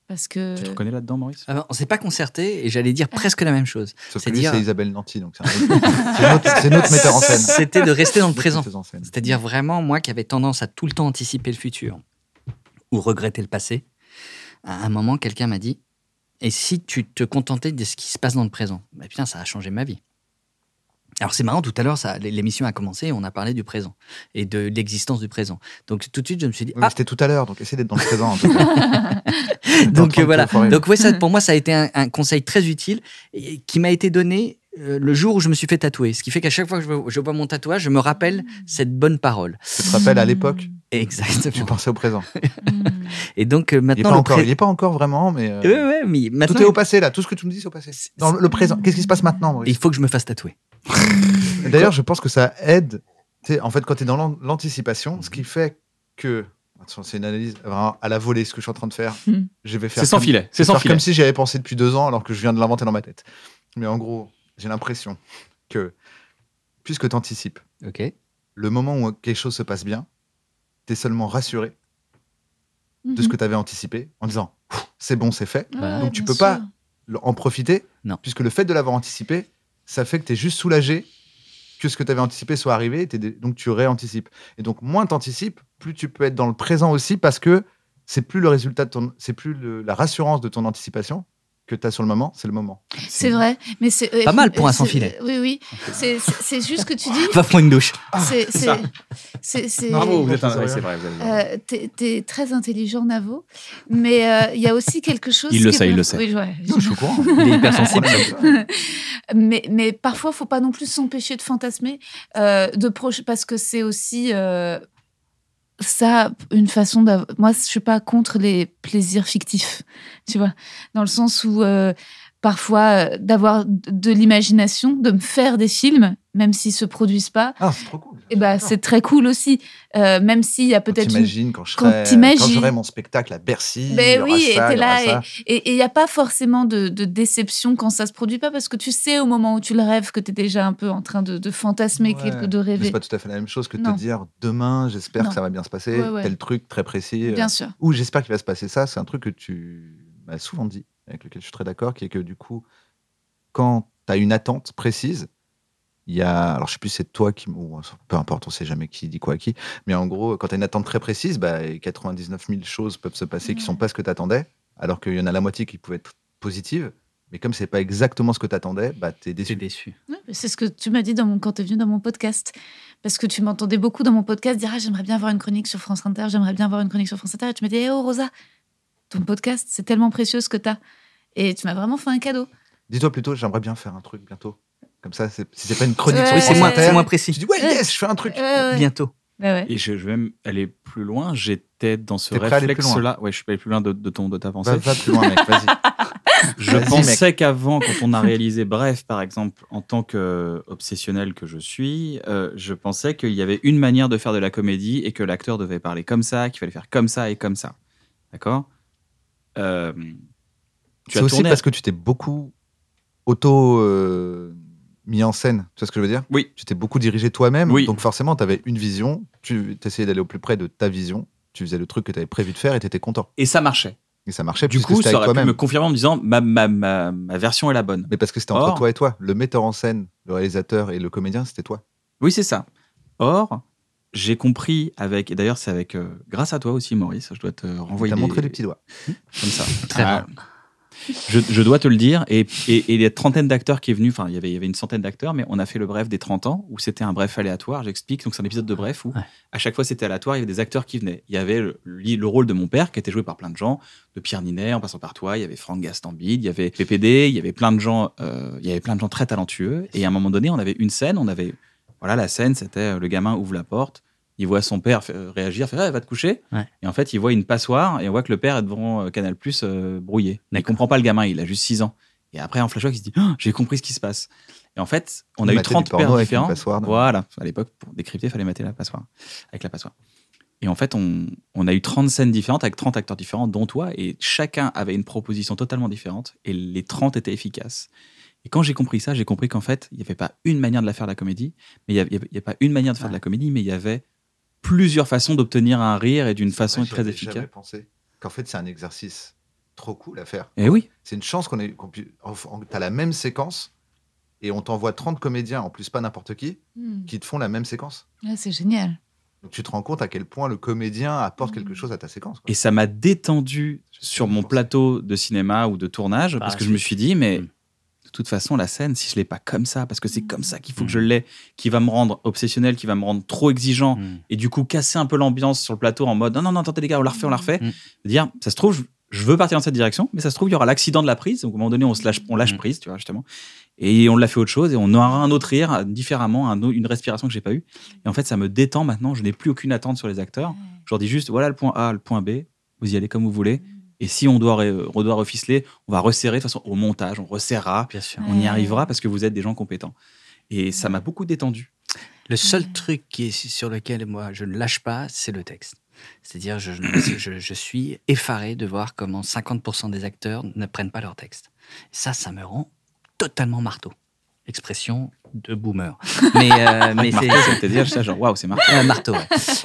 Speaker 5: Parce que.
Speaker 2: Tu te reconnais là-dedans, Maurice
Speaker 4: Ah, on s'est pas concerté et j'allais dire presque la même chose.
Speaker 3: Sauf que
Speaker 4: C'est
Speaker 3: lui,
Speaker 4: dire-
Speaker 3: c'est Isabelle Nanty, donc c'est un autre- c'est notre, c'est notre Ah, metteur en scène.
Speaker 4: C'était de rester dans le présent.
Speaker 3: Metteuse en scène.
Speaker 4: C'est-à-dire vraiment, moi qui avais tendance à tout le temps anticiper le futur ou regretter le passé, à un moment, quelqu'un m'a dit Et si tu te contentais de ce qui se passe dans le présent Bah putain, ça a changé ma vie. Alors c'est marrant, tout à l'heure, ça- l'émission a commencé et on a parlé du présent et de l'existence du présent. Donc tout de suite, je me suis dit
Speaker 3: Oui, mais
Speaker 4: Ah,
Speaker 3: C'était tout à l'heure, donc essaie d'être dans le présent. en tout cas.
Speaker 4: donc
Speaker 3: T'es en train de
Speaker 4: euh, voilà.
Speaker 3: te foirer.
Speaker 5: Mm.
Speaker 4: Donc ouais, ça, pour moi, ça a été un, un conseil très utile et qui m'a été donné euh, le jour où je me suis fait tatouer. Ce qui fait qu'à chaque fois que je vois, je vois mon tatouage, je me
Speaker 5: Mm.
Speaker 4: rappelle cette bonne parole.
Speaker 3: Tu te rappelles à l'époque Tu
Speaker 4: Exactement.
Speaker 3: pensais au présent.
Speaker 5: Mmh.
Speaker 4: Et donc euh,
Speaker 3: Il n'est
Speaker 4: maintenant.
Speaker 3: pas,
Speaker 4: le
Speaker 3: encore-
Speaker 4: pré-
Speaker 3: il est pas encore vraiment, mais euh,
Speaker 4: Ouais, ouais, mais maintenant,
Speaker 3: tout est au passé là. Tout ce que tu me dis, c'est au passé.
Speaker 4: C'est-
Speaker 3: Dans le présent. Qu'est-ce qui se passe maintenant Maurice
Speaker 4: il faut que je me fasse tatouer.
Speaker 3: D'ailleurs, je pense que ça aide. Tu sais, en fait, quand tu es dans l'an- l'anticipation,
Speaker 2: Mhm.
Speaker 3: ce qui fait que. Attention, c'est une analyse vraiment à la volée, ce que je suis en train de faire.
Speaker 5: Mhm.
Speaker 3: Je vais faire.
Speaker 2: C'est sans
Speaker 3: comme-
Speaker 2: filet. C'est
Speaker 3: je vais
Speaker 2: sans
Speaker 3: faire
Speaker 2: filet.
Speaker 3: comme si j'y avais pensé depuis deux ans, alors que je viens de l'inventer dans ma tête. Mais en gros, j'ai l'impression que, puisque tu anticipes,
Speaker 4: Ok.
Speaker 3: le moment où quelque chose se passe bien, tu es seulement rassuré de
Speaker 5: Mhm.
Speaker 3: ce que tu avais anticipé en disant Pff, c'est bon, c'est fait.
Speaker 4: Voilà.
Speaker 5: Hmm. Ouais,
Speaker 3: Donc, tu
Speaker 5: bien
Speaker 3: peux
Speaker 5: sûr.
Speaker 3: pas l- en profiter,
Speaker 4: Non.
Speaker 3: puisque le fait de l'avoir anticipé, ça fait que tu es juste soulagé que ce que tu avais anticipé soit arrivé, et t'es dé- donc tu réanticipes. Et donc moins tu anticipes, plus tu peux être dans le présent aussi, parce que c'est plus le résultat de ton, c'est plus le- la rassurance de ton anticipation que tu as sur le moment, c'est le moment.
Speaker 5: C'est vrai, mais c'est euh,
Speaker 4: Pas mal pour un sans
Speaker 5: c'est-
Speaker 4: filet.
Speaker 5: Oui, oui, c'est c'est- c'est juste ce que tu dis.
Speaker 4: Va prendre une douche.
Speaker 5: C'est
Speaker 2: c'est ça.
Speaker 5: c'est- c'est-
Speaker 3: Bravo, vous êtes un-
Speaker 2: oui,
Speaker 3: c'est
Speaker 2: vrai. vous avez raison.
Speaker 5: Euh, t'es, t'es très intelligent, Navo, mais euh, il y a aussi quelque chose.
Speaker 2: Il le
Speaker 5: qui est
Speaker 2: sait, il
Speaker 5: pas-
Speaker 2: le sait.
Speaker 5: Oui, ouais.
Speaker 3: Non, je suis au courant.
Speaker 4: Il est hypersensible.
Speaker 5: mais, mais parfois, faut pas non plus s'empêcher de fantasmer, euh, de proche, parce que c'est aussi euh, ça une façon d'avoir. Moi, je suis pas contre les plaisirs fictifs, tu vois, dans le sens où euh, parfois euh, d'avoir de- de l'imagination, de me faire des films, même s'ils se produisent pas,
Speaker 3: Ah, c'est trop cool.
Speaker 5: et ben c'est très cool aussi, Euh, même s'il y a
Speaker 3: Quand
Speaker 5: peut-être une
Speaker 3: t'imagines quand je
Speaker 5: quand
Speaker 3: serai- quand
Speaker 5: t'imagines-
Speaker 3: j'aurai mon spectacle à Bercy.
Speaker 5: Ben
Speaker 3: il y aura
Speaker 5: oui, et
Speaker 3: ça,
Speaker 5: t'es
Speaker 3: il y aura
Speaker 5: là
Speaker 3: ça.
Speaker 5: Et il n'y a pas forcément de, de déception quand ça se produit pas, parce que tu sais au moment où tu le rêves que tu es déjà un peu en train de, de fantasmer,
Speaker 3: Ouais.
Speaker 5: quelque, de
Speaker 3: Mais
Speaker 5: rêver.
Speaker 3: C'est pas tout à fait la même chose que de
Speaker 5: Non.
Speaker 3: te dire demain, j'espère
Speaker 5: Non.
Speaker 3: que ça va bien se passer,
Speaker 5: Ouais, ouais.
Speaker 3: tel truc très précis. euh,
Speaker 5: Bien sûr.
Speaker 3: ou j'espère qu'il va se passer ça, c'est un truc que tu m'as souvent dit, avec lequel je suis très d'accord, qui est que du coup, quand tu as une attente précise, il y a. Alors, je sais plus, c'est toi qui. Ou, peu importe, on sait jamais qui dit quoi à qui. Mais en gros, quand tu as une attente très précise, bah, 99 000 choses peuvent se passer qui
Speaker 5: Ouais.
Speaker 3: sont pas ce que tu attendais, alors qu'il y en a la moitié qui pouvaient être positives. Mais comme c'est pas exactement ce que tu attendais, bah, tu es
Speaker 4: T'es
Speaker 3: déçu.
Speaker 4: déçu.
Speaker 5: Ouais, mais C'est ce que tu m'as dit dans mon, quand tu es venu dans mon podcast. Parce que tu m'entendais beaucoup dans mon podcast dire ah, J'aimerais bien voir une chronique sur France Inter, j'aimerais bien voir une chronique sur France Inter. Et tu m'as dit Eh Oh Rosa, ton podcast, c'est tellement précieux ce que tu as. Et tu m'as vraiment fait un cadeau.
Speaker 3: Dis-toi plutôt, j'aimerais bien faire un truc bientôt. Comme ça, c'est- si c'est pas une chronique
Speaker 5: Ouais. Euh,
Speaker 3: sur
Speaker 4: Oui, c'est
Speaker 3: France
Speaker 4: moins,
Speaker 3: Inter,
Speaker 4: c'est moins
Speaker 3: Tu
Speaker 4: précis.
Speaker 3: dis, ouais,
Speaker 5: Ouais.
Speaker 3: yes, je fais un truc.
Speaker 5: Ouais, ouais.
Speaker 4: Bientôt.
Speaker 5: Bah ouais.
Speaker 2: Et je, je vais même aller plus loin. J'étais dans ce
Speaker 3: T'es prêt à aller plus
Speaker 2: réflexe-là. Ouais, je suis pas allé plus loin Bah, de, de ton, de ta pensée.
Speaker 3: Va, va plus loin, mec, vas-y.
Speaker 2: Je
Speaker 3: Vas-y,
Speaker 2: pensais qu'avant, quand on a réalisé Bref, par exemple, en tant qu'obsessionnel que je suis, euh, je pensais qu'il y avait une manière de faire de la comédie et que l'acteur devait parler comme ça, qu'il fallait faire comme ça et comme ça. D'accord Euh, Tu
Speaker 3: C'est
Speaker 2: as
Speaker 3: aussi
Speaker 2: tourné.
Speaker 3: parce que tu t'es beaucoup auto euh, mis en scène. Tu vois ce que je veux dire
Speaker 2: Oui.
Speaker 3: Tu t'es beaucoup dirigé toi-même.
Speaker 2: Oui.
Speaker 3: Donc forcément, tu avais une vision. Tu essayais d'aller au plus près de ta vision. Tu faisais le truc que tu avais prévu de faire et tu étais content.
Speaker 2: Et ça marchait.
Speaker 3: Et ça marchait
Speaker 2: Du
Speaker 3: puisque
Speaker 2: coup,
Speaker 3: c'était
Speaker 2: ça
Speaker 3: avec
Speaker 2: aurait pu
Speaker 3: toi-même.
Speaker 2: me confirmer en me disant ma, ma, ma, ma version est la bonne.
Speaker 3: Mais parce que c'était entre
Speaker 2: Or-
Speaker 3: toi et toi. Le metteur en scène, le réalisateur et le comédien, c'était toi.
Speaker 2: Oui, c'est ça. Or, j'ai compris avec, et d'ailleurs, c'est avec, euh, grâce à toi aussi, Maurice, je dois te renvoyer.
Speaker 3: T'as
Speaker 2: des-
Speaker 3: montré les petits doigts.
Speaker 2: comme ça.
Speaker 4: Très
Speaker 2: Ah.
Speaker 4: rare.
Speaker 2: Je, je dois te le dire. Et, et, et les trentaines d'acteurs qui est venu, enfin, il y avait- il y avait une centaine d'acteurs, mais on a fait le bref des 30 ans où c'était un bref aléatoire. J'explique. Donc, c'est un épisode de bref où
Speaker 4: Ouais.
Speaker 2: à chaque fois c'était aléatoire. Il y avait des acteurs qui venaient. Il y avait le, le rôle de mon père qui était joué par plein de gens, de Pierre Ninet en passant par toi. Il y avait Franck Gastambide, il y avait PPD, il y avait plein de gens, euh, il y avait plein de gens très talentueux. Et à un moment donné, on avait une scène, on avait, voilà, la scène, c'était euh, le gamin ouvre la porte. Il voit son père fa- réagir, faire va te coucher.
Speaker 4: Ouais.
Speaker 2: Et en fait, il voit une passoire et on voit que le père est devant euh, Canal Plus brouillé. Il
Speaker 4: D'accord.
Speaker 2: comprend pas le gamin, il a juste 6 ans. Et après, en flashback, il se dit Oh, J'ai compris ce qui se passe. Et en fait, on a
Speaker 3: Il
Speaker 2: eu
Speaker 3: matait du
Speaker 2: 30
Speaker 3: porno
Speaker 2: pères
Speaker 3: avec une
Speaker 2: différents.
Speaker 3: passoire, non
Speaker 2: Voilà, à l'époque, pour décrypter, il fallait mater la passoire. Avec la passoire. Et en fait, on, on a eu 30 scènes différentes avec 30 acteurs différents, dont toi, et chacun avait une proposition totalement différente, et les 30 étaient efficaces. Et quand j'ai compris ça, j'ai compris qu'en fait, il n'y avait pas une manière de la faire de la comédie, mais il n'y avait, il y avait pas une manière de faire de la comédie, mais il y avait plusieurs façons d'obtenir un rire et d'une façon
Speaker 3: Ouais, j'y
Speaker 2: très
Speaker 3: avais
Speaker 2: efficace.
Speaker 3: jamais pensé qu'en fait, c'est un exercice trop cool à faire.
Speaker 2: Et Eh oui,
Speaker 3: C'est une chance qu'on ait. qu'on pu- enfin, T'as la même séquence et on t'envoie 30 comédiens, en plus pas n'importe qui,
Speaker 5: Hmm.
Speaker 3: qui te font la même séquence.
Speaker 5: Ah, c'est génial.
Speaker 3: Donc tu te rends compte à quel point le comédien apporte
Speaker 5: Mhm.
Speaker 4: Mmh.
Speaker 3: quelque chose à ta séquence. quoi.
Speaker 2: et ça m'a détendu
Speaker 3: Je
Speaker 2: sur
Speaker 3: sais
Speaker 2: mon
Speaker 3: pas.
Speaker 2: plateau de cinéma ou de tournage parce
Speaker 4: la
Speaker 2: que je me
Speaker 4: suite.
Speaker 2: suis dit mais
Speaker 4: Mm.
Speaker 2: de toute façon la scène si je l'ai pas comme ça parce que c'est
Speaker 5: Mm.
Speaker 2: comme ça qu'il faut
Speaker 4: Mm.
Speaker 2: que je l'ai qui va me rendre obsessionnel qui va me rendre trop exigeant
Speaker 4: Mm.
Speaker 2: et du coup casser un peu l'ambiance sur le plateau en mode non non non attendez les gars on la refait on la refait
Speaker 4: Mm.
Speaker 2: dire ça se trouve je, je veux partir dans cette direction, mais ça se trouve, il y aura l'accident de la prise. Donc, à un moment donné, on, se lâche, on lâche
Speaker 4: Mhm.
Speaker 2: prise, tu vois, justement. Et on l'a fait autre chose, et on aura un autre rire euh, différemment, un au- une respiration que j'ai pas eue. Et en fait, ça me détend maintenant. Je n'ai plus aucune attente sur les acteurs. Je leur dis juste, voilà le point A, le point B. Vous y allez comme vous
Speaker 4: Mm.
Speaker 2: voulez. Et si on doit, re- on doit reficeler, on va resserrer. De toute façon, au montage, on resserrera.
Speaker 4: Bien sûr.
Speaker 2: On y
Speaker 5: Ouais.
Speaker 2: arrivera parce que vous êtes des gens compétents. Et ça m'a beaucoup détendu.
Speaker 4: Le seul
Speaker 5: Ouais.
Speaker 4: truc qui est, sur lequel moi je ne lâche pas, c'est le texte. C'est-à-dire, je, je, je- je suis effaré de voir comment 50% des acteurs ne prennent pas leur texte. Ça, ça me rend totalement marteau. Expression de boomer. Mais, euh, mais c'est-
Speaker 2: Marteau, C'est-à-dire, j'étais genre, waouh, c'est marteau.
Speaker 4: Euh, marteau. ouais.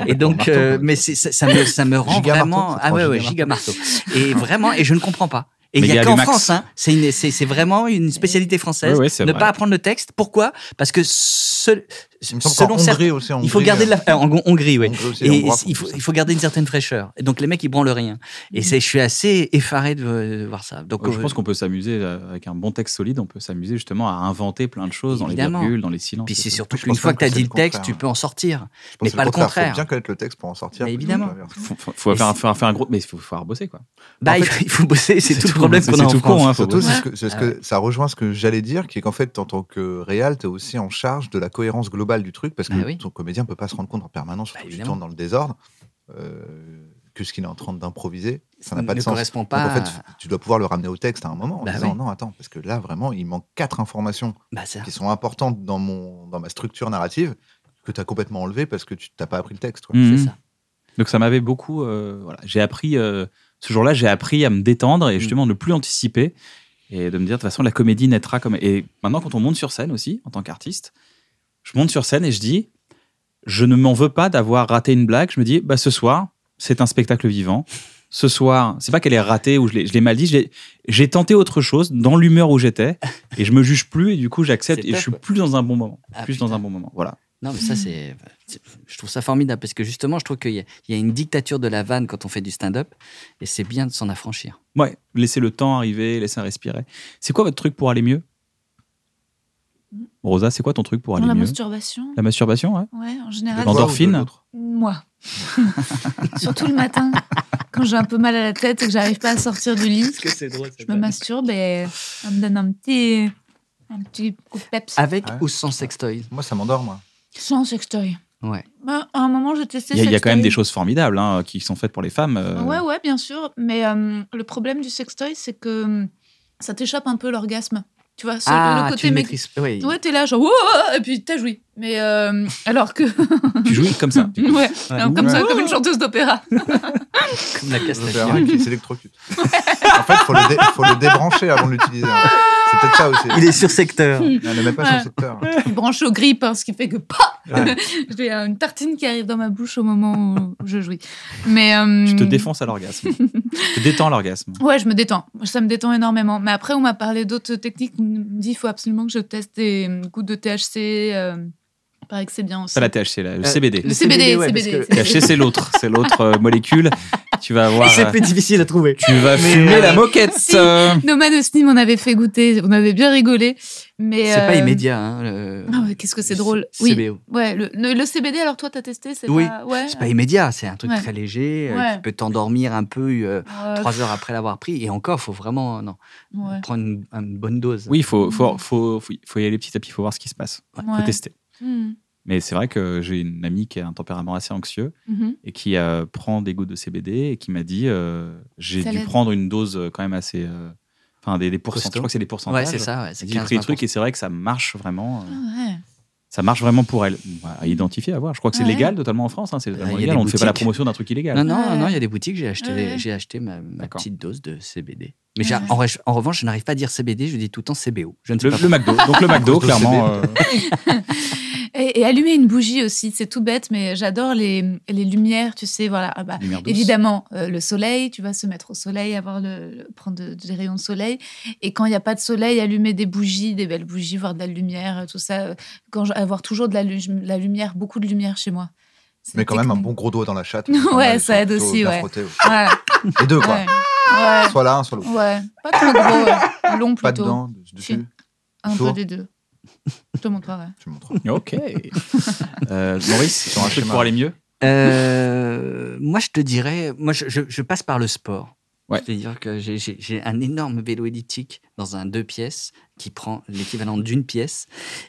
Speaker 4: Et donc,
Speaker 3: marteau,
Speaker 4: euh,
Speaker 3: ouais.
Speaker 4: mais c'est- ça, ça me, ça me rend
Speaker 3: Giga marteau,
Speaker 4: vraiment.
Speaker 3: ça te
Speaker 4: ah
Speaker 3: rend
Speaker 4: ouais, ouais,
Speaker 3: giga
Speaker 4: giga marteau. Et vraiment, et je ne comprends pas. Et il
Speaker 2: Mais
Speaker 4: n'y
Speaker 2: il y
Speaker 4: a
Speaker 2: a
Speaker 4: qu'en
Speaker 2: du max.
Speaker 4: France, hein. c'est une- c'est c'est vraiment une spécialité française.
Speaker 2: Ouais, ouais, c'est
Speaker 4: ne
Speaker 2: vrai.
Speaker 4: pas apprendre le texte. Pourquoi Parce que ce-
Speaker 3: Il me semble qu'en
Speaker 4: selon certains.
Speaker 3: Hongrie aussi, en
Speaker 4: Il faut
Speaker 3: Hongrie,
Speaker 4: garder de la. euh, En en Hongrie, oui.
Speaker 3: Hongrie Mm. aussi,
Speaker 4: Et
Speaker 3: Hongrois,
Speaker 4: il
Speaker 3: font
Speaker 4: faut,
Speaker 3: ça.
Speaker 4: il faut garder une certaine fraîcheur. Et donc les mecs, ils branlent rien. Et c'est, je suis assez effaré de, de voir ça. Donc,
Speaker 2: je
Speaker 4: euh,
Speaker 2: pense qu'on peut s'amuser euh, avec un bon texte solide, on peut s'amuser justement à inventer plein de choses dans
Speaker 4: Évidemment.
Speaker 2: les virgules, dans les silences.
Speaker 4: Puis
Speaker 2: et
Speaker 4: c'est
Speaker 2: tout.
Speaker 4: surtout
Speaker 3: Je
Speaker 4: qu'une
Speaker 3: pense
Speaker 4: fois
Speaker 3: même
Speaker 4: que tu as
Speaker 3: que c'est
Speaker 4: dit le
Speaker 3: le
Speaker 4: texte,
Speaker 3: contraire.
Speaker 4: tu peux en sortir.
Speaker 3: Je pense
Speaker 4: mais
Speaker 3: que
Speaker 4: pas le
Speaker 3: Il
Speaker 4: contraire.
Speaker 3: faut bien connaître le texte pour en sortir. Mmh.
Speaker 4: Mais
Speaker 3: plutôt que
Speaker 4: évidemment.
Speaker 3: l'inverse.
Speaker 2: Faut, faut- faut
Speaker 4: Et
Speaker 2: faire, un-
Speaker 4: c'est-
Speaker 2: faire, faire un gros, mais il faut, faut savoir bosser quoi.
Speaker 4: Bah,
Speaker 3: fait,
Speaker 4: il faut- il faut bosser, c'est, tout le problème
Speaker 2: C'est
Speaker 4: qu'on a en
Speaker 2: tout con,
Speaker 4: France.
Speaker 2: hein, faut
Speaker 3: Surtout,
Speaker 2: bosser.
Speaker 3: c'est ce que, c'est ce que- ça rejoint ce que j'allais dire, qui est qu'en fait, en tant que réal, tu es aussi en charge de la cohérence globale du truc, parce que
Speaker 4: Bah oui.
Speaker 3: ton comédien peut pas se rendre compte en permanence,
Speaker 4: Bah,
Speaker 3: surtout tu
Speaker 4: évidemment.
Speaker 3: tournes dans le désordre, euh, que ce qu'il est en train d'improviser, ça n'a pas de
Speaker 4: ne
Speaker 3: sens.
Speaker 4: correspond
Speaker 3: Donc,
Speaker 4: pas.
Speaker 3: en fait, tu dois pouvoir le ramener au texte à un moment en
Speaker 4: Bah
Speaker 3: disant
Speaker 4: oui.
Speaker 3: non, attends, parce que là, vraiment, il manque quatre informations
Speaker 4: Bah, ça.
Speaker 3: qui sont importantes dans, mon, dans ma structure narrative que tu as complètement enlevées parce que tu t'as pas appris le texte. quoi.
Speaker 2: Mhm.
Speaker 4: C'est ça.
Speaker 2: Donc ça m'avait beaucoup. euh, voilà, j'ai appris euh, ce jour-là, j'ai appris à me détendre
Speaker 4: Mm.
Speaker 2: et justement ne plus anticiper et de me dire de toute façon la comédie naîtra comme. Et maintenant, quand on monte sur scène aussi en tant qu'artiste, je monte sur scène et je dis, je ne m'en veux pas d'avoir raté une blague. Je me dis, bah ce soir, c'est un spectacle vivant. Ce soir, c'est pas qu'elle est ratée ou je l'ai je l'ai mal dit. je l'ai- J'ai tenté autre chose dans l'humeur où j'étais et je me juge plus et du coup j'accepte
Speaker 4: C'est
Speaker 2: et je
Speaker 4: top.
Speaker 2: suis plus dans un bon moment.
Speaker 4: Ah,
Speaker 2: plus dans
Speaker 4: putain.
Speaker 2: un bon moment. Voilà.
Speaker 4: Non,
Speaker 3: Mm.
Speaker 4: mais ça, c'est. c'est- Je trouve ça formidable parce que justement, je trouve qu'il y, a- il y a une dictature de la vanne quand on fait du stand-up et c'est bien de s'en affranchir.
Speaker 2: Ouais, laissez le temps arriver, laissez respirer. C'est quoi votre truc pour aller mieux Rosa, c'est quoi ton truc pour aller
Speaker 5: Hmm. la
Speaker 2: mieux
Speaker 5: masturbation, Ah,
Speaker 2: La masturbation, ouais.
Speaker 5: ouais, en
Speaker 3: De
Speaker 5: général.
Speaker 3: toi ou de
Speaker 2: L'endorphine
Speaker 3: l'autre.
Speaker 5: Moi. Surtout le matin, quand j'ai un peu mal à la tête et que j'arrive pas à sortir du lit, je me masturbe et ça me donne un petit, un petit coup de peps.
Speaker 2: Ah.
Speaker 4: Avec
Speaker 3: Ouais.
Speaker 4: ou sans sextoy
Speaker 3: Moi, ça m'endort, moi.
Speaker 5: Sans sextoy.
Speaker 4: Ouais.
Speaker 5: Bah, à un moment, j'ai testé
Speaker 2: Il y, a- il y a quand même des
Speaker 5: sextoy.
Speaker 2: choses formidables hein, qui sont faites pour les femmes. euh,
Speaker 5: Ah Ouais, ouais, bien sûr. Mais euh, le problème du sextoy, c'est que hum, ça t'échappe un peu l'orgasme. Tu vois, c'est
Speaker 4: Ah,
Speaker 5: le
Speaker 4: tu
Speaker 5: côté
Speaker 4: le
Speaker 5: mé-
Speaker 4: maîtrises. Oui.
Speaker 5: Ouais, t'es là, genre, Ouah et puis t'as joui. Mais euh, alors que.
Speaker 2: Tu joues comme ça. tu-
Speaker 5: ouais,
Speaker 4: Ouais.
Speaker 5: comme ça,
Speaker 3: Ouais.
Speaker 5: comme une chanteuse d'opéra.
Speaker 4: Comme la
Speaker 3: Je vais
Speaker 4: castafiore.
Speaker 3: faire un qui s'électrocute. en fait, faut le, dé- faut le débrancher avant de l'utiliser. hein. C'est peut-être ça aussi.
Speaker 4: Il est sur secteur.
Speaker 3: Non, ne mets pas
Speaker 5: Ouais.
Speaker 3: sur secteur.
Speaker 5: Branché au grip, hein, ce qui fait que pas
Speaker 4: Ah.
Speaker 3: Ouais.
Speaker 5: J'ai euh, une tartine qui arrive dans ma bouche au moment où je jouis. Mais. euh,
Speaker 2: Tu te défonces à l'orgasme. tu te détends à l'orgasme.
Speaker 5: Ouais, je me détends. Ça me détend énormément. Mais après, on m'a parlé d'autres techniques. On me dit il faut absolument que je teste des euh, gouttes de THC. euh, il paraît que c'est bien aussi.
Speaker 2: Ça, la THC, là, le
Speaker 4: Euh,
Speaker 2: CBD.
Speaker 5: Le CBD,
Speaker 4: ouais, parce
Speaker 5: CBD.
Speaker 4: que-
Speaker 2: THC, c'est l'autre. C'est l'autre euh, molécule. Tu vas avoir.
Speaker 4: C'est
Speaker 2: euh,
Speaker 4: plus difficile à trouver.
Speaker 2: tu vas
Speaker 4: Mais,
Speaker 2: fumer
Speaker 4: euh,
Speaker 2: la moquette.
Speaker 5: Si.
Speaker 2: euh.
Speaker 5: No Man of Slim, on avait fait goûter, on avait bien rigolé. mais
Speaker 4: C'est pas
Speaker 5: euh,
Speaker 4: immédiat. hein, le-
Speaker 5: Ah ouais, qu'est-ce que c'est drôle.
Speaker 4: C-
Speaker 5: Oui.
Speaker 4: CBO.
Speaker 5: Ouais, le, le- le CBD, alors toi, t'as testé c'est
Speaker 4: Oui,
Speaker 5: pas... Ouais,
Speaker 4: C'est pas immédiat, c'est un truc
Speaker 5: Ouais.
Speaker 4: très léger. euh,
Speaker 5: Ouais.
Speaker 4: Tu peux t'endormir un peu euh,
Speaker 5: euh,
Speaker 4: trois heures après l'avoir pris. Et encore, faut vraiment euh, non,
Speaker 5: ouais,
Speaker 4: prendre une, une bonne dose.
Speaker 2: Oui, il faut, faut, faut, faut, faut y aller petit à petit. Il faut voir ce qui se passe. faut
Speaker 5: ouais.
Speaker 2: tester.
Speaker 5: Hmm.
Speaker 2: Mais c'est vrai que j'ai une amie qui a un tempérament assez anxieux.
Speaker 5: Mhm.
Speaker 2: et qui euh, prend des gouttes de CBD et qui m'a dit euh, j'ai
Speaker 5: Ça
Speaker 2: dû
Speaker 5: l'aide.
Speaker 2: prendre une dose euh, quand même assez euh, enfin des, des pourcentages
Speaker 4: Costaud.
Speaker 2: je crois que c'est des
Speaker 4: Ouais,
Speaker 2: pourcentages
Speaker 4: c'est ça. ouais, c'est
Speaker 2: Elle dit, j'ai pris des
Speaker 4: 15-20%.
Speaker 2: trucs et c'est vrai que ça marche vraiment euh,
Speaker 5: Ah ouais.
Speaker 2: ça marche vraiment pour elle Bah, à identifier à voir je crois que c'est
Speaker 5: Ouais.
Speaker 2: légal totalement en France hein, c'est totalement
Speaker 4: Bah, il y a
Speaker 2: légal
Speaker 4: des
Speaker 2: on ne fait pas la
Speaker 4: boutiques.
Speaker 2: promotion d'un truc illégal
Speaker 4: Non, non,
Speaker 5: Ouais.
Speaker 4: non, il y a des boutiques, j'ai acheté,
Speaker 5: Ouais.
Speaker 4: j'ai acheté ma, ma
Speaker 2: D'accord.
Speaker 4: petite dose de CBD. Mais j'ai-
Speaker 5: Ouais.
Speaker 4: en, re- en revanche, je n'arrive pas à dire CBD, je dis tout le temps CBO. Je ne sais
Speaker 2: le,
Speaker 4: pas.
Speaker 2: le McDo donc le McDo
Speaker 3: Cause de
Speaker 2: clairement euh,
Speaker 5: Et, et allumer une bougie aussi, c'est tout bête, mais j'adore les, les lumières, tu sais, voilà. Ah bah,
Speaker 2: lumière douce.
Speaker 5: Évidemment, euh, le soleil, tu vas se mettre au soleil, avoir le, le- prendre de- des rayons de soleil. Et quand il n'y a pas de soleil, allumer des bougies, des belles bougies, voir de la lumière, euh, tout ça. euh, Quand je- avoir toujours de la, lu- la lumière, beaucoup de lumière chez moi. C'est
Speaker 3: Mais quand même un
Speaker 5: technique.
Speaker 3: bon gros doigt dans la chatte.
Speaker 5: Ouais,
Speaker 3: Pas mal,
Speaker 5: ça aide
Speaker 3: plutôt
Speaker 5: aussi,
Speaker 3: bien
Speaker 5: ouais.
Speaker 3: frotter.
Speaker 5: Ouais,
Speaker 3: Les deux, quoi.
Speaker 5: ouais, ouais,
Speaker 3: Soit là, un, soit l'autre.
Speaker 5: ouais. Pas trop gros, ouais. long plutôt.
Speaker 3: Pas dedans, dessus.
Speaker 5: Si. un peu
Speaker 3: autour.
Speaker 5: des deux. Je te montrerai.
Speaker 3: Tu montres.
Speaker 2: ok Euh, Maurice
Speaker 3: Sur un
Speaker 2: un truc
Speaker 3: schéma.
Speaker 2: pour aller mieux
Speaker 4: Euh, moi, je te dirais, moi, je, je- je passe par le sport.
Speaker 2: Ouais.
Speaker 4: C'est-à-dire que j'ai- j'ai j'ai un énorme vélo elliptique dans un deux pièces qui prend l'équivalent d'une pièce.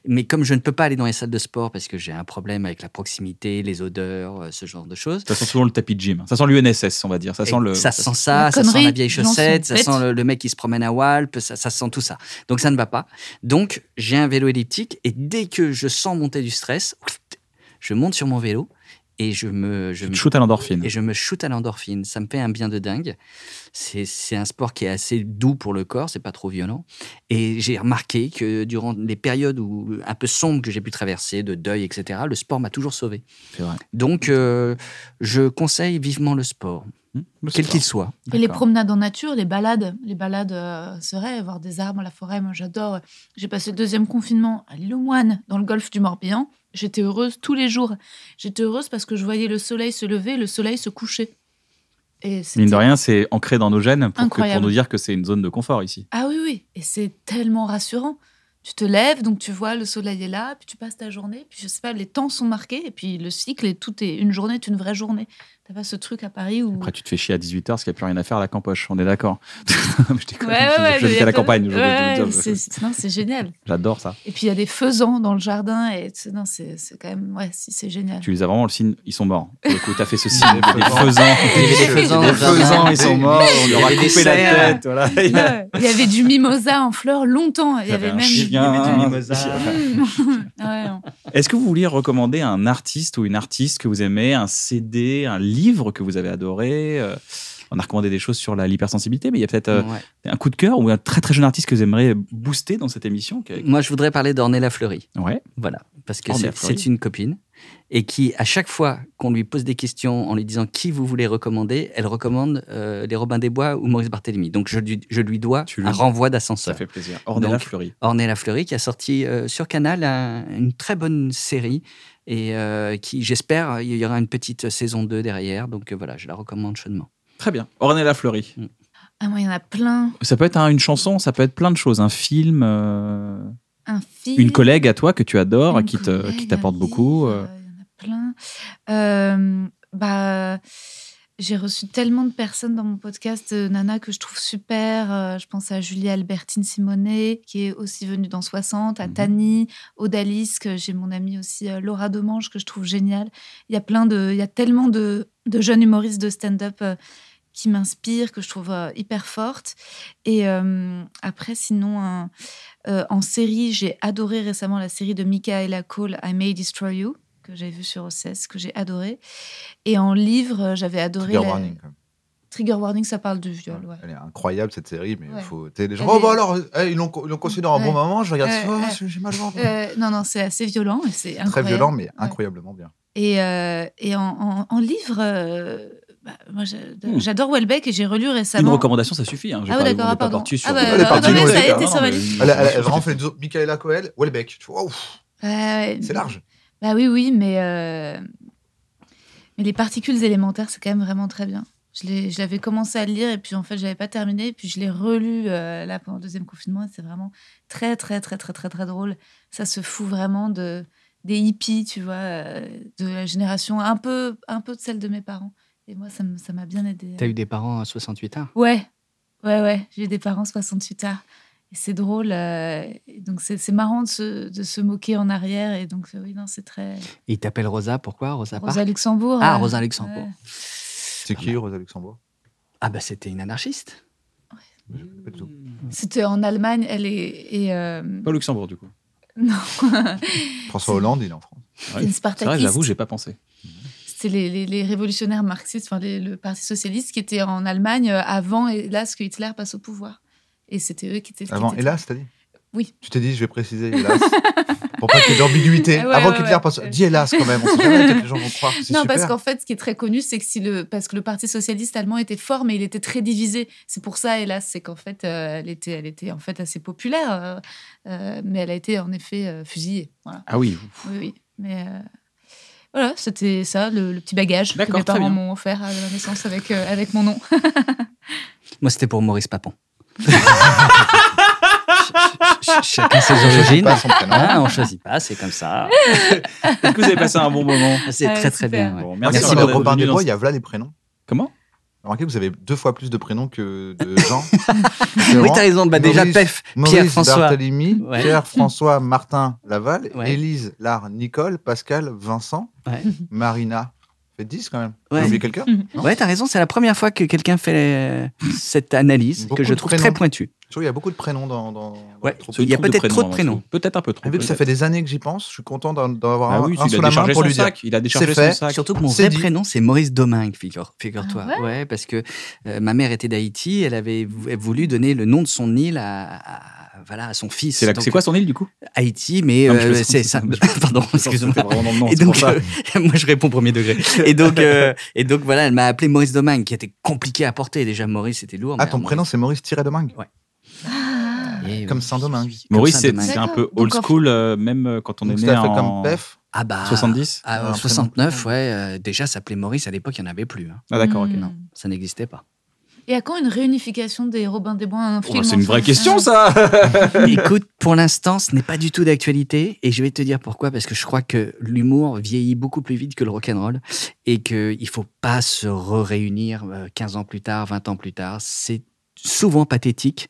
Speaker 4: Mais comme je ne peux pas aller dans les salles de sport parce que j'ai un problème avec la proximité, les odeurs, euh, ce genre de choses.
Speaker 2: Ça sent souvent le tapis de gym. Ça sent l'UNSS, on va dire. Ça sent
Speaker 4: Et
Speaker 2: le.
Speaker 4: ça sent ça,
Speaker 5: La
Speaker 4: ça sent la
Speaker 5: connerie,
Speaker 4: vieille
Speaker 5: j'en suis
Speaker 4: chaussette, ça
Speaker 5: bête.
Speaker 4: sent le, le mec qui se promène à Walp, ça, ça sent tout ça. Donc ça ne va pas. Donc j'ai un vélo elliptique et dès que je sens monter du stress, je monte sur mon vélo et je me, je
Speaker 2: Tu
Speaker 4: me
Speaker 2: te shootes à l'endorphine.
Speaker 4: et je me shoot à l'endorphine. Ça me fait un bien de dingue. C'est c'est un sport qui est assez doux pour le corps, c'est pas trop violent. Et j'ai remarqué que durant les périodes où, un peu sombres que j'ai pu traverser, de deuil, etc., le sport m'a toujours sauvé.
Speaker 2: C'est vrai.
Speaker 4: Donc, euh, je conseille vivement le sport,
Speaker 2: Hmm Mais c'est
Speaker 4: quel
Speaker 2: pas-
Speaker 4: qu'il soit.
Speaker 5: Et les
Speaker 2: D'accord.
Speaker 5: promenades en nature, les balades, les balades, euh, c'est vrai, voir des arbres, la forêt, moi j'adore. J'ai passé le deuxième confinement à l'île aux Moines, dans le golfe du Morbihan. J'étais heureuse tous les jours. J'étais heureuse parce que je voyais le soleil se lever, et le soleil se coucher. Et c'était-
Speaker 2: Mine de rien, c'est ancré dans nos gènes pour, que- pour
Speaker 5: Incroyable.
Speaker 2: nous dire que c'est une zone de confort ici.
Speaker 5: Ah oui, oui, et c'est tellement rassurant. Tu te lèves, donc tu vois le soleil est là, puis tu passes ta journée, puis je sais pas, les temps sont marqués, et puis le cycle et tout est une journée est une vraie journée. T'as pas ce truc à Paris où
Speaker 2: Après, tu te fais chier à 18h parce qu'il n'y a plus rien à faire à la campoche. On est d'accord. je déconne,
Speaker 5: Ouais,
Speaker 2: je-
Speaker 5: ouais, ouais,
Speaker 2: je vis
Speaker 5: y
Speaker 2: à la
Speaker 5: a pas-
Speaker 2: campagne. je- je-
Speaker 5: Ouais,
Speaker 2: je-
Speaker 5: ouais, c'est- c'est- non, c'est génial.
Speaker 2: J'adore ça.
Speaker 5: Et puis il y a des faisans dans le jardin et tu sais, non, c'est c'est quand même ouais, si c'est génial.
Speaker 2: Tu les as vraiment le signe, ils sont morts. Pour le coup, t'as fait ce signe,
Speaker 3: Des
Speaker 2: des faisans.
Speaker 4: les faisans,
Speaker 2: Des
Speaker 4: au jardin.
Speaker 2: faisans, ils sont morts. On
Speaker 4: Il y
Speaker 2: leur a
Speaker 4: avait des
Speaker 2: coupé la
Speaker 4: cerfs.
Speaker 2: tête. Voilà.
Speaker 5: Ouais, ouais. Il y avait du mimosa en fleurs longtemps. Il y avait
Speaker 2: un
Speaker 5: même. Ah
Speaker 2: chien.
Speaker 8: Il y avait du mimosa.
Speaker 5: Ouais, non.
Speaker 2: Est-ce que vous vouliez recommander un artiste ou une artiste que vous aimez, un CD, un livre que vous avez adoré euh, On a recommandé des choses sur la- l'hypersensibilité, mais il y a peut-être euh,
Speaker 4: Ouais.
Speaker 5: Mm.
Speaker 2: un coup de cœur ou un très très jeune artiste que vous aimeriez booster dans cette émission. qui-
Speaker 4: Moi, je voudrais parler d'Ornella Fleury.
Speaker 5: Mm.
Speaker 2: Ouais.
Speaker 4: Voilà, parce que
Speaker 2: Ornella
Speaker 4: c'est-
Speaker 2: Fleury.
Speaker 4: c'est une copine et qui, à chaque fois qu'on lui pose des questions en lui disant qui vous voulez recommander, elle recommande euh, les Robins des Bois ou Maurice Barthélemy. Donc, je lui, je lui dois
Speaker 2: Tu
Speaker 4: un
Speaker 2: le-
Speaker 4: renvoi
Speaker 2: Ça
Speaker 4: d'ascenseur.
Speaker 2: fait plaisir. Ornella
Speaker 4: Donc,
Speaker 2: Fleury.
Speaker 4: Ornella Fleury qui a sorti euh, sur Canal un- une très bonne série et euh, qui, j'espère, il y aura une petite saison 2 derrière. Donc euh, voilà, je la recommande chaudement.
Speaker 2: Très bien. Ornella Fleury.
Speaker 5: Ah, moi, il y en a plein.
Speaker 2: Ça peut être un- une chanson, ça peut être plein de choses. Un film, euh,
Speaker 5: Un film.
Speaker 2: une collègue à toi que tu adores,
Speaker 5: une
Speaker 2: qui te-
Speaker 5: collègue,
Speaker 2: qui t'apporte
Speaker 5: un
Speaker 2: beaucoup.
Speaker 5: livre,
Speaker 2: euh,
Speaker 5: Il y en a plein. Euh, bah, j'ai reçu tellement de personnes dans mon podcast euh, Nana que je trouve super. Euh, je pense à Julie Albertine Simonet, qui est aussi venue dans 60, à
Speaker 2: Mhm.
Speaker 5: Tani, Odalis, que j'ai mon amie aussi euh, Laura Domange, que je trouve géniale. Il y a plein de, il y a tellement de, de jeunes humoristes de stand-up euh, qui m'inspirent, que je trouve euh, hyper fortes. Et euh, après, sinon, un- euh, en série, j'ai adoré récemment la série de Michaela Cole, I May Destroy You, que j'ai vue sur OCS, que j'ai adoré. Et en livre, euh, j'avais adoré.
Speaker 3: Trigger
Speaker 5: la-
Speaker 3: warning. quand même.
Speaker 5: Trigger Warning, ça parle du viol. ouais.
Speaker 3: Elle est incroyable cette série, mais
Speaker 5: Ouais.
Speaker 3: faut. t'sais, les gens,
Speaker 5: Elle
Speaker 3: oh
Speaker 5: est-
Speaker 3: bah alors, euh, eh, ils l'ont co- ils l'ont conçu dans un bon
Speaker 5: Ouais.
Speaker 3: moment. Je regarde,
Speaker 5: Ouais,
Speaker 3: oh,
Speaker 5: ouais.
Speaker 3: j'ai mal au ventre.
Speaker 5: Euh, non, non, c'est assez violent. et C'est
Speaker 3: Très
Speaker 5: incroyable.
Speaker 3: violent, mais
Speaker 5: Ouais.
Speaker 3: incroyablement bien.
Speaker 5: Et, euh, et en, en- en livre, euh, bah, moi, j'a-
Speaker 2: Hmm.
Speaker 5: j'adore Welbeck et j'ai relu
Speaker 2: Une
Speaker 5: récemment.
Speaker 2: recommandation, ça suffit. Hein. Je vais
Speaker 5: Ah ouais,
Speaker 2: pas- on
Speaker 5: d'accord,
Speaker 2: n'est
Speaker 5: ah,
Speaker 2: pas
Speaker 5: pardon.
Speaker 2: parti sur.
Speaker 5: Ah bah,
Speaker 3: Elle est partie non, mais ça a
Speaker 2: D'accord,
Speaker 5: été sur ma
Speaker 2: mais-
Speaker 5: liste.
Speaker 3: Elle, a- elle a vraiment fait les autres. Michaela Coel, Welbeck, tu vois, ouf,
Speaker 5: Ouais, ouais.
Speaker 3: c'est large.
Speaker 5: Bah oui, oui, mais, euh, mais les particules élémentaires, c'est quand même vraiment très bien. Je l'ai- je l'avais commencé à le lire et puis en fait, je l'avais pas terminé. Et puis je l'ai relu euh, là pendant le deuxième confinement et c'est vraiment très, très, très, très, très, très drôle. Ça se fout vraiment de, des hippies, tu vois, euh, de la génération, un peu, un peu de celle de mes parents. Et moi, ça me- ça m'a bien aidé.
Speaker 4: T'as eu des parents à 68 ans
Speaker 5: Ouais, ouais, ouais. J'ai eu des parents 68 ans. Et c'est drôle. euh, et donc, c'est c'est marrant de se, de se moquer en arrière. Et donc, euh, oui, non, c'est très.
Speaker 4: Et ils t'appellent Rosa, pourquoi Rosa,
Speaker 5: Rosa
Speaker 4: Parks
Speaker 5: Luxembourg.
Speaker 4: Ah,
Speaker 5: euh,
Speaker 4: Rosa Luxembourg.
Speaker 5: ouais.
Speaker 3: C'est qui, Rosa Luxembourg
Speaker 4: Ah bah c'était une anarchiste.
Speaker 3: Je connais pas du tout.
Speaker 5: C'était en Allemagne. Elle est. Et, euh,
Speaker 2: Pas au Luxembourg, du coup.
Speaker 5: Non,
Speaker 3: François Hollande, il est en France.
Speaker 2: Ouais.
Speaker 5: c'est une
Speaker 2: C'est vrai, j'avoue, j'ai
Speaker 5: Spartakiste.
Speaker 2: pas pensé.
Speaker 5: C'était les, les- les révolutionnaires marxistes, enfin, les- le Parti socialiste qui était en Allemagne euh, avant, hélas, que Hitler passe au pouvoir. Et c'était eux qui étaient. qui
Speaker 3: Avant,
Speaker 5: étaient-
Speaker 3: hélas, t'as dit
Speaker 5: Oui.
Speaker 3: Tu t'es dit, je vais préciser, hélas. pour pas qu'il y ait d'ambiguïté.
Speaker 5: Ah ouais,
Speaker 3: Avant
Speaker 5: ouais,
Speaker 3: qu'Hitler
Speaker 5: ouais.
Speaker 3: passe. Dis hélas quand même, on sait jamais, peut-être que les gens vont croire que c'est
Speaker 5: Non,
Speaker 3: super.
Speaker 5: parce qu'en fait, ce qui est très connu, c'est que si le parce que le Parti socialiste allemand était fort, mais il était très divisé. C'est pour ça, hélas, c'est qu'en fait, euh, elle était, elle était en fait assez populaire, euh, euh, mais elle a été en effet euh, fusillée. Voilà.
Speaker 2: Ah oui,
Speaker 5: Oui, oui. Mais euh, voilà, c'était ça le, le petit bagage que
Speaker 2: D'accord,
Speaker 5: mes
Speaker 2: très
Speaker 5: parents
Speaker 2: bien.
Speaker 5: m'ont offert à la naissance avec euh, avec mon nom.
Speaker 4: Moi c'était pour Maurice Papon. Ch- ch- ch- Chacun ses origines.
Speaker 3: Pas son prénom.
Speaker 4: Ah, on choisit pas, c'est comme ça.
Speaker 2: Est-ce que vous avez passé un bon moment
Speaker 4: C'est
Speaker 5: Ouais,
Speaker 4: très très
Speaker 5: super.
Speaker 4: bien. ouais.
Speaker 2: Bon,
Speaker 3: Merci,
Speaker 2: merci
Speaker 3: Robin
Speaker 2: encore
Speaker 3: des
Speaker 2: d'être venu
Speaker 3: Bois,
Speaker 2: dans
Speaker 3: il y a voilà les prénoms.
Speaker 2: Comment
Speaker 3: Remarquez, vous avez deux fois plus de prénoms que de gens. Différents.
Speaker 4: Oui, t'as raison. Bah, déjà,
Speaker 3: Maurice-
Speaker 4: Pef,
Speaker 3: Maurice
Speaker 4: Pierre-François.
Speaker 3: Barthélemy,
Speaker 4: Ouais.
Speaker 3: Pierre, François, Martin, Laval,
Speaker 4: Ouais.
Speaker 3: Élise, Lard, Nicole, Pascal, Vincent,
Speaker 4: Ouais.
Speaker 3: Marina. Fait 10 quand même.
Speaker 4: Ouais.
Speaker 3: J'ai oublié quelqu'un
Speaker 5: Mhm.
Speaker 3: Non.
Speaker 4: Ouais, t'as raison, c'est la première fois que quelqu'un fait euh, cette analyse
Speaker 3: Beaucoup
Speaker 4: que je
Speaker 3: de
Speaker 4: trouve
Speaker 3: prénoms.
Speaker 4: très pointue.
Speaker 3: Je trouve qu'il y a beaucoup de prénoms dans. dans, dans
Speaker 4: Ouais.
Speaker 3: le troupeau.
Speaker 4: Il y a
Speaker 2: Trouve
Speaker 4: peut-être trop de
Speaker 2: hein,
Speaker 4: prénoms.
Speaker 2: trouve. Peut-être un peu trop.
Speaker 3: Et Vu que ça fait des années que j'y pense, je suis content d'en d'en avoir
Speaker 2: Ah
Speaker 3: un,
Speaker 2: oui,
Speaker 3: un
Speaker 2: il
Speaker 3: sous
Speaker 2: a
Speaker 3: la main
Speaker 2: déchargé
Speaker 3: pour
Speaker 2: son
Speaker 3: lui dire.
Speaker 2: sac. Il a déchargé
Speaker 3: fait.
Speaker 2: son sac.
Speaker 4: Surtout que mon
Speaker 3: C'est
Speaker 4: vrai
Speaker 3: dit.
Speaker 4: prénom, c'est Maurice Domingue, figure- figure-toi.
Speaker 5: Ah
Speaker 4: ouais, parce que euh, ma mère était d'Haïti, elle avait vou- elle voulu donner le nom de son île à, à- voilà, à son fils.
Speaker 2: C'est la-
Speaker 4: Donc,
Speaker 2: c'est quoi son île du coup
Speaker 4: Haïti, mais
Speaker 2: Non, mais je
Speaker 4: euh,
Speaker 2: plaisante, c'est
Speaker 4: c'est ça.
Speaker 2: pas-
Speaker 4: Pardon, excuse-moi. Et donc, euh, moi, je réponds premier degré. Et donc, euh, et donc voilà, elle m'a appelé Maurice Domingue, qui était compliqué à porter. Déjà, Maurice, c'était lourd.
Speaker 3: Ah,
Speaker 4: mais
Speaker 3: ton
Speaker 4: alors,
Speaker 3: prénom, c'est Maurice Tiré Domingue.
Speaker 4: Maurice-
Speaker 3: Comme Saint-Domingue.
Speaker 4: Comme
Speaker 2: Maurice, c'est
Speaker 4: Saint-Domingue.
Speaker 2: c'est un peu
Speaker 5: D'accord.
Speaker 2: old
Speaker 5: Donc, en-
Speaker 2: school, euh, même euh, quand on
Speaker 3: Donc,
Speaker 2: est
Speaker 3: tu
Speaker 2: né
Speaker 3: l'as fait
Speaker 2: en
Speaker 3: comme Pef.
Speaker 4: Ah bah.
Speaker 2: 70.
Speaker 4: Ah,
Speaker 3: Un
Speaker 4: en
Speaker 3: prénom.
Speaker 4: 69, ouais. euh, déjà, s'appelait Maurice. À l'époque, il n'y en avait plus. hein.
Speaker 2: Ah d'accord, ok.
Speaker 5: Hmm.
Speaker 4: Non, ça n'existait pas.
Speaker 5: Et à quand une réunification des Robins des Bois un
Speaker 2: Oh,
Speaker 5: film
Speaker 2: bah, c'est
Speaker 5: en
Speaker 2: une vraie
Speaker 5: France hein
Speaker 2: question ça
Speaker 4: Écoute, pour l'instant, ce n'est pas du tout d'actualité. Et je vais te dire pourquoi. Parce que je crois que l'humour vieillit beaucoup plus vite que le rock'n'roll. Et qu'il ne faut pas se réunir 15 ans plus tard, 20 ans plus tard. C'est souvent pathétique.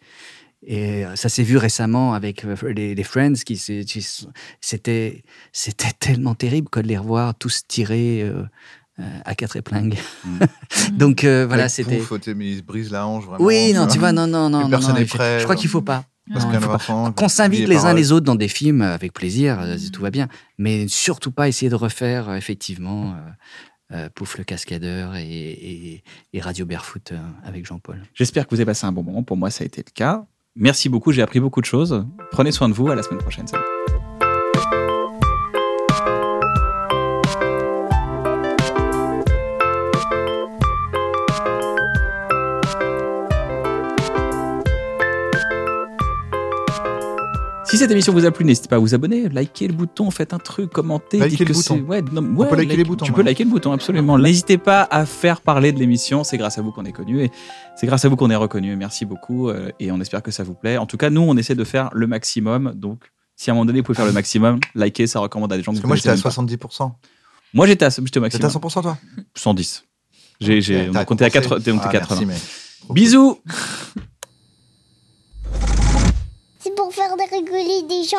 Speaker 4: Et euh, ça s'est vu récemment avec euh, les, les Friends qui se- qui se- c'était c'était tellement terrible que de les revoir tous tirés euh, euh, à quatre épingles.
Speaker 5: Mm.
Speaker 4: Donc euh, voilà,
Speaker 3: Mmh. Avec
Speaker 4: c'était.
Speaker 3: Pouf, t'es- mais il se brise la hanche vraiment.
Speaker 4: Oui, non, tu vois, non, non, non, non,
Speaker 3: personne euh.
Speaker 4: non,
Speaker 3: n'est
Speaker 4: je-
Speaker 3: prêt,
Speaker 4: Je crois
Speaker 3: genre.
Speaker 4: qu'il faut pas.
Speaker 3: Parce
Speaker 4: Non,
Speaker 3: qu'il y en
Speaker 4: faut
Speaker 3: aura sans-
Speaker 4: Qu'on s'invite
Speaker 3: oubliez
Speaker 4: les uns
Speaker 3: paroles.
Speaker 4: les autres dans des films euh, avec plaisir, euh, tout va bien. Mais surtout pas essayer de refaire euh, effectivement euh, euh, Pouf le cascadeur et, et- et Radio Barefoot euh, avec Jean-Paul.
Speaker 2: J'espère que vous avez passé un bon moment. Pour moi, ça a été le cas. Merci beaucoup, j'ai appris beaucoup de choses. Prenez soin de vous, à la semaine prochaine. Salut. Si cette émission vous a plu, n'hésitez pas à vous abonner, liker le bouton, faites un truc, commentez,
Speaker 3: Liker
Speaker 2: dites
Speaker 3: le
Speaker 2: que
Speaker 3: bouton.
Speaker 2: c'est- Ouais, non,
Speaker 3: peut liker
Speaker 2: like-
Speaker 3: les boutons,
Speaker 2: Tu peux
Speaker 3: maintenant.
Speaker 2: liker le bouton, absolument. N'hésitez pas à faire parler de l'émission, c'est grâce à vous qu'on est connu et c'est grâce à vous qu'on est reconnu. Merci beaucoup euh, et on espère que ça vous plaît. En tout cas, nous, on essaie de faire le maximum. Donc, si à un moment donné, vous pouvez faire le maximum, likez, ça recommande à des gens.
Speaker 3: Parce
Speaker 2: que
Speaker 3: que
Speaker 2: vous
Speaker 3: moi, j'étais à
Speaker 2: connaissez même
Speaker 3: 70%.
Speaker 2: pas. Moi, j'étais à, j'étais au
Speaker 3: T'étais à
Speaker 2: maximum
Speaker 3: 100%, toi
Speaker 2: 110. J'ai, j'ai, on
Speaker 3: T'as
Speaker 2: a compté à
Speaker 3: compensé.
Speaker 2: 4, on était
Speaker 3: Ah,
Speaker 2: 80.
Speaker 3: merci, mais- Trop
Speaker 2: Bisous
Speaker 6: C'est pour faire de rigoler des gens.